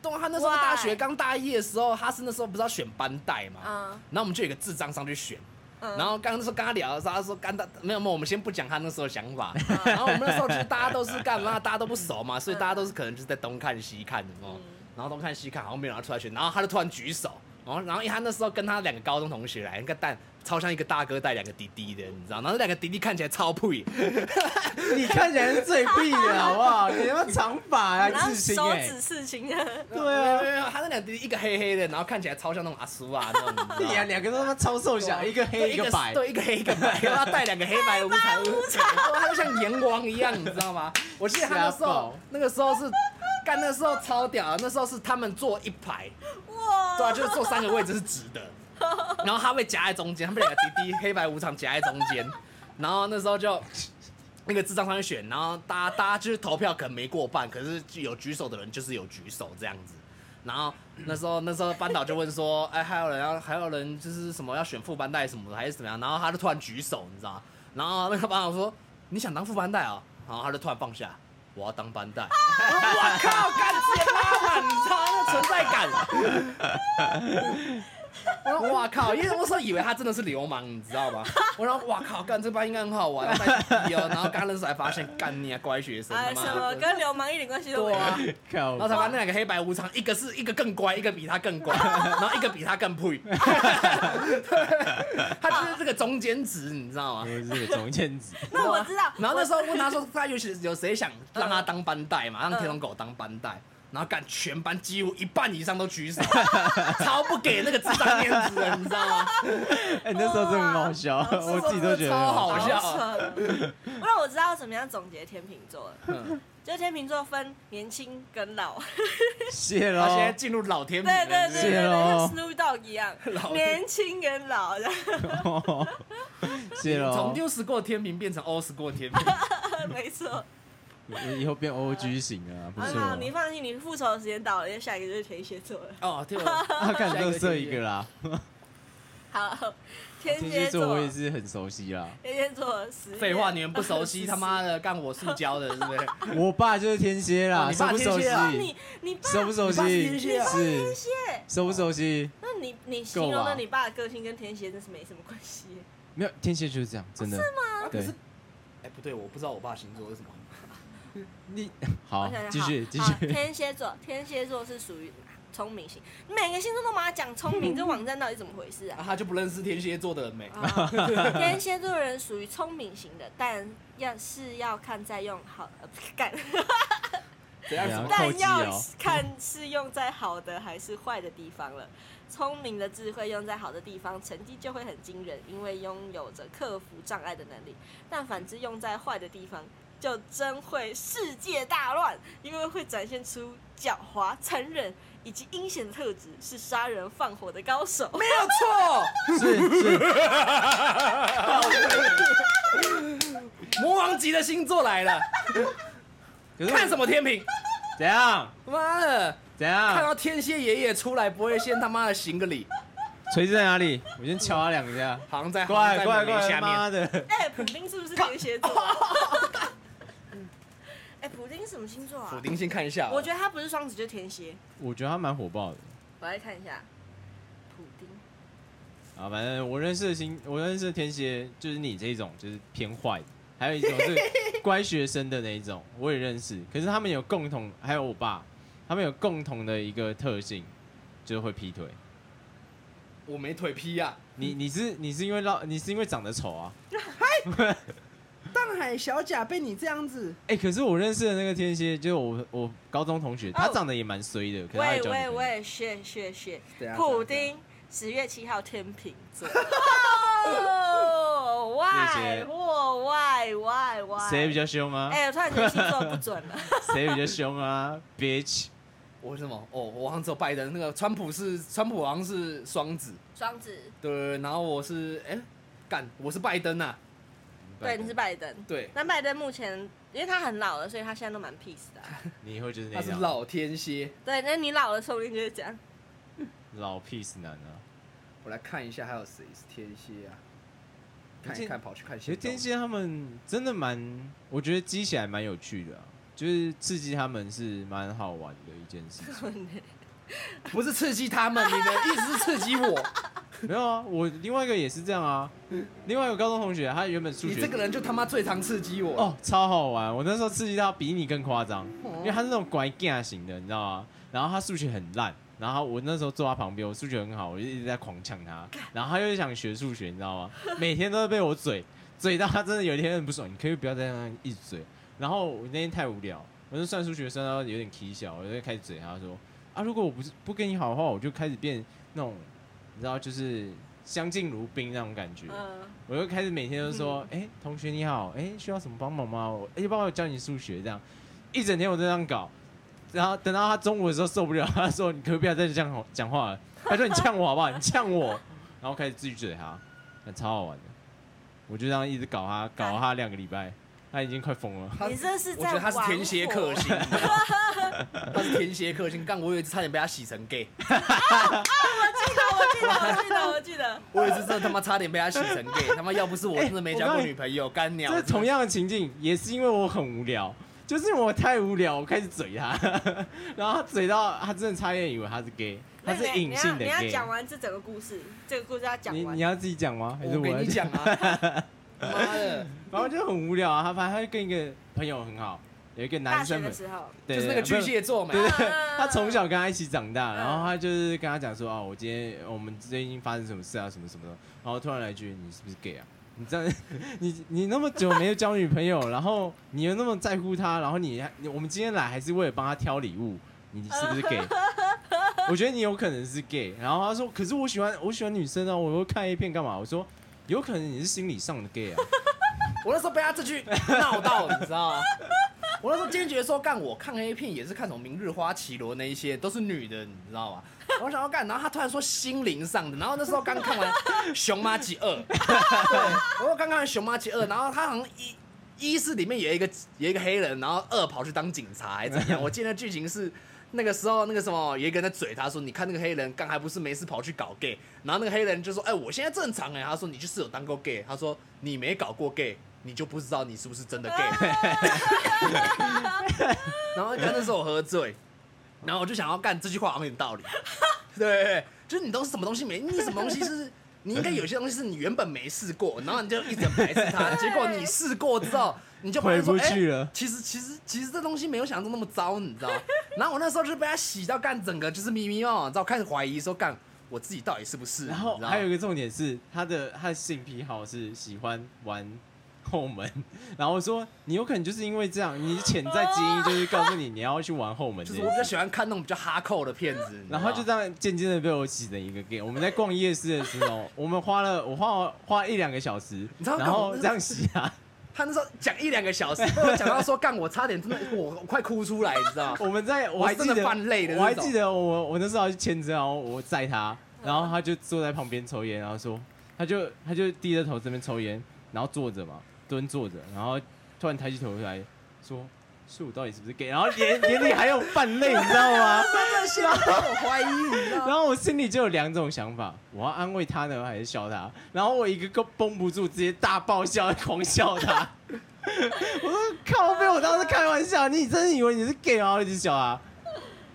Speaker 2: 对啊，他那时候大学
Speaker 3: Why？
Speaker 2: 刚大一的时候，他是那时候不是要选班代嘛，
Speaker 3: 嗯
Speaker 2: 然后我们就有一个智障上去选。
Speaker 3: 嗯，
Speaker 2: 然后刚刚那时候跟他聊的时候，他说干他没有没有，我们先不讲他那时候的想法。
Speaker 3: 嗯
Speaker 2: 然后我们那时候就是大家 都是干嘛，大家都不熟嘛，所以大家都是可能就是在东看西看的哦
Speaker 3: 嗯，
Speaker 2: 然后东看西看，好像没有人要出来选，然后他就突然举手，然后然后因为他那时候跟他两个高中同学来，那个蛋超像一个大哥带两个弟弟的，你知道，然后那两个弟弟看起来超配，
Speaker 4: 你看起来是最屁的好不好？你他妈长 发
Speaker 3: 然
Speaker 4: 啊，
Speaker 3: 后
Speaker 4: 自信
Speaker 3: 手
Speaker 4: 哎
Speaker 3: 指，刺青啊，
Speaker 4: 对
Speaker 2: 没有
Speaker 4: 啊
Speaker 2: 没。有没有，他那两个弟弟一个黑黑的，然后看起来超像那种阿叔啊那种，你知道
Speaker 4: 对
Speaker 2: 吗
Speaker 4: 啊， 两个都他妈超瘦小，一个黑一个白，
Speaker 2: 对，一个黑一个白，然后他戴两个黑白的五彩 乌，哇他就像阎王一样，你知道吗？我记得他那时
Speaker 4: 吓爆
Speaker 2: 候，那个时候是干，那时候超屌啊的，那时候是他们坐一排，
Speaker 3: 哇，
Speaker 2: 对啊，就是坐三个位置是直的，然后他被夹在中间，他们两个弟弟黑白无常夹在中间，然后那时候就。那个智障上去选，然后大家大家就是投票可能没过半，可是有举手的人就是有举手这样子。然后那时候那时候班导就问说，哎，还有人要还有人就是什么要选副班带什么的还是怎么样？然后他就突然举手，你知道吗？然后那个班导说，你想当副班带啊、然后他就突然放下，我要当班带。 我靠，干直接拉满，你知道那存在感。我 说哇靠，因为我说以为他真的是流氓，你知道吗？我说哇靠，干这班应该很好玩，带弟弟哦，然后刚认识才发现，干你啊乖学生，他
Speaker 3: 哎，什
Speaker 2: 妈
Speaker 3: 么
Speaker 2: 的。
Speaker 3: 跟流氓一点关系都没
Speaker 2: 对
Speaker 3: 有。
Speaker 2: 啊，
Speaker 4: 靠
Speaker 2: 然后才发现那两个黑白无常，一个是一个更乖，一个比他 更乖，然后一个比他更配， 他就是这个中间值，你知道吗
Speaker 4: 我？是个中间子，
Speaker 3: 那我知道，
Speaker 2: 然后那时候问他说，他有谁有谁想让他当班带嘛？让天龙狗当班带。然后干全班几乎一半以上都 举手，超不给那个智障面子的，你知道吗？
Speaker 4: 哎，那时候真的很好笑，我自己都觉得很
Speaker 2: 好笑
Speaker 3: 好扯。那我知道怎么样总结天秤座了，
Speaker 2: 嗯
Speaker 3: 就天秤座分年轻跟老，
Speaker 4: 谢
Speaker 2: 他现在
Speaker 4: 喽，
Speaker 2: 进入老天平
Speaker 3: 对对
Speaker 2: 了，
Speaker 3: 对对
Speaker 2: 是不
Speaker 3: 对，
Speaker 4: 谢
Speaker 3: 像
Speaker 4: 咯
Speaker 3: Snoop Dogg 一样，
Speaker 2: 老
Speaker 3: 年轻跟老的，
Speaker 4: 谢
Speaker 2: 是从
Speaker 4: 喽，
Speaker 2: 六十过天平变成欧十过天平，
Speaker 3: 没错。
Speaker 4: 以后变 O G 型啊，不
Speaker 3: 很好，你
Speaker 4: 错。
Speaker 3: 放心，你复仇的时间到了，下一个就是天蝎座了。
Speaker 2: 哦，对，
Speaker 4: 啊，看乐色一个啦，
Speaker 3: 好，天
Speaker 4: 天
Speaker 3: 蝎
Speaker 4: 蝎座
Speaker 3: 座
Speaker 4: 我，也是很熟悉啦，
Speaker 3: 天蝎座十月
Speaker 2: 废话，你们不熟悉，
Speaker 3: 24
Speaker 2: 他妈的干我塑胶的，是不是？
Speaker 4: 我爸就是天蝎啦，
Speaker 2: 哦你
Speaker 4: 熟
Speaker 2: 爸
Speaker 4: 不熟
Speaker 2: 天蝎啊
Speaker 4: 悉
Speaker 3: 你？你爸
Speaker 4: 熟不熟
Speaker 2: 你
Speaker 4: 悉？
Speaker 2: 爸是天蝎啊
Speaker 3: 天
Speaker 4: 是
Speaker 3: 蝎，
Speaker 4: 熟不熟悉？
Speaker 3: 那你你形
Speaker 4: 够
Speaker 3: 容
Speaker 4: 吧
Speaker 3: 的你爸的个性跟天蝎真是没什么关系。
Speaker 4: 没有，天蝎就是这样，真的。
Speaker 2: 啊可
Speaker 4: 对
Speaker 2: 是，哎，不对，我不知道我爸星座是什么。
Speaker 4: 你
Speaker 3: 我
Speaker 4: 好
Speaker 3: 想想，
Speaker 4: 继续
Speaker 3: 好
Speaker 4: 继
Speaker 3: 好
Speaker 4: 续。
Speaker 3: 天蝎座，天蝎座是属于聪明型，每个星座都把它讲聪明，这网站到底怎么回事
Speaker 2: 啊，
Speaker 3: 啊？
Speaker 2: 他就不认识天蝎座的人没？
Speaker 3: 啊天蝎座的人属于聪明型的，但要是要看在用好呃不干，
Speaker 2: 怎样
Speaker 4: 对啊
Speaker 2: 什么？
Speaker 4: 扣
Speaker 3: 但
Speaker 4: 机
Speaker 3: 要
Speaker 4: 哦
Speaker 3: 看是用在好的还是坏的地方了。聪明的智慧用在好的地方，成绩就会很惊人，因为拥有着克服障碍的能力。但反之用在坏的地方，就真会世界大乱，因为会展现出狡猾、残忍以及阴险的特质，是杀人放火的高手。
Speaker 2: 没有错，
Speaker 4: 是是，
Speaker 2: 魔王级的星座来了，
Speaker 4: 可是
Speaker 2: 看什么天平？
Speaker 4: 怎样
Speaker 2: 妈的，
Speaker 4: 怎
Speaker 2: 看
Speaker 4: 样？
Speaker 2: 到天蝎爷爷出来，不会先他妈的行个 礼，
Speaker 4: 锤子在哪里？我先敲他两下。
Speaker 2: 好像在
Speaker 4: 过来
Speaker 2: 好
Speaker 4: 过来
Speaker 2: 像在
Speaker 4: 过
Speaker 2: 门
Speaker 4: 来，
Speaker 2: 下
Speaker 4: 妈
Speaker 2: 面，
Speaker 4: 的！
Speaker 3: 哎、普丁是不是天蝎座啊？ 哎、普丁什么星座啊
Speaker 2: 普？丁先看一下，
Speaker 3: 我觉得他不是双子就是天蝎。
Speaker 4: 我觉得他蛮火爆的
Speaker 3: 我来看一下，普丁。
Speaker 4: 啊，反正我认识的星，我认识的天蝎就是你这一种，就是偏坏的，还有一种是乖学生的那一种，我也认识。可是他们有共同，还有我爸，他们有共同的一个特性，就是会劈腿。
Speaker 2: 我没腿劈啊呀、
Speaker 4: 你你是你是因为老你是因为长得丑啊？
Speaker 2: 上海小贾被你这样子，
Speaker 4: 哎、可是我认识的那个天蝎，就是我我高中同学，他长得也蛮衰的，可是他
Speaker 3: 哦喂
Speaker 4: 有交
Speaker 3: 喂
Speaker 4: 女朋友。
Speaker 3: 喂，谢谢谢
Speaker 2: 对啊，
Speaker 3: 普
Speaker 2: 对
Speaker 3: 丁十月七号天秤 座。哦，
Speaker 4: 谢
Speaker 3: 喂
Speaker 4: 谢
Speaker 3: 哇喂喂喂，
Speaker 4: 谁比较凶啊？
Speaker 3: 哎，我突然觉得星座不准了。
Speaker 4: 谁比较凶啊？Bitch！
Speaker 2: 我是什么？哦，我好像只有拜登，那个川普是川普，好像是双子，
Speaker 3: 双子，
Speaker 2: 对，然后我是哎，干、我是拜登啊，
Speaker 3: 对，你是拜登。
Speaker 2: 对，
Speaker 3: 那拜登目前，因为他很老了，所以他现在都蛮 peace 的啊、
Speaker 4: 你以后就是那
Speaker 2: 他是
Speaker 4: 种
Speaker 2: 老天蝎，
Speaker 3: 对，那你老了，说不定就是这样。
Speaker 4: 老 peace 男啊。
Speaker 2: 我来看一下还有谁是天蝎啊？看一
Speaker 4: 天
Speaker 2: 看，跑去看
Speaker 4: 其
Speaker 2: 星
Speaker 4: 实
Speaker 2: 座
Speaker 4: 哎天蝎他们真的蛮，我觉得激起来蛮有趣的、啊，就是刺激他们是蛮好玩的一件事 情。
Speaker 2: 不是刺激他们，你的意思是刺激 我？
Speaker 4: 没有啊，我另外一个也是这样啊，另外一个高中同学，他原本数
Speaker 2: 你
Speaker 4: 学
Speaker 2: 这个人就他妈最常刺激我哦
Speaker 4: 哦，超好玩！我那时候刺激到比你更夸张，因为他是那种拐架型的，你知道吗？然后他数学很烂，然后我那时候坐他旁边，我数学很好，我就一直在狂呛他，然后他又想学数学，你知道吗？每天都会被我嘴， 嘴到他真的有一天很不爽，你可以不要再让他一直嘴。然后我那天太无聊，我就算数学算到有点起笑，我就开始嘴他说啊，如果我不是不跟你好的话，我就开始变那种，你知道，就是相敬如宾那种感觉。
Speaker 3: 嗯，
Speaker 4: 我就开始每天都说，哎、同学你好，哎、需要什么帮忙吗？我哎，要不要我教你数学？这样一整天我都这样搞，然后等到他中午的时候受不了，他说你可不可以不要再这样讲话了，他说你呛我好不好？你呛我， 然后开始自己嘴他，那超好玩的，我就这样一直搞他，搞他两个礼拜，他已经快疯 了。
Speaker 2: 他
Speaker 3: 你这是在
Speaker 2: 我觉得他是
Speaker 3: 玩
Speaker 2: 天蝎克星， 你知道吗他是天蝎克星。干，我有一次差点被他洗成 gay，
Speaker 3: 我记得，我记 得，我记得。
Speaker 2: 我有一次真的他妈差点被他洗成 gay。他妈要不是我
Speaker 4: 哎
Speaker 2: 真的没交过女朋友，干鸟。
Speaker 4: 这同样的情境也是因为我很无聊，就是因为我太无聊，我开始嘴他， 然后他嘴到他真的差点以为他是 gay，他是隐性的
Speaker 3: 你要你要。
Speaker 4: gay
Speaker 3: 讲完这整个故事，这个故事要讲
Speaker 4: 你
Speaker 3: 完。
Speaker 4: 你要自己讲吗？还是
Speaker 2: 我
Speaker 4: 要
Speaker 2: 跟你讲 啊，妈的，
Speaker 4: 反正就很无聊啊。他反正他就跟一个朋友很好，有一个
Speaker 3: 大
Speaker 4: 男
Speaker 3: 学
Speaker 4: 生
Speaker 3: 的
Speaker 4: 很，
Speaker 3: 时候，
Speaker 4: 对
Speaker 2: 就是那个巨，蟹座嘛
Speaker 4: 对。对对
Speaker 3: 嗯嗯嗯
Speaker 4: 他从小跟他一起长大，
Speaker 3: 嗯
Speaker 4: 然后他就是跟他讲说啊，我今天我们最近发生什么事啊，什么什么的，然后突然来一句，你是不是 gay 啊？你这样， 你你那么久没有交女朋友，然后你又那么在乎她，然后你还你我们今天来还是为了帮她挑礼物，你是不是 gay？我觉得你有可能是 gay。然后他说，可是我喜欢我喜欢女生啊，我又看 A 片干嘛？我说，有可能你是心理上的 gay 啊。
Speaker 2: 我那时候被他这句闹到，你知道吗？我那时候坚决说干，我看 A 片也是看什么《明日花绮罗》那一些，都是女的，你知道吗？我想要干，然后他突然说心灵上的，然后那时候刚看完《熊妈吉二》， 对，我刚看完《熊妈吉二》，然后他好像一。一是里面有一个有一个黑人，然后二跑去当警察还是怎样？我记得剧情是那个时候那个什么，有一个人在嘴他说：“你看那个黑人刚还不是没事跑去搞 gay。”然后那个黑人就说：“哎、我现在正常哎、他说：“你就是有当过 gay。”他说：“你没搞过 gay，你就不知道你是不是真的 gay。”然后刚那时候我喝醉，然后我就想要干这句话好像有点道理，对对对，就是你都是什么东西没，你什么东西是。你应该有些东西是你原本没试过，然后你就一直排斥它，结果你试过之后，你就发现说
Speaker 4: 回不去
Speaker 2: 哎
Speaker 4: 了
Speaker 2: 其实其实其实这东西没有想象中那么糟，你知道吗？然后我那时候就被他洗到干，整个就是迷迷哦，你知道，开始怀疑说干我自己到底是不是？
Speaker 4: 然后
Speaker 2: 你知道吗
Speaker 4: 还有一个重点是，他的他的性癖好是喜欢玩 后门，然后说你有可能就是因为这样，你潜在基因就是告诉你你要去玩后门
Speaker 2: 就
Speaker 4: 这
Speaker 2: 是
Speaker 4: 件
Speaker 2: 我比较
Speaker 4: 事。
Speaker 2: 喜欢看那种比较哈扣的片子，你知道
Speaker 4: 然
Speaker 2: 吗
Speaker 4: 后就这样渐渐的被我洗成一个 gay。我们在逛夜市的时候，我们花了我花花一两个小时，
Speaker 2: 知道
Speaker 4: 然后这样洗啊，
Speaker 2: 他那时候讲一两个小时，被我讲到说干，我差点真的我我快哭出来，你知道吗？
Speaker 4: 我们在我
Speaker 2: 我还
Speaker 4: 记
Speaker 2: 真
Speaker 4: 得
Speaker 2: 的犯累的那
Speaker 4: 我还
Speaker 2: 种
Speaker 4: 记得嗯我我那时候要去签字，然后我载他，然后他就坐在旁边抽烟，然后说他就他就低着头这边抽烟，然后坐着嘛，蹲坐着，然后突然抬起头来说。是我到底是不是 gay？然后眼眼里还有泛泪，你知道 吗？
Speaker 2: 现
Speaker 4: 啊
Speaker 2: 在我怀疑，你知道
Speaker 4: 然
Speaker 2: 吗？
Speaker 4: 后我心里就有两种想法：我要安慰他呢，还是笑他？然后我一个个绷不住，直接大爆笑，狂笑 他。我说靠，被我当时开玩笑，你真的以为你是 gay 吗？一直笑啊？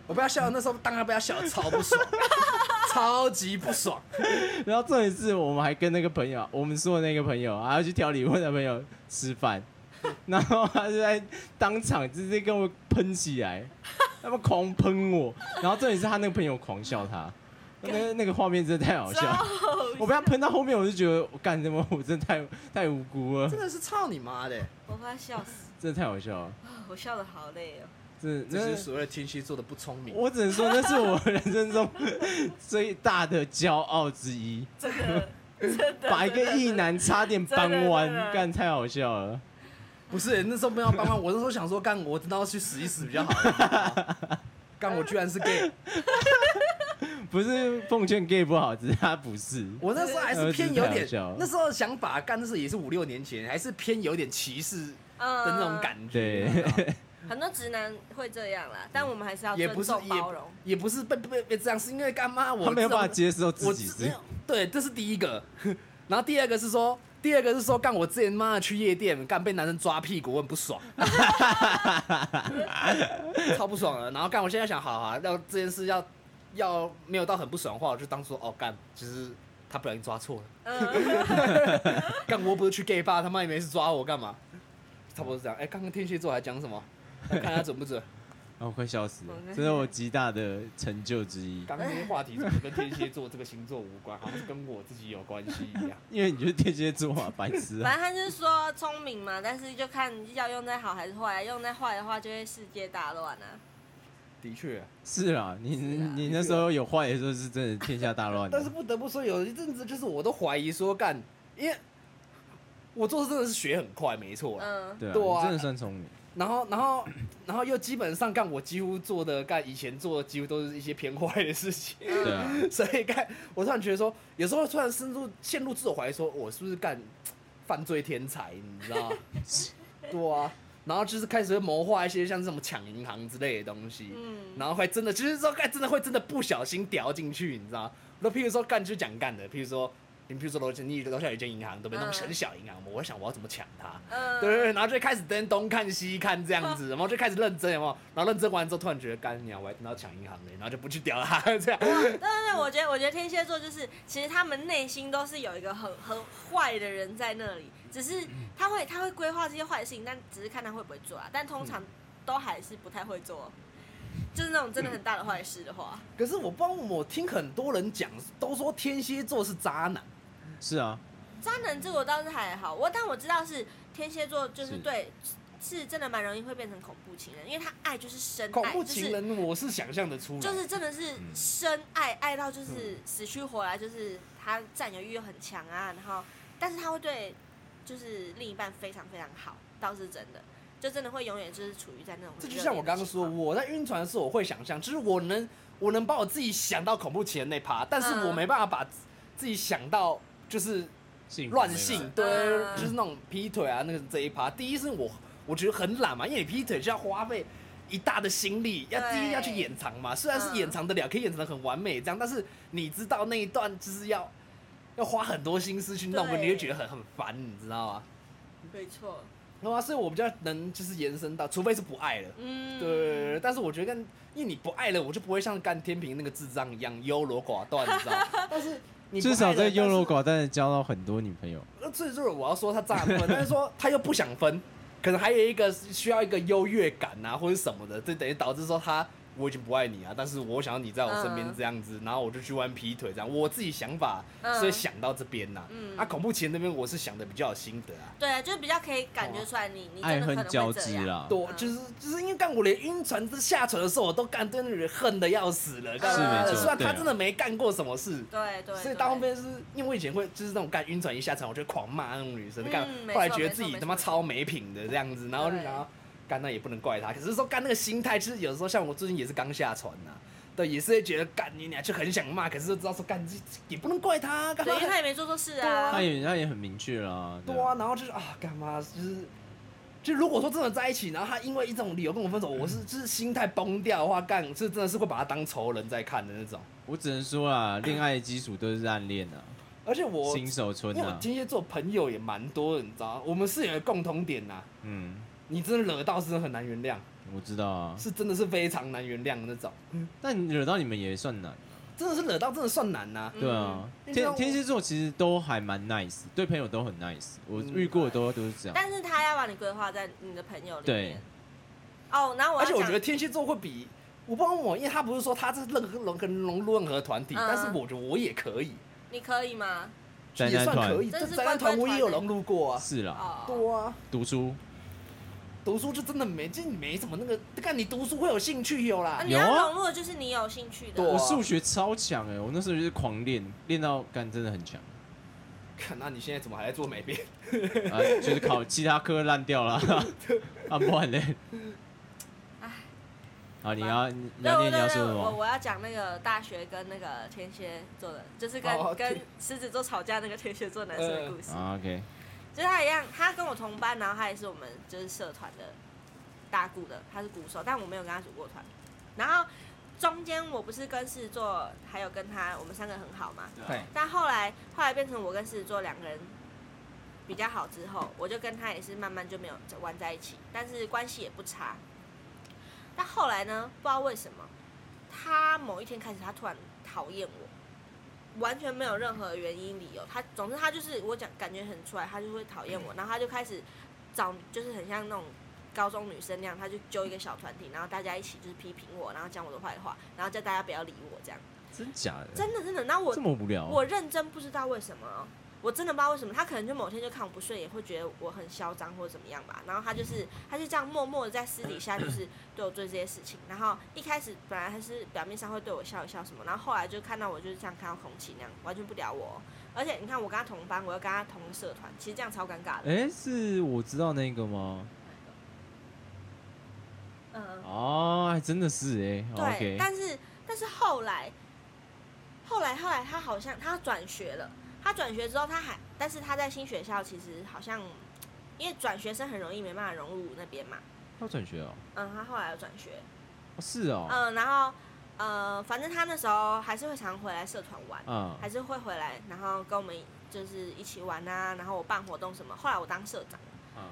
Speaker 2: 我不要笑，那时候当然不要笑，超不 爽，超级不爽。
Speaker 4: 然后重点是，我们还跟那个朋友，我们说的那个朋友，还要去挑礼物的朋友吃饭， 然后他就在当场直接跟我喷起来，他们狂喷我，然后重点是他那个朋友狂笑他，那个那个画面真的太好笑，我被他喷到后面，我就觉得我干什么，我真的太太无辜了
Speaker 2: 真，的是操你妈的！
Speaker 3: 我快笑死，
Speaker 4: 真的太好笑了，
Speaker 3: 我笑的好 累哦。
Speaker 4: 真
Speaker 2: 这
Speaker 4: 的
Speaker 2: 就是。所谓的天蝎座的不聪明。
Speaker 4: 我只能说，那是我人生中最大的骄傲之一，
Speaker 3: 真的， 真的，
Speaker 4: 把一个异男差点扳
Speaker 3: 真的真
Speaker 4: 弯，
Speaker 3: 的
Speaker 4: 干太好笑了。
Speaker 2: 不是那时候没有帮忙，我那时候想说干，我真的要去死一死比较 好你知道吗。干，我居然是 gay，
Speaker 4: 不是奉劝 gay 不好，只是他不是。
Speaker 2: 我那时候还是偏有点
Speaker 4: 呃这是太好笑了，
Speaker 2: 那时候想法干，那时候也是五六年前，还是偏有点歧视的
Speaker 3: 嗯
Speaker 2: 那种感觉。
Speaker 4: 对
Speaker 2: 你知道吗
Speaker 3: 很多直男会这样啦，但我们还是要
Speaker 2: 也
Speaker 3: 尊
Speaker 2: 不是
Speaker 3: 重包容。
Speaker 2: 也，也不是被被被这样，是因为干妈我
Speaker 4: 他没有
Speaker 2: 这种
Speaker 4: 办法接受自
Speaker 2: 我
Speaker 4: 己
Speaker 2: 自
Speaker 4: 是，
Speaker 2: 对，这是第一个。 然后第二个是说，第二个是说，干我之前妈的去夜店，干被男生抓屁股，我很不爽， 超不爽的。然后干我现在想，好啊，要这件事要要没有到很不爽的话，我就当说哦干，其实他不小心抓错了，
Speaker 3: 嗯，
Speaker 2: 干我又不是去 gay 吧，他妈也没事抓我干嘛？差不多是这样。哎，刚刚天蝎座还讲什么？看他准不准？
Speaker 4: 啊我快笑死了
Speaker 3: 我，跟
Speaker 4: 这是我极大的成就之一。
Speaker 2: 刚刚那些话题怎么跟天蝎座这个星座无关，好像是跟我自己有关系一样。
Speaker 4: 因为你就是天蝎座嘛，白 痴
Speaker 3: 反
Speaker 4: 啊！
Speaker 3: 正他就是说聪明嘛，但是就看要用在好还是坏，啊用在坏的话就会世界大乱啊。
Speaker 2: 的确。
Speaker 4: 是啊，你
Speaker 3: 是啊
Speaker 4: 你那时候有坏的时候是真的天下大乱
Speaker 2: 但是
Speaker 4: 的。
Speaker 2: 不得不说，有一阵子就是我都怀疑说干，因为我做事真的是学很快，没错啦。
Speaker 3: 嗯，
Speaker 4: 对啊，
Speaker 2: 对啊
Speaker 4: 你真的算聪明。
Speaker 2: 然后，然后，然后又基本上干，我几乎做的干，以前做的几乎都是一些偏坏的事情。
Speaker 4: 对啊，
Speaker 2: 所以干，我突然觉得说，有时候突然深入陷入自我怀疑，说我是不是干犯罪天才，你知道吗？对啊，然后就是开始会谋划一些像是什么抢银行之类的东西，
Speaker 3: 嗯
Speaker 2: 然后会真的就是说干真的会真的不小心掉进去，你知道吗？那譬如说干就是讲干的，譬如说你譬如说楼下你楼下有一间银行，对不对？那种
Speaker 3: 嗯
Speaker 2: 很小银行嘛，我想我要怎么抢它？
Speaker 3: 嗯，
Speaker 2: 对对对，然后就开始灯东看西看这样子，然后就开始认真，有没有？然后认真完之后，突然觉得干你啊，我还真的要抢银行呢，然后就不去屌它， 这样。
Speaker 3: 对对对，我觉得我觉得天蝎座就是，其实他们内心都是有一个很很坏的人在那里，只是他会他会规划这些坏事情，但只是看他会不会做啊。但通常都还是不太会做，就是那种真的很大的坏事的话，
Speaker 2: 可是我帮我听很多人讲，都说天蝎座是渣男，
Speaker 4: 是啊，
Speaker 3: 渣男这个我倒是还好，我但我知道是天蝎座，就是
Speaker 4: 是
Speaker 3: 对。是真的蛮容易会变成恐怖情人，因为他爱就是深爱，
Speaker 2: 恐怖情
Speaker 3: 就是
Speaker 2: 人我是想象的出来，
Speaker 3: 哎就是真的是深爱，爱到就是死去活来，就是他占有欲又很强啊，然后但是他会对就是另一半非常非常好，倒是真的，就真的会永远就是处于在那种
Speaker 2: 这就像我刚刚说，
Speaker 3: 热恋的情
Speaker 2: 我在晕船的时候我会想象，就是我能我能把我自己想到恐怖情人那趴，但是
Speaker 3: 嗯
Speaker 2: 我没办法把自己想到就是
Speaker 4: 幸福
Speaker 2: 乱
Speaker 4: 美满
Speaker 2: 性，对，
Speaker 3: 嗯
Speaker 2: 就是那种劈腿啊那个这一趴。第一是我我觉得很懒嘛，因为你劈腿就要花费。一大的心力，要
Speaker 3: 对
Speaker 2: 第一要去掩藏嘛，虽然是
Speaker 3: 嗯
Speaker 2: 掩藏得了，可以掩藏得很完美这样，但是你知道那一段就是要要花很多心思去弄，
Speaker 3: 对
Speaker 2: 你会觉得很很烦，你知道吗？
Speaker 3: 况没错，
Speaker 2: 对啊，所以我比较能就是延伸到，除非是不爱了，
Speaker 3: 嗯，
Speaker 2: 对，但是我觉得跟因为你不爱了，我就不会像干天平那个智障一样优柔寡断，你知道吗？但是你不爱
Speaker 4: 至少
Speaker 2: 了
Speaker 4: 在优柔，
Speaker 2: 但
Speaker 4: 寡断的交到很多女朋友。
Speaker 2: 是呃最就是我要说他渣 男，但是说他又不想分，可能还有一个需要一个优越感啊，或者什么的，这等于导致说他我已经不爱你啊，但是我想要你在我身边
Speaker 3: 嗯
Speaker 2: 这样子，然后我就去玩劈腿这样，我自己想法
Speaker 3: 嗯
Speaker 2: 是会想到这边呐、啊，恐怖情人那边我是想的比较有心得啊。
Speaker 3: 对啊，就是比较可以感觉出来你你真的
Speaker 4: 爱
Speaker 3: 可能
Speaker 4: 恨
Speaker 3: 会
Speaker 4: 交
Speaker 3: 这
Speaker 4: 织啊
Speaker 3: 样。
Speaker 4: 啦，
Speaker 2: 我啊就是就是因为干我连晕船这下船的时候，我都干对那女人恨的要死了。干
Speaker 3: 是没错
Speaker 2: 虽然她
Speaker 4: 对啊
Speaker 2: 真的没干过什么事，
Speaker 3: 对对，
Speaker 2: 所以
Speaker 3: 对
Speaker 2: 到后面是因为我以前会就是那种干晕船一下船，我就狂骂那种女生，
Speaker 3: 嗯
Speaker 2: 干、
Speaker 3: 没错
Speaker 2: 后来觉得自
Speaker 3: 没错
Speaker 2: 己他妈
Speaker 3: 没错
Speaker 2: 超没品的这样子，然后就想要干那也不能怪她，可是说干那个心态，就是有时候像我最近也是刚下船呐、对，也是会觉得干你俩就很想骂，可是就知道说干这也不能怪她，干
Speaker 3: 对，
Speaker 2: 嘛
Speaker 3: 因为他也没做错事
Speaker 4: 他
Speaker 3: 啊。
Speaker 4: 也他也很明确啦，
Speaker 2: 对啊，然后就是啊干嘛就是。就如果说真的在一起，然后他因为一种理由跟我分手，我是就是心态崩掉的话，干是真的是会把他当仇人在看的那种。
Speaker 4: 我只能说啊，恋爱基础都是暗恋啊，
Speaker 2: 而且我
Speaker 4: 新手村
Speaker 2: 因为我
Speaker 4: 啊，
Speaker 2: 天蝎座朋友也蛮多的，你知道吗我们是有一个共同点呐、
Speaker 4: 嗯，
Speaker 2: 你真的惹到是很难原谅，
Speaker 4: 我知道啊，
Speaker 2: 是真的是非常难原谅的那种，
Speaker 4: 但惹到你们也算难，啊
Speaker 2: 真的是惹到真的算难呐、
Speaker 3: 嗯
Speaker 4: 对啊，天天蝎座其实都还蛮 nice，对朋友都很 nice，我
Speaker 3: 嗯
Speaker 4: 遇过的都都是这样，
Speaker 3: 但是他要把你规划在你的朋友里
Speaker 4: 对
Speaker 3: 面。哦，然后我
Speaker 2: 而
Speaker 3: 要
Speaker 2: 且我
Speaker 3: 讲
Speaker 2: 觉得天蝎座会比我不知道我，因为他不是说他是任何跟融入任何团体，
Speaker 3: 嗯
Speaker 2: 但是我觉得我也可以，
Speaker 3: 你可以吗？
Speaker 4: 宅
Speaker 2: 也
Speaker 4: 男
Speaker 2: 算可以。
Speaker 4: 团
Speaker 3: 这
Speaker 2: 这
Speaker 3: 是
Speaker 2: 宅男
Speaker 3: 乖
Speaker 2: 团
Speaker 3: 乖
Speaker 2: 我
Speaker 3: 团
Speaker 2: 也有
Speaker 3: 的
Speaker 2: 融入过啊，
Speaker 4: 是啦，
Speaker 3: 哦，
Speaker 2: 对啊。
Speaker 4: 读书
Speaker 2: 读书就真的没，就没什么那个，看你读书会有兴趣有
Speaker 3: 啊
Speaker 2: 啦。
Speaker 3: 你
Speaker 4: 有啊
Speaker 3: 要融入的就是你有啊兴趣的。
Speaker 2: 对
Speaker 4: 我数学超强哎、我那时候就是狂练，练到干真的很强，
Speaker 2: 看，那你现在怎么还在做美编？
Speaker 4: 啊，就是考其他科烂掉了， 啊不然嘞，好你要你
Speaker 3: 对
Speaker 4: 要
Speaker 3: 对
Speaker 4: 念你要
Speaker 3: 对
Speaker 4: 说
Speaker 3: 对，
Speaker 4: 什
Speaker 3: 我
Speaker 4: 么？
Speaker 3: 我要讲那个大学跟那个天蝎座的，就是跟、
Speaker 2: 哦
Speaker 3: 跟
Speaker 2: 天
Speaker 3: 狮子座吵架那个天蝎座男生的故事。
Speaker 4: 啊 OK，
Speaker 3: 就是他一样，他跟我同班，然后他也是我们就是社团的大鼓的，他是鼓手，但我没有跟他组过团。然后中间我不是跟狮子座，还有跟他，我们三个很好嘛。
Speaker 2: 嘿
Speaker 3: 但后来后来变成我跟狮子座两个人比较好之后，我就跟他也是慢慢就没有玩在一起，但是关系也不差。但后来呢，不知道为什么，他某一天开始，他突然讨厌我，完全没有任何原因理由。他总之他就是我讲感觉很出来，他就会讨
Speaker 4: 嗯
Speaker 3: 厌我，然后他就开始找就是很像那种。高中女生那样，他就揪一个小团体，然后大家一起就是批评我，然后讲我的坏话，然后叫大家不要理我这样。
Speaker 4: 真假的？
Speaker 3: 真的真的，那我
Speaker 4: 这么无聊、啊
Speaker 3: 我认真不知道为什么哦，我真的不知道为什么，他可能就某天就看我不顺眼，会觉得我很嚣张或者怎么样吧。然后他就是，他就这样默默的在私底下就是对我做这些事情。然后一开始本来他是表面上会对我笑一笑什么，然后后来就看到我就是像看到空气那样，完全不聊我哦。而且你看我跟他同班，我又跟他同社团，其实这样超尴尬的。
Speaker 4: 哎、是我知道那个吗？
Speaker 3: 嗯，
Speaker 4: 哦，还真的是哎、
Speaker 3: 对
Speaker 4: OK，，
Speaker 3: 但是但是后来，后来后来他好像他转学了，他转学之后他还，但是他在新学校其实好像，因为转学生很容易没办法融入那边嘛，
Speaker 4: 他转学哦，
Speaker 3: 嗯，他后来有转学，
Speaker 4: 哦是哦，
Speaker 3: 嗯，然后呃，反正他那时候还是会常回来社团玩，
Speaker 4: 嗯，
Speaker 3: 还是会回来，然后跟我们就是一起玩啊，然后我办活动什么，后来我当社长。
Speaker 4: 嗯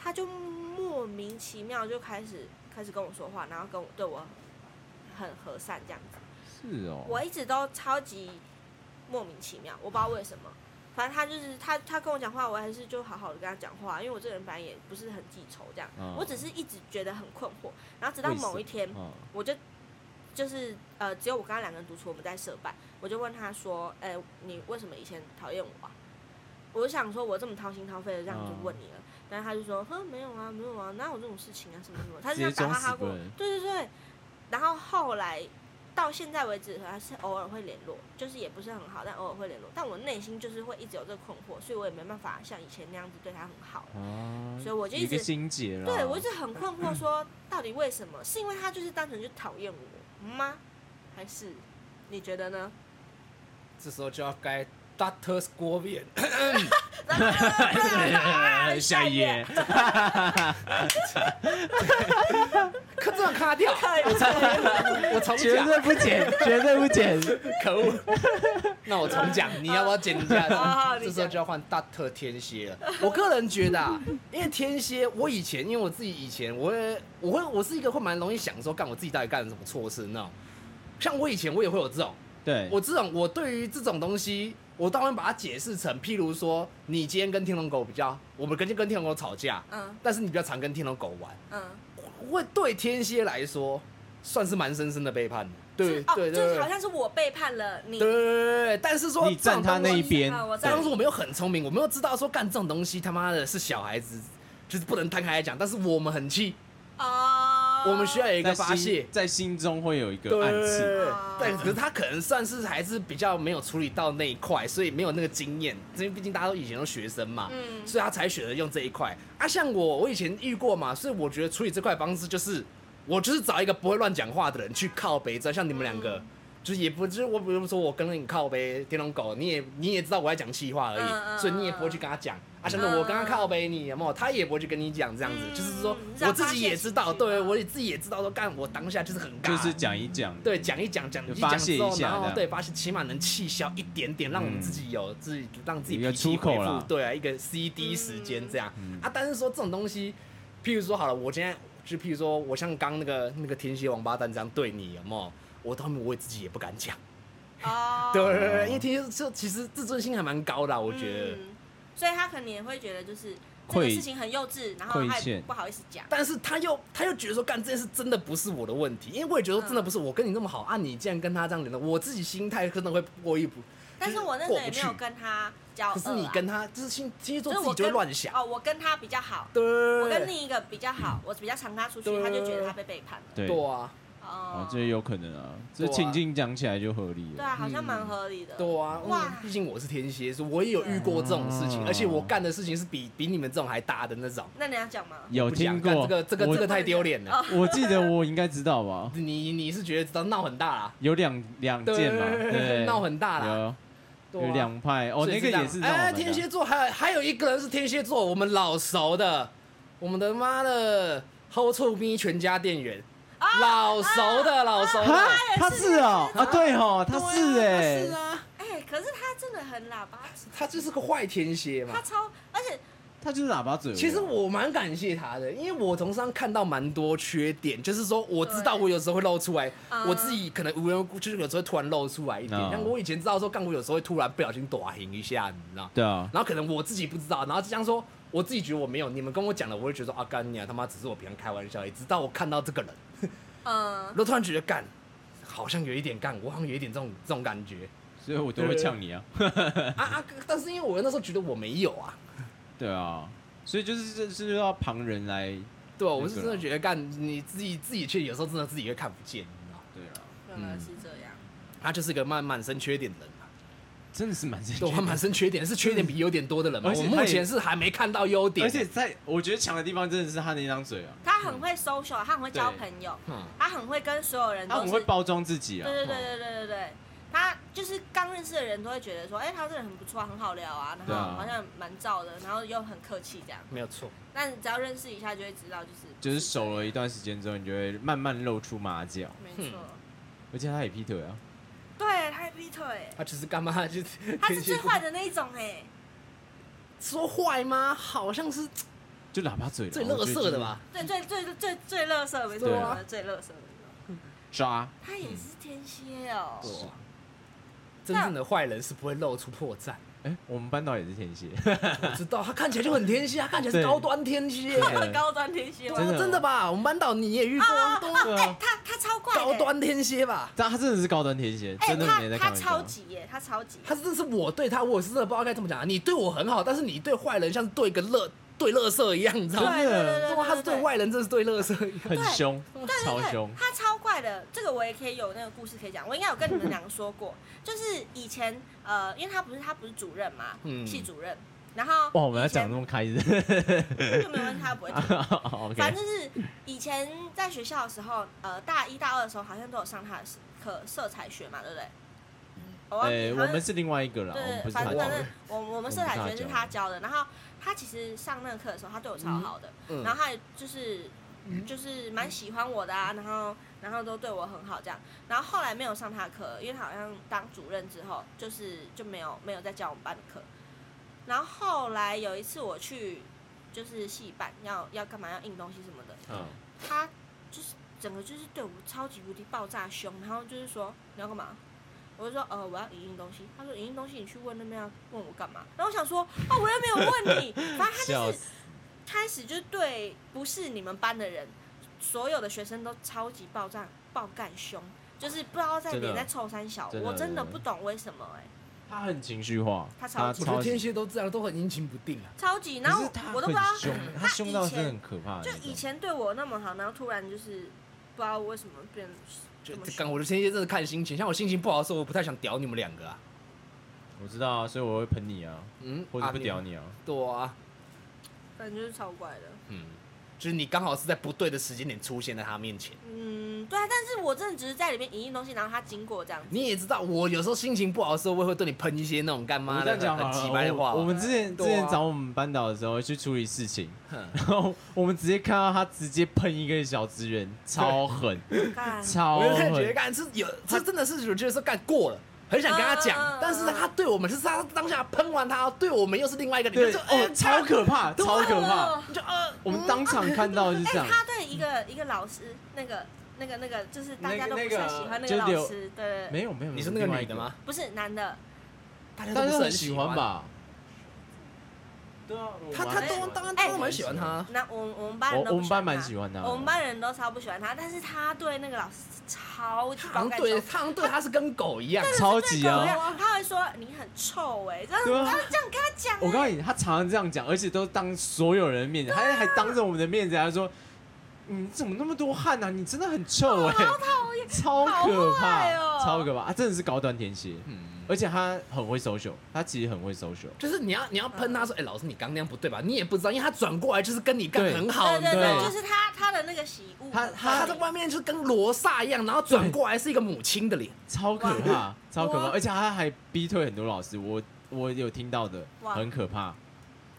Speaker 3: 他就莫名其妙就开始开始跟我说话，然后跟我对我很和善这样子。
Speaker 4: 是哦，
Speaker 3: 我一直都超级莫名其妙，我不知道为什么。反正他就是他，他跟我讲话，我还是就好好的跟他讲话，因为我这个人反正也不是很记仇这样，
Speaker 4: 嗯
Speaker 3: 我只是一直觉得很困惑。然后直到某一天啊
Speaker 4: 为什，么嗯
Speaker 3: 我就就是呃，只有我跟他两个人独处，我们在社办，我就问他说：“哎、你为什么以前讨厌我啊？”我就想说，我这么掏心掏肺的这样就问你
Speaker 4: 啊
Speaker 3: 了，然后他就说：“哼，没有啊，没有啊，哪有这种事情啊，什么什么。”他就这样
Speaker 4: 直接
Speaker 3: 打
Speaker 4: 装
Speaker 3: 哈哈
Speaker 4: 死不
Speaker 3: 过我
Speaker 4: 认，
Speaker 3: 对对对。然后后来到现在为止，还是偶尔会联络，就是也不是很好，但偶尔会联络。但我内心就是会一直有这个困惑，所以我也没办法像以前那样子对他很好。
Speaker 4: 嗯啊，
Speaker 3: 所以我就一
Speaker 4: 有一个
Speaker 3: 直
Speaker 4: 心结啦，
Speaker 3: 对 我一直很困惑，说到底为什么？是因为他就是单纯就讨厌我吗？还是你觉得 呢？
Speaker 2: 这时候就要该 Doctor Scorpion
Speaker 3: 啊
Speaker 4: 哎下一页，
Speaker 2: 咔这样咔掉，我重
Speaker 4: 绝
Speaker 2: 讲，
Speaker 4: 对 不剪，绝对不剪，
Speaker 2: 可恶。那我重讲，你要不要剪一下？
Speaker 3: 好好好你
Speaker 2: 这
Speaker 3: 讲
Speaker 2: 时候就要换大特天蝎了。我个人觉得啊，因为天蝎，我以前因为我自己以前，我会我会我是一个会蛮容易想说，干我自己到底干了什么错事那种。像我以前我也会有这种，
Speaker 4: 对，
Speaker 2: 我这种我对于这种东西，我当然把它解释成，譬如说，你今天跟天龙狗比较，我们跟跟天龙狗吵架，
Speaker 3: 嗯
Speaker 2: 但是你比较常跟天龙狗玩。
Speaker 3: 嗯
Speaker 2: 会对天蝎来说，算是蛮深深的背叛。
Speaker 3: 是
Speaker 2: 对
Speaker 3: 哦
Speaker 2: 对对
Speaker 3: 就是
Speaker 2: 对
Speaker 3: 好像是我背叛了你，
Speaker 2: 对对对对，但是说
Speaker 4: 你站他那一边
Speaker 3: 啊，我在
Speaker 2: 当时我们又很聪明，我们又知道说干这种东西他妈的是小孩子，就是不能摊开来讲。但是我们很气，
Speaker 3: 哦，
Speaker 2: 我们需要有一个
Speaker 4: 在
Speaker 2: 发泄
Speaker 4: 心。在心中会有一
Speaker 2: 对
Speaker 4: 个暗示，
Speaker 2: 但可是他可能算是还是比较没有处理到那一块，所以没有那个经验。因为毕竟大家都以前都学生嘛，
Speaker 3: 嗯
Speaker 2: 所以他才选择用这一块。啊，像我，我以前遇过嘛，所以我觉得处理这块方式就是，我就是找一个不会乱讲话的人去靠背，只要像你们两
Speaker 3: 嗯
Speaker 2: 个。就是也不就是我，比如说我跟你靠背天龙狗，你也你也知道我在讲气话而已，
Speaker 3: 嗯嗯
Speaker 2: 所以你也不会去跟他讲。啊，像是我跟他靠背你，有没有？他也不会去跟你讲这样子，
Speaker 3: 嗯
Speaker 2: 就是说
Speaker 3: 让
Speaker 2: 我
Speaker 3: 他
Speaker 2: 自己也
Speaker 3: 先
Speaker 2: 知道，
Speaker 3: 情绪
Speaker 2: 对
Speaker 3: 嘛
Speaker 2: 我也自己也知道说，干我当下就是很尬，
Speaker 4: 就是讲一讲。
Speaker 2: 对，讲一讲，讲
Speaker 4: 就
Speaker 2: 一
Speaker 4: 发
Speaker 2: 讲
Speaker 4: 泄
Speaker 2: 之后
Speaker 4: 一，下
Speaker 2: 然
Speaker 4: 这
Speaker 2: 后
Speaker 4: 样
Speaker 2: 对发泄，起码能气消一点点，让我们
Speaker 4: 嗯
Speaker 2: 自己有自己让自己
Speaker 4: 一个
Speaker 2: 脾气
Speaker 4: 出口
Speaker 2: 恢复
Speaker 4: 啦嗯
Speaker 2: 对啊，一个 CD 时间这样啊。但是说这种东西，譬如说好了，我今天就譬如说我像刚那个那个天蝎王八蛋这样对你，有没有？我到后面我也自己也不敢讲，
Speaker 3: 哦，
Speaker 2: 对对对对，因为天蝎座其实自尊心还蛮高的啊，我觉得。
Speaker 3: 嗯所以他可能也会觉得就是这个
Speaker 4: 愧
Speaker 3: 事情很幼稚，然后
Speaker 4: 愧
Speaker 3: 他也
Speaker 4: 欠
Speaker 3: 不好意思讲，
Speaker 2: 但是他又他又觉得说，干这件事真的不是我的问题，因为我也觉得真的不是我跟你那么好啊，你竟然跟他这样联络，我自己心态可能会过意不。
Speaker 3: 但是
Speaker 2: 就是
Speaker 3: 我那时
Speaker 2: 过
Speaker 3: 候也
Speaker 2: 不
Speaker 3: 没
Speaker 2: 去
Speaker 3: 有跟他交恶啊，
Speaker 2: 可是你跟他就是星天蝎座
Speaker 3: 就是
Speaker 2: 自己
Speaker 3: 我
Speaker 2: 就会
Speaker 3: 跟
Speaker 2: 乱想，
Speaker 3: 哦，我跟他比较好，
Speaker 2: 对，
Speaker 3: 我跟另一个比较好，我比较常跟他出去，
Speaker 2: 对
Speaker 3: 他就觉得他被背叛了。
Speaker 4: 对
Speaker 2: 对啊，
Speaker 3: 哦
Speaker 4: 哦，这也有可能啊，这
Speaker 2: 对啊
Speaker 4: 情境讲起来就合理
Speaker 3: 对
Speaker 4: 了。
Speaker 3: 啊，好像蛮合理的。
Speaker 2: 对啊，
Speaker 3: 哇
Speaker 2: 嗯毕竟我是天蝎，所以我也有遇过这种事情，
Speaker 4: 嗯
Speaker 2: 而且我干的事情是比比你们这种还大的那种。
Speaker 3: 那你要讲吗？
Speaker 4: 有
Speaker 2: 不讲
Speaker 4: 听
Speaker 2: 干
Speaker 4: 过
Speaker 2: 这个这个
Speaker 4: 我
Speaker 2: 这个太丢脸了。
Speaker 4: 我记得我应该知道 吧？
Speaker 2: 你你是觉得这闹很大啦？
Speaker 4: 有两两件嘛，对，
Speaker 2: 闹很大啦。
Speaker 4: 有
Speaker 2: 对啊
Speaker 4: 有两派哦，
Speaker 2: 所以是
Speaker 4: 那
Speaker 2: 这
Speaker 4: 个
Speaker 2: 样
Speaker 4: 也是让我
Speaker 2: 哎，
Speaker 4: 蛮
Speaker 2: 天蝎座还有还有一个人是天蝎座，我们老熟的，我们的妈的齁臭逼全家店员，
Speaker 3: 啊
Speaker 2: 老熟的老熟的
Speaker 4: 啊，他是哦，啊对哦，他是哎
Speaker 2: 对啊他是，啊，
Speaker 3: 哎，可是他真的很喇叭嘴，
Speaker 2: 他就是个坏天蝎嘛
Speaker 3: 他。啊超，而且
Speaker 4: 他就是喇叭嘴。哦
Speaker 2: 其实我蛮感谢他的，因为我从上看到蛮多缺点，就是说我知道我有时候会露出来，
Speaker 3: 嗯
Speaker 2: 我自己可能无缘无故就是有时候会突然露出来一点。
Speaker 4: 嗯
Speaker 2: 像我以前知道说，干我有时候会突然不小心短行一下，你知道？
Speaker 4: 对啊，
Speaker 2: 然后可能我自己不知道，然后就这样说，我自己觉得我没有，你们跟我讲了，我会觉得说啊干你啊他妈只是我平常开玩笑而已。直到我看到这个人，
Speaker 3: 嗯
Speaker 2: 然，后突然觉得干，好像有一点干，我好像有一点这种这种感觉
Speaker 4: 所以我都会呛你啊，
Speaker 2: 啊啊！但是因为我那时候觉得我没有啊，
Speaker 4: 对啊，所以就是这是要旁人来，
Speaker 2: 对啊，我
Speaker 4: 那
Speaker 2: 是
Speaker 4: 个
Speaker 2: 真的
Speaker 4: 啦
Speaker 2: 觉得干你自己自己却有时候真的自己会看不见，你知道吗。
Speaker 4: 对啊，
Speaker 3: 原来是这样。
Speaker 2: 他就是个满满身缺点的人 啊，
Speaker 4: 真的是蛮正
Speaker 2: 对，我
Speaker 4: 确
Speaker 2: 满身缺点是缺点比优点多的人嘛。
Speaker 4: 而且
Speaker 2: 我
Speaker 4: 他也
Speaker 2: 目前是还没看到优
Speaker 4: 的，
Speaker 2: 点，
Speaker 4: 而且在我觉得强的地方真的是他那张嘴啊，
Speaker 3: 他很会 social，他很会交朋友，
Speaker 2: 嗯，
Speaker 3: 他很会跟所有人
Speaker 4: 他
Speaker 3: 都
Speaker 4: 很
Speaker 3: 是，
Speaker 4: 会
Speaker 3: 对
Speaker 4: 包装自己啊，
Speaker 3: 对对对对对对。他就是刚认识的人都会觉得说，哎、他这个人很不错啊，很好聊啊，然
Speaker 4: 对
Speaker 3: 后
Speaker 4: 啊
Speaker 3: 好像蛮燥的，然后又很客气这样。
Speaker 2: 没有错，
Speaker 3: 但你只要认识一下就会知道，就是
Speaker 4: 就是熟了一段时间之后，你就会慢慢露出马脚，
Speaker 3: 没
Speaker 2: 嗯
Speaker 3: 错。
Speaker 4: 而且他也劈腿啊，
Speaker 3: 对，他还劈腿，
Speaker 2: 他就是干嘛？ 他就是
Speaker 3: 他是最坏的那一种哎、
Speaker 2: 说坏吗？好像是
Speaker 4: 就喇叭嘴啦，
Speaker 2: 最
Speaker 4: 我
Speaker 2: 乐
Speaker 4: 觉得
Speaker 2: 色的吧？
Speaker 3: 对，最最最最乐色，没错
Speaker 4: 对啊，
Speaker 3: 最乐色的那种。
Speaker 4: 就是渣，
Speaker 3: 他也是天蝎哦，
Speaker 2: 对啊真正的坏人是不会露出破 绽，
Speaker 4: 哎，我们班导也是天蝎，
Speaker 2: 我知道他看起来就很天蝎，他看起来是
Speaker 4: 对
Speaker 2: 高端天蝎，
Speaker 4: 对
Speaker 3: 高端天蝎
Speaker 2: 对
Speaker 3: 吗。
Speaker 2: 啊
Speaker 4: 真的
Speaker 2: 真的吧？我们班导你也遇过啊，都
Speaker 4: 对
Speaker 3: 哎
Speaker 4: 啊，，
Speaker 3: 他他超怪的
Speaker 2: 高，端天蝎吧？
Speaker 4: 但他真的是高端天蝎，
Speaker 3: 哎，
Speaker 4: 真的
Speaker 3: 他
Speaker 4: 没在开
Speaker 3: 他
Speaker 4: 玩
Speaker 3: 超
Speaker 4: 笑。
Speaker 3: 级耶，他超级。
Speaker 2: 他真是我对他，我是真的不知道该怎么讲啊。你对我很好，但是你对坏人像是对一个乐对乐色一样，你知道
Speaker 3: 对
Speaker 2: 吗？
Speaker 3: 对对对对
Speaker 2: 哇，他是对
Speaker 3: 对
Speaker 2: 坏人，这是对乐色一样。
Speaker 4: 很凶，超
Speaker 3: 对
Speaker 4: 凶，
Speaker 3: 他超怪的，这个我也可以有那个故事可以讲。我应该有跟你们两个说过，就是以前呃，因为他不是他不是主任嘛，
Speaker 2: 嗯
Speaker 3: 系主任，然后
Speaker 4: 哇，我们要讲得那么开心
Speaker 3: 这个没问题，他不会听。反
Speaker 4: ，OK，
Speaker 3: 正就是以前在学校的时候，呃，大一大二的时候好像都有上他的课色彩学嘛，对不对？我忘记
Speaker 4: 呃，
Speaker 3: 好
Speaker 4: 我
Speaker 3: 像
Speaker 4: 们是另外一个啦，我们
Speaker 3: 对对，
Speaker 4: 不是他
Speaker 3: 反正
Speaker 4: 讲
Speaker 3: 反
Speaker 4: 的
Speaker 3: 正，我我们色彩学是他教的，然后他其实上那个课的时候，他对我超好的，
Speaker 2: 嗯
Speaker 3: 然后他也就是就是蛮喜欢我的啊，然后然后都对我很好这样，然后后来没有上他的课，因为他好像当主任之后，就是就没有没有再教我们班的课，然后后来有一次我去就是戏班要要干嘛要印东西什么的，
Speaker 4: 嗯，
Speaker 3: 他就是整个就是对我超级无敌爆炸凶，然后就是说你要干嘛？我就说呃我要影印东西，他说影印东西你去问那边要问我干嘛？然后我想 说哦我又没有问你，反正他
Speaker 4: 笑
Speaker 3: 就是
Speaker 4: 死，
Speaker 3: 开始就对不是你们班的人，所有的学生都超级爆炸爆干凶，就是不知道在
Speaker 4: 真的
Speaker 3: 脸在臭三小，
Speaker 4: 真的
Speaker 3: 我真的
Speaker 4: 真的
Speaker 3: 不懂为什么哎、
Speaker 4: 他很情绪化，
Speaker 3: 他超级
Speaker 2: 我觉得天蝎都这样，都很阴晴不定啊。
Speaker 3: 超级，然
Speaker 4: 可
Speaker 3: 后
Speaker 4: 是他
Speaker 3: 我都不知道嗯
Speaker 4: 很凶，他
Speaker 3: 他
Speaker 4: 凶到
Speaker 3: 以
Speaker 4: 真的
Speaker 3: 前
Speaker 4: 很可怕的
Speaker 3: 就
Speaker 4: 那种。
Speaker 3: 以前对我那么好，然后突然就是不知道为什么变
Speaker 2: 就
Speaker 3: 这么
Speaker 2: 刚
Speaker 3: 凶。
Speaker 2: 我的天蝎真的看心情，像我心情不好的时候，我不太想屌你们两个啊。
Speaker 4: 我知道啊，所以我会喷你啊，
Speaker 2: 嗯，
Speaker 4: 或者
Speaker 2: 啊
Speaker 4: 不屌。你啊。
Speaker 2: 对啊，
Speaker 3: 反正就是超怪的。
Speaker 2: 嗯，就是你刚好是在不对的时间点出现在他面前。
Speaker 3: 嗯，对啊，但是我真的只是在里面引进东西，然后他经过这样子。
Speaker 2: 你也知道，我有时候心情不好的时候，我也会对你喷一些那种干
Speaker 4: 我
Speaker 2: 妈
Speaker 4: 这
Speaker 2: 的
Speaker 4: 样讲
Speaker 2: 很
Speaker 4: 好
Speaker 2: 很
Speaker 4: 了
Speaker 2: 奇怪的话。
Speaker 4: 我我们之前之
Speaker 2: 对啊
Speaker 4: 前找我们班导的时候去处理事情，
Speaker 2: 哼
Speaker 4: 然后我们直接看到他直接喷一个小职员，超狠，
Speaker 3: 干
Speaker 4: 超
Speaker 2: 我就感觉
Speaker 4: 狠。
Speaker 2: 干是有，这真的是我觉得是干过了。很想跟他讲，
Speaker 3: 嗯
Speaker 2: 但是他对我们就是他当下喷完他，对我们又是另外一个，你
Speaker 4: 对，
Speaker 2: 就哎
Speaker 4: 哦，超可怕，
Speaker 2: 啊
Speaker 4: 超可怕。
Speaker 2: 你就呃，
Speaker 4: 我们当场看到就是
Speaker 3: 嗯 哎、
Speaker 4: 这样，
Speaker 3: 他对一个一个老师，那个那个那个，就是大家都不
Speaker 4: 那
Speaker 3: 是
Speaker 4: 个
Speaker 3: 很喜欢那个
Speaker 4: 就是
Speaker 3: 老
Speaker 4: 有
Speaker 3: 师，对
Speaker 4: 没有没有，
Speaker 2: 你是那个
Speaker 4: 另外
Speaker 2: 女
Speaker 4: 一
Speaker 2: 的吗？？
Speaker 3: 不是男的，
Speaker 2: 大家
Speaker 4: 大
Speaker 2: 不
Speaker 4: 家
Speaker 2: 是
Speaker 4: 都
Speaker 2: 很
Speaker 4: 很喜欢？吧？对啊，
Speaker 2: 他他
Speaker 3: 蛮喜
Speaker 2: 都
Speaker 3: 欢
Speaker 2: 当然
Speaker 3: 哎
Speaker 2: 当然蛮喜欢他，
Speaker 3: 那我我们班人
Speaker 4: 我
Speaker 3: 都不
Speaker 4: 我们班蛮
Speaker 3: 他
Speaker 4: 喜欢他的啊
Speaker 3: 我们班人都超不喜欢他，但是他对那个老师超级
Speaker 2: 好
Speaker 3: 高
Speaker 2: 像
Speaker 3: 感
Speaker 2: 对
Speaker 3: 情，
Speaker 2: 他好像对他是跟狗一样，
Speaker 4: 超级
Speaker 3: 对
Speaker 4: 啊！
Speaker 3: 啊，他会说你很臭哎、欸，这样
Speaker 4: 对啊
Speaker 3: 他这样跟他讲、欸，
Speaker 4: 我告诉你，他常常这样讲，而且都当所有人的面子，
Speaker 2: 啊
Speaker 4: 还还当着我们的面子，还说：“你怎么那么多汗啊？你真的很臭哎、
Speaker 3: 讨厌，
Speaker 4: 超可
Speaker 3: 好
Speaker 4: 怕，
Speaker 3: 坏哦
Speaker 4: 超可怕！他真的是高端天蝎，
Speaker 2: 嗯，
Speaker 4: 而且他很会 social，他其实很会 social。
Speaker 2: 就是你要你要喷他说，哎，老师你刚那样不对吧？你也不知道，因为他转过来就是跟你干
Speaker 4: 对
Speaker 2: 很好，
Speaker 3: 对
Speaker 2: 你知
Speaker 3: 对
Speaker 2: 道
Speaker 3: 对，就
Speaker 2: 吗？
Speaker 3: 是他他的那个喜恶，
Speaker 4: 他
Speaker 2: 他在外面就是跟罗刹一样，然后转过来是一个母亲的脸，
Speaker 4: 超可怕，超可怕，
Speaker 3: 哇
Speaker 4: 而且他还逼退很多老师，我我有听到的，
Speaker 3: 哇
Speaker 4: 很可怕，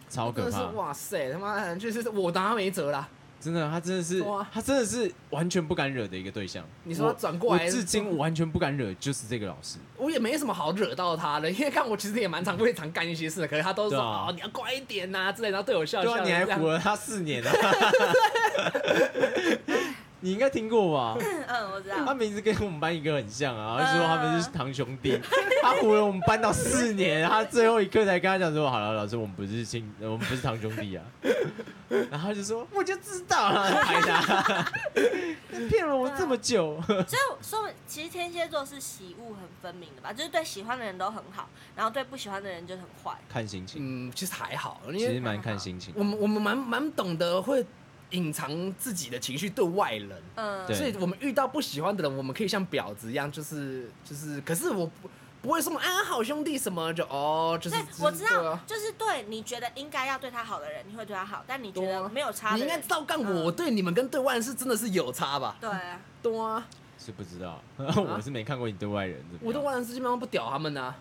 Speaker 4: 超
Speaker 2: 真
Speaker 4: 可
Speaker 2: 的是
Speaker 4: 怕，
Speaker 2: 哇塞，他妈就是我拿他没辙啦。
Speaker 4: 真的，他真的是
Speaker 2: 哇，
Speaker 4: 他真的是完全不敢惹的一个对象。
Speaker 2: 你说
Speaker 4: 我
Speaker 2: 他转过来
Speaker 4: 我至今完全不敢惹，就是这个老师，
Speaker 2: 我也没什么好惹到他的，因为看我其实也蛮常会常干一些事的，可是他都说
Speaker 4: 对啊
Speaker 2: 哦你要乖一点呐、之类的，然后对我笑
Speaker 4: 对
Speaker 2: 笑
Speaker 4: 啊，
Speaker 2: 的
Speaker 4: 你
Speaker 2: 这样。
Speaker 4: 还唬了他四年 啊，你应该听过吧？
Speaker 3: 嗯，我知道，
Speaker 4: 他名字跟我们班一个很像啊，
Speaker 2: 嗯
Speaker 4: 他说他们是堂兄弟，他唬了我们班到四年，他最后一刻才跟他讲说，好了，老师，我们不是亲，我们不是堂兄弟啊。 然后他就说，我就知 道了，拍他， 骗了我这么久。
Speaker 2: 啊
Speaker 3: 所以说，其实天蝎座是喜恶很分明的吧，就是对喜欢的人都很好，然后对不喜欢的人就很坏。
Speaker 4: 看心情，
Speaker 2: 嗯，其实还好，
Speaker 4: 其
Speaker 2: 因
Speaker 4: 实
Speaker 2: 为
Speaker 4: 蛮看心情。
Speaker 2: 我们我们蛮蛮懂得会隐藏自己的情绪对外人，
Speaker 3: 嗯，
Speaker 4: 对
Speaker 2: 所以我们遇到不喜欢的人，我们可以像婊子一样，就是就是，可是我不不会说啊好兄弟什么就哦，就是
Speaker 3: 对，我知
Speaker 2: 就是对
Speaker 3: 道
Speaker 2: 啊，
Speaker 3: 就是对你觉得应该要对他好的人，你会对他好，但你觉
Speaker 2: 对
Speaker 3: 得
Speaker 2: 啊
Speaker 3: 没有差的
Speaker 2: 你
Speaker 3: 人，
Speaker 2: 应该知道，干
Speaker 3: 嗯
Speaker 2: 我对你们跟对外人是真的是有差吧？
Speaker 3: 对啊，
Speaker 2: 对啊，
Speaker 4: 是不知道， 我是没看过你对外人，怎么样
Speaker 2: 我对外人是基本上不屌他们啊呐、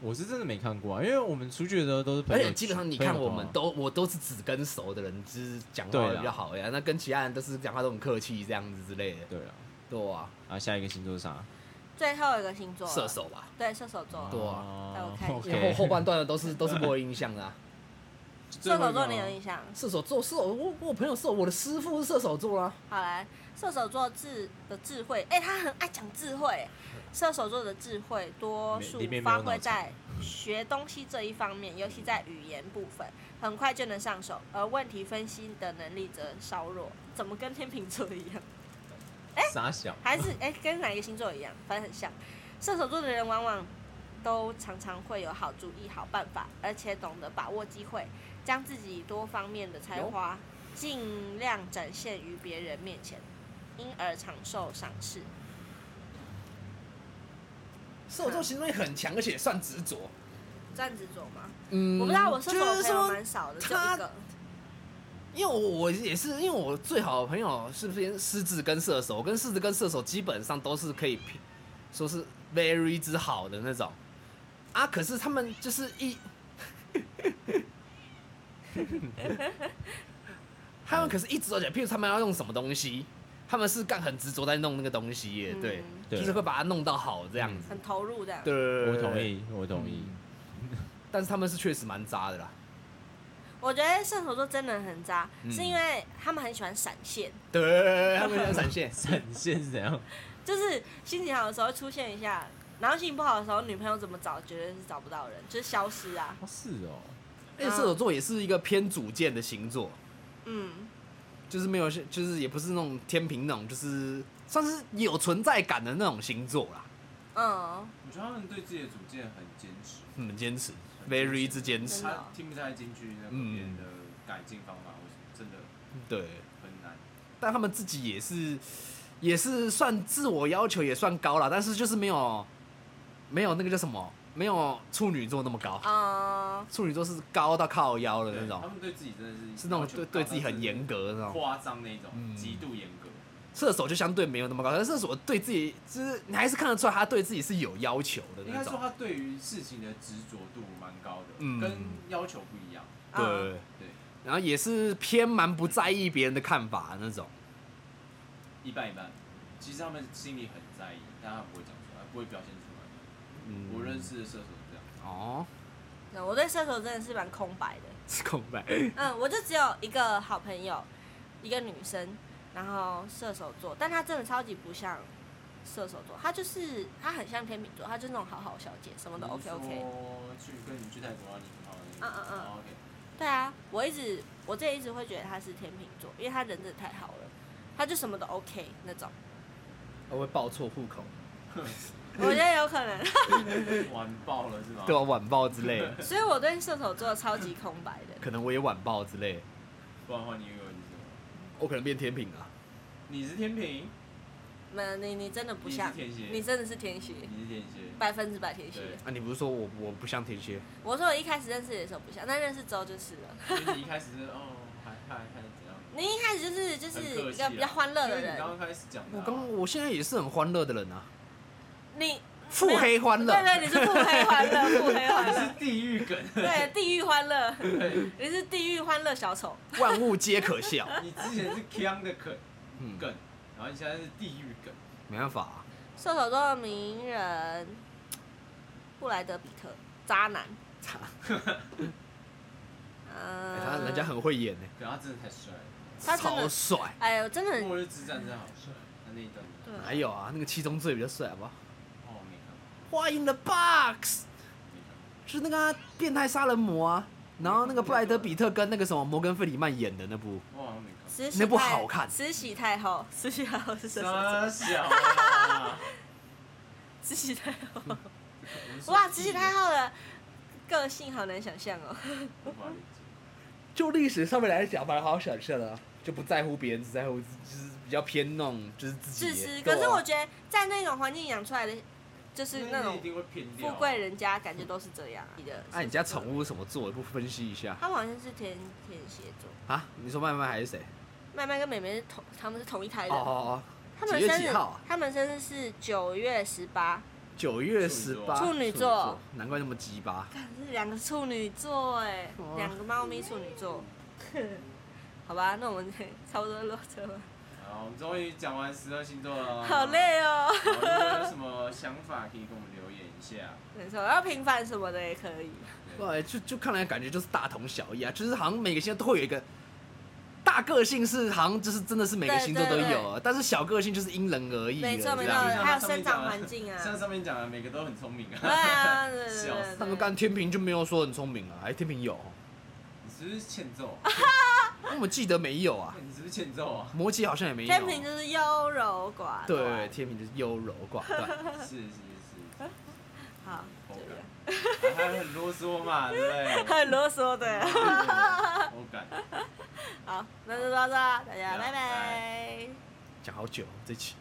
Speaker 4: 我是真的没看过啊，因为我们出去的时候都是朋
Speaker 2: 而
Speaker 4: 友，
Speaker 2: 且基本上你看
Speaker 4: 朋友
Speaker 2: 我
Speaker 4: 团
Speaker 2: 们
Speaker 4: 啊
Speaker 2: 都我都是只跟熟的人，就是讲
Speaker 4: 对啊
Speaker 2: 话
Speaker 4: 啦
Speaker 2: 比较好啊呀，那跟其他人都是讲话都很客气这样子之类的，
Speaker 4: 对啊。
Speaker 2: 对啊，
Speaker 4: 啊，下一个星座是啥？
Speaker 3: 最后一个星座了
Speaker 2: 射，手吧。
Speaker 3: 对，啊射手座
Speaker 2: 对，啊
Speaker 3: 来我
Speaker 4: 哦
Speaker 3: 看一下
Speaker 2: 因为
Speaker 4: OK，
Speaker 2: 后后半段的都 是都是不会印象的、啊。
Speaker 3: 射手座你有印
Speaker 4: 哦
Speaker 3: 象？
Speaker 2: 射手座，射手，我我朋友射手，我的师傅是射手座啊啦、
Speaker 3: 好来，射手座智的智慧，哎、他很爱讲智慧。射手座的智慧多数
Speaker 4: 嗯里面没有
Speaker 3: 发
Speaker 4: 嗯脑
Speaker 3: 挥
Speaker 4: 残
Speaker 3: 在学东西这一方面，尤其在语言部分，很快就能上手，而问题分析的能力则稍弱。怎么跟天秤座一样？
Speaker 4: 傻小，
Speaker 3: 还是哎、跟哪一个星座一样？反正很像。射手座的人往往都常常会有好主意、好办法，而且懂得把握机会，将自己多方面的才华尽量展现于别人面前，因而常受赏识。
Speaker 2: 射手座行动力很强，而且算执着。
Speaker 3: 这样子做吗？
Speaker 2: 嗯
Speaker 3: 我不知道，我射手
Speaker 2: 就
Speaker 3: 的
Speaker 2: 是
Speaker 3: 朋友
Speaker 2: 说，
Speaker 3: 蛮少的，
Speaker 2: 他
Speaker 3: 只有一个。
Speaker 2: 因为我我也是，因为我最好的朋友是不是狮子跟射手，我跟狮子跟射手基本上都是可以拼说是 very 之好的那种啊，可是他们就是一。 他们可是一直都讲，譬如他们要用什么东西，他们是干很执着在弄那个东西耶，对，
Speaker 3: 嗯
Speaker 4: 对嗯
Speaker 2: 就是会把它弄到好这样子。
Speaker 3: 很投入这样。
Speaker 2: 对对，对
Speaker 4: 我同。意，
Speaker 2: 嗯
Speaker 4: 我同意。。
Speaker 2: 但是他们是确实蛮渣的啦。
Speaker 3: 我觉得射手座真的很渣，
Speaker 2: 嗯
Speaker 3: 是因为他们很喜欢闪现，
Speaker 2: 对，他们喜欢闪现
Speaker 4: 闪现是怎样？哦
Speaker 3: 就是心情好的时候会出现一下，然后心情不好的时候，女朋友怎么找，绝对是找不到人，就是消失啊。
Speaker 4: 哦，是哦，
Speaker 2: 而且射手座也是一个偏主见的星座，
Speaker 3: 嗯，
Speaker 2: 就是没有，就是也不是那种天平那种，就是算是有存在感的那种星座啦。
Speaker 3: 嗯，
Speaker 4: 我觉得他们对自己的主见很坚持，
Speaker 2: 很坚持，very 之坚持，
Speaker 3: 真的
Speaker 4: 他
Speaker 3: 哦
Speaker 4: 听不太进去那个
Speaker 2: 嗯
Speaker 4: 别人的改进方法，或什么真的
Speaker 2: 对。
Speaker 4: 很难。
Speaker 2: 但他们自己也是，也是算自我要求也算高啦，但是就是没有，没有那个叫什么，没有处女座那么高。
Speaker 3: 嗯，
Speaker 2: 处女座是高到靠腰的那
Speaker 4: 啊对他
Speaker 2: 种，
Speaker 4: 们对自己真的是
Speaker 2: 是那种
Speaker 4: 要求
Speaker 2: 对
Speaker 4: 高
Speaker 2: 对
Speaker 4: 到
Speaker 2: 自己
Speaker 4: 真
Speaker 2: 很
Speaker 4: 的
Speaker 2: 严格的那种。
Speaker 4: 夸张那种，
Speaker 2: 嗯
Speaker 4: 极度严格。
Speaker 2: 射手就相对没有那么高，但是射手对自己就是你还是看得出来他对自己是有要求的
Speaker 4: 应
Speaker 2: 那
Speaker 4: 该说
Speaker 2: 种。
Speaker 4: 他对于事情的执着度蛮高的，
Speaker 2: 嗯
Speaker 4: 跟要求不一样。
Speaker 3: 嗯，
Speaker 2: 对，
Speaker 4: 对，
Speaker 2: 然后也是偏蛮不在意别人的看法的那种。
Speaker 4: 一半一半。其实他们心里很在意，但他们不会讲出来，不会表现出来。
Speaker 2: 嗯
Speaker 4: 我认识的射手是这样，
Speaker 2: 哦，
Speaker 3: 那我对射手真的是蛮空白的。
Speaker 2: 是空白。
Speaker 3: 嗯，我就只有一个好朋友，一个女生，然后射手座，但她真的超级不像射手座，她就是她很像天秤座，她就是那种好好小姐，什么都 OK OK。
Speaker 4: 我去跟你去泰国，然后啊你很好哦
Speaker 3: 嗯嗯
Speaker 4: 的那个，
Speaker 3: 嗯
Speaker 4: 然后 OK，
Speaker 3: 对啊，我一直我这一直会觉得他是天秤座，因为他人真的太好了，他就什么都 OK 那种。
Speaker 2: 会会报错户口，
Speaker 3: 我觉得有可能，
Speaker 4: 完爆了是吗？
Speaker 2: 对啊，晚报之类的，
Speaker 3: 所以我对射手座超级空白的。
Speaker 2: 可能我也晚报之类的，
Speaker 4: 不然的话你以为你是什么？
Speaker 2: 我可能变天平啊。
Speaker 4: 你是天平，
Speaker 3: 那你你真的不像，
Speaker 4: 你是天蝎
Speaker 3: 你真的是天蝎，
Speaker 4: 你是天蝎，
Speaker 3: 百分之百天蝎
Speaker 4: 对。
Speaker 2: 啊，你不是说我我不像天蝎？
Speaker 3: 我说我一开始认识你的时候不像，但认识之后就是了。
Speaker 4: 所以你一开始是哦，还还还怎样？
Speaker 3: 你一开始就是就
Speaker 4: 很
Speaker 3: 是
Speaker 4: 客
Speaker 3: 一
Speaker 4: 气啊
Speaker 3: 个比较欢乐的
Speaker 4: 就是你刚
Speaker 3: 人，
Speaker 4: 刚开始讲的
Speaker 2: 我
Speaker 4: 啊，
Speaker 2: 刚我现在也是很欢乐的人啊，
Speaker 3: 你
Speaker 2: 腹黑欢乐
Speaker 3: 对。对，你是腹黑欢乐，腹黑欢
Speaker 4: 你
Speaker 3: 乐
Speaker 4: 是，地狱梗，
Speaker 3: 对地狱欢乐，
Speaker 4: 对。
Speaker 3: 你是地狱欢乐小丑。
Speaker 2: 万物皆可 笑。
Speaker 4: 你之前是 Kiang 的梗
Speaker 2: 嗯，
Speaker 4: 梗，然后你现在是地狱梗，
Speaker 2: 没办法、啊，
Speaker 3: 射手座的名人布莱德比特，渣 男。
Speaker 2: 差、
Speaker 3: 嗯、
Speaker 2: 欸他人家很会演呢、
Speaker 4: 可他真的太帅了，
Speaker 3: 他真
Speaker 2: 超
Speaker 3: 的，
Speaker 2: 帅。
Speaker 3: 哎呦，真的
Speaker 4: 《
Speaker 3: 很
Speaker 4: 末日之战》真的好帅，他那一段
Speaker 3: 对啊
Speaker 2: 还有啊，那个七宗罪比较帅，好不好？
Speaker 4: 哦，我没看过，
Speaker 2: 花 in the box
Speaker 4: 没看过，
Speaker 2: 是那个啊、变态杀人魔啊，然后那个布莱德比特跟那个什么摩根费里曼演的那部，
Speaker 4: 我好像没看过。
Speaker 3: 慈禧
Speaker 2: 那部
Speaker 3: 太
Speaker 2: 好看
Speaker 3: 慈禧太后，慈禧太后是什么？
Speaker 4: 傻小 啊！
Speaker 3: 慈禧太后，哇，慈禧太后的个性好难想象哦。
Speaker 4: 无法理解，
Speaker 2: 就历史上面来讲，反而好想象了，就不在乎别人，只在乎就是比较偏那种就是自己
Speaker 3: 自
Speaker 2: 的。
Speaker 3: 私，
Speaker 2: 对啊
Speaker 3: 可是我觉得在那种环境养出来的，就是那
Speaker 4: 一
Speaker 3: 种
Speaker 4: 定会偏掉。啊
Speaker 3: 富贵，人家，感觉都是这样啊。你的，
Speaker 2: 那、啊哎你家宠，物什么座？不分析一下
Speaker 3: 他们好像是天天蝎座，
Speaker 2: 啊？你说麦麦还是谁？
Speaker 3: 麦麦跟美美是同，他们是同一胎
Speaker 2: 哦
Speaker 3: 的。
Speaker 2: 哦哦，
Speaker 3: 他们
Speaker 2: 几月
Speaker 3: 生
Speaker 2: 几
Speaker 3: 日
Speaker 2: 号啊，
Speaker 3: 他们生日是九月十八，
Speaker 2: 九月十八，
Speaker 3: 处女座，
Speaker 2: 难怪那么鸡巴。
Speaker 3: 看是两个处女座哎
Speaker 2: 哇，
Speaker 3: 两个猫咪处女座。
Speaker 2: 哦
Speaker 3: 好吧，那我们差不多落车了，
Speaker 4: 好，我们终于讲完十二星座了。
Speaker 3: 好。累哦。
Speaker 4: 如果有什么想法，可以跟我们留言一下。
Speaker 3: 没错，要平凡什么的也可以。
Speaker 2: 对，就就看来感觉就是大同小异啊，就是好像每个星座都会有一个大个性，是好像就是真的是每个星座都
Speaker 3: 对对
Speaker 2: 有啊，但是小个性就是因人而异的
Speaker 3: 没错
Speaker 2: 这
Speaker 3: 没错
Speaker 4: 啊
Speaker 2: 样
Speaker 3: 还有生长环境啊
Speaker 4: 像上面讲的， 每个都很聪明
Speaker 3: 对
Speaker 4: 啊。
Speaker 3: 啊，对对
Speaker 4: 笑死
Speaker 3: 对
Speaker 2: 他
Speaker 3: 对
Speaker 2: 们干哦天平就没有说很聪明啊，哎，天平有，
Speaker 4: 你是不是欠揍？啊
Speaker 2: 那我记得没有啊，
Speaker 4: 你是不是欠揍啊？
Speaker 2: 摩羯好像也没有。
Speaker 3: 天平就是啊优柔寡断。
Speaker 2: 对，，天平就是优柔寡断。
Speaker 4: 是是 是，
Speaker 3: 好，
Speaker 4: 口
Speaker 3: 就这样。
Speaker 4: 感，还很啰嗦嘛，对不对？
Speaker 3: 很啰嗦的。
Speaker 4: 口感，
Speaker 3: 好，那就到这啦，大家
Speaker 4: 对啊
Speaker 3: 拜
Speaker 4: 拜
Speaker 3: 拜。
Speaker 2: 讲好久哦这期。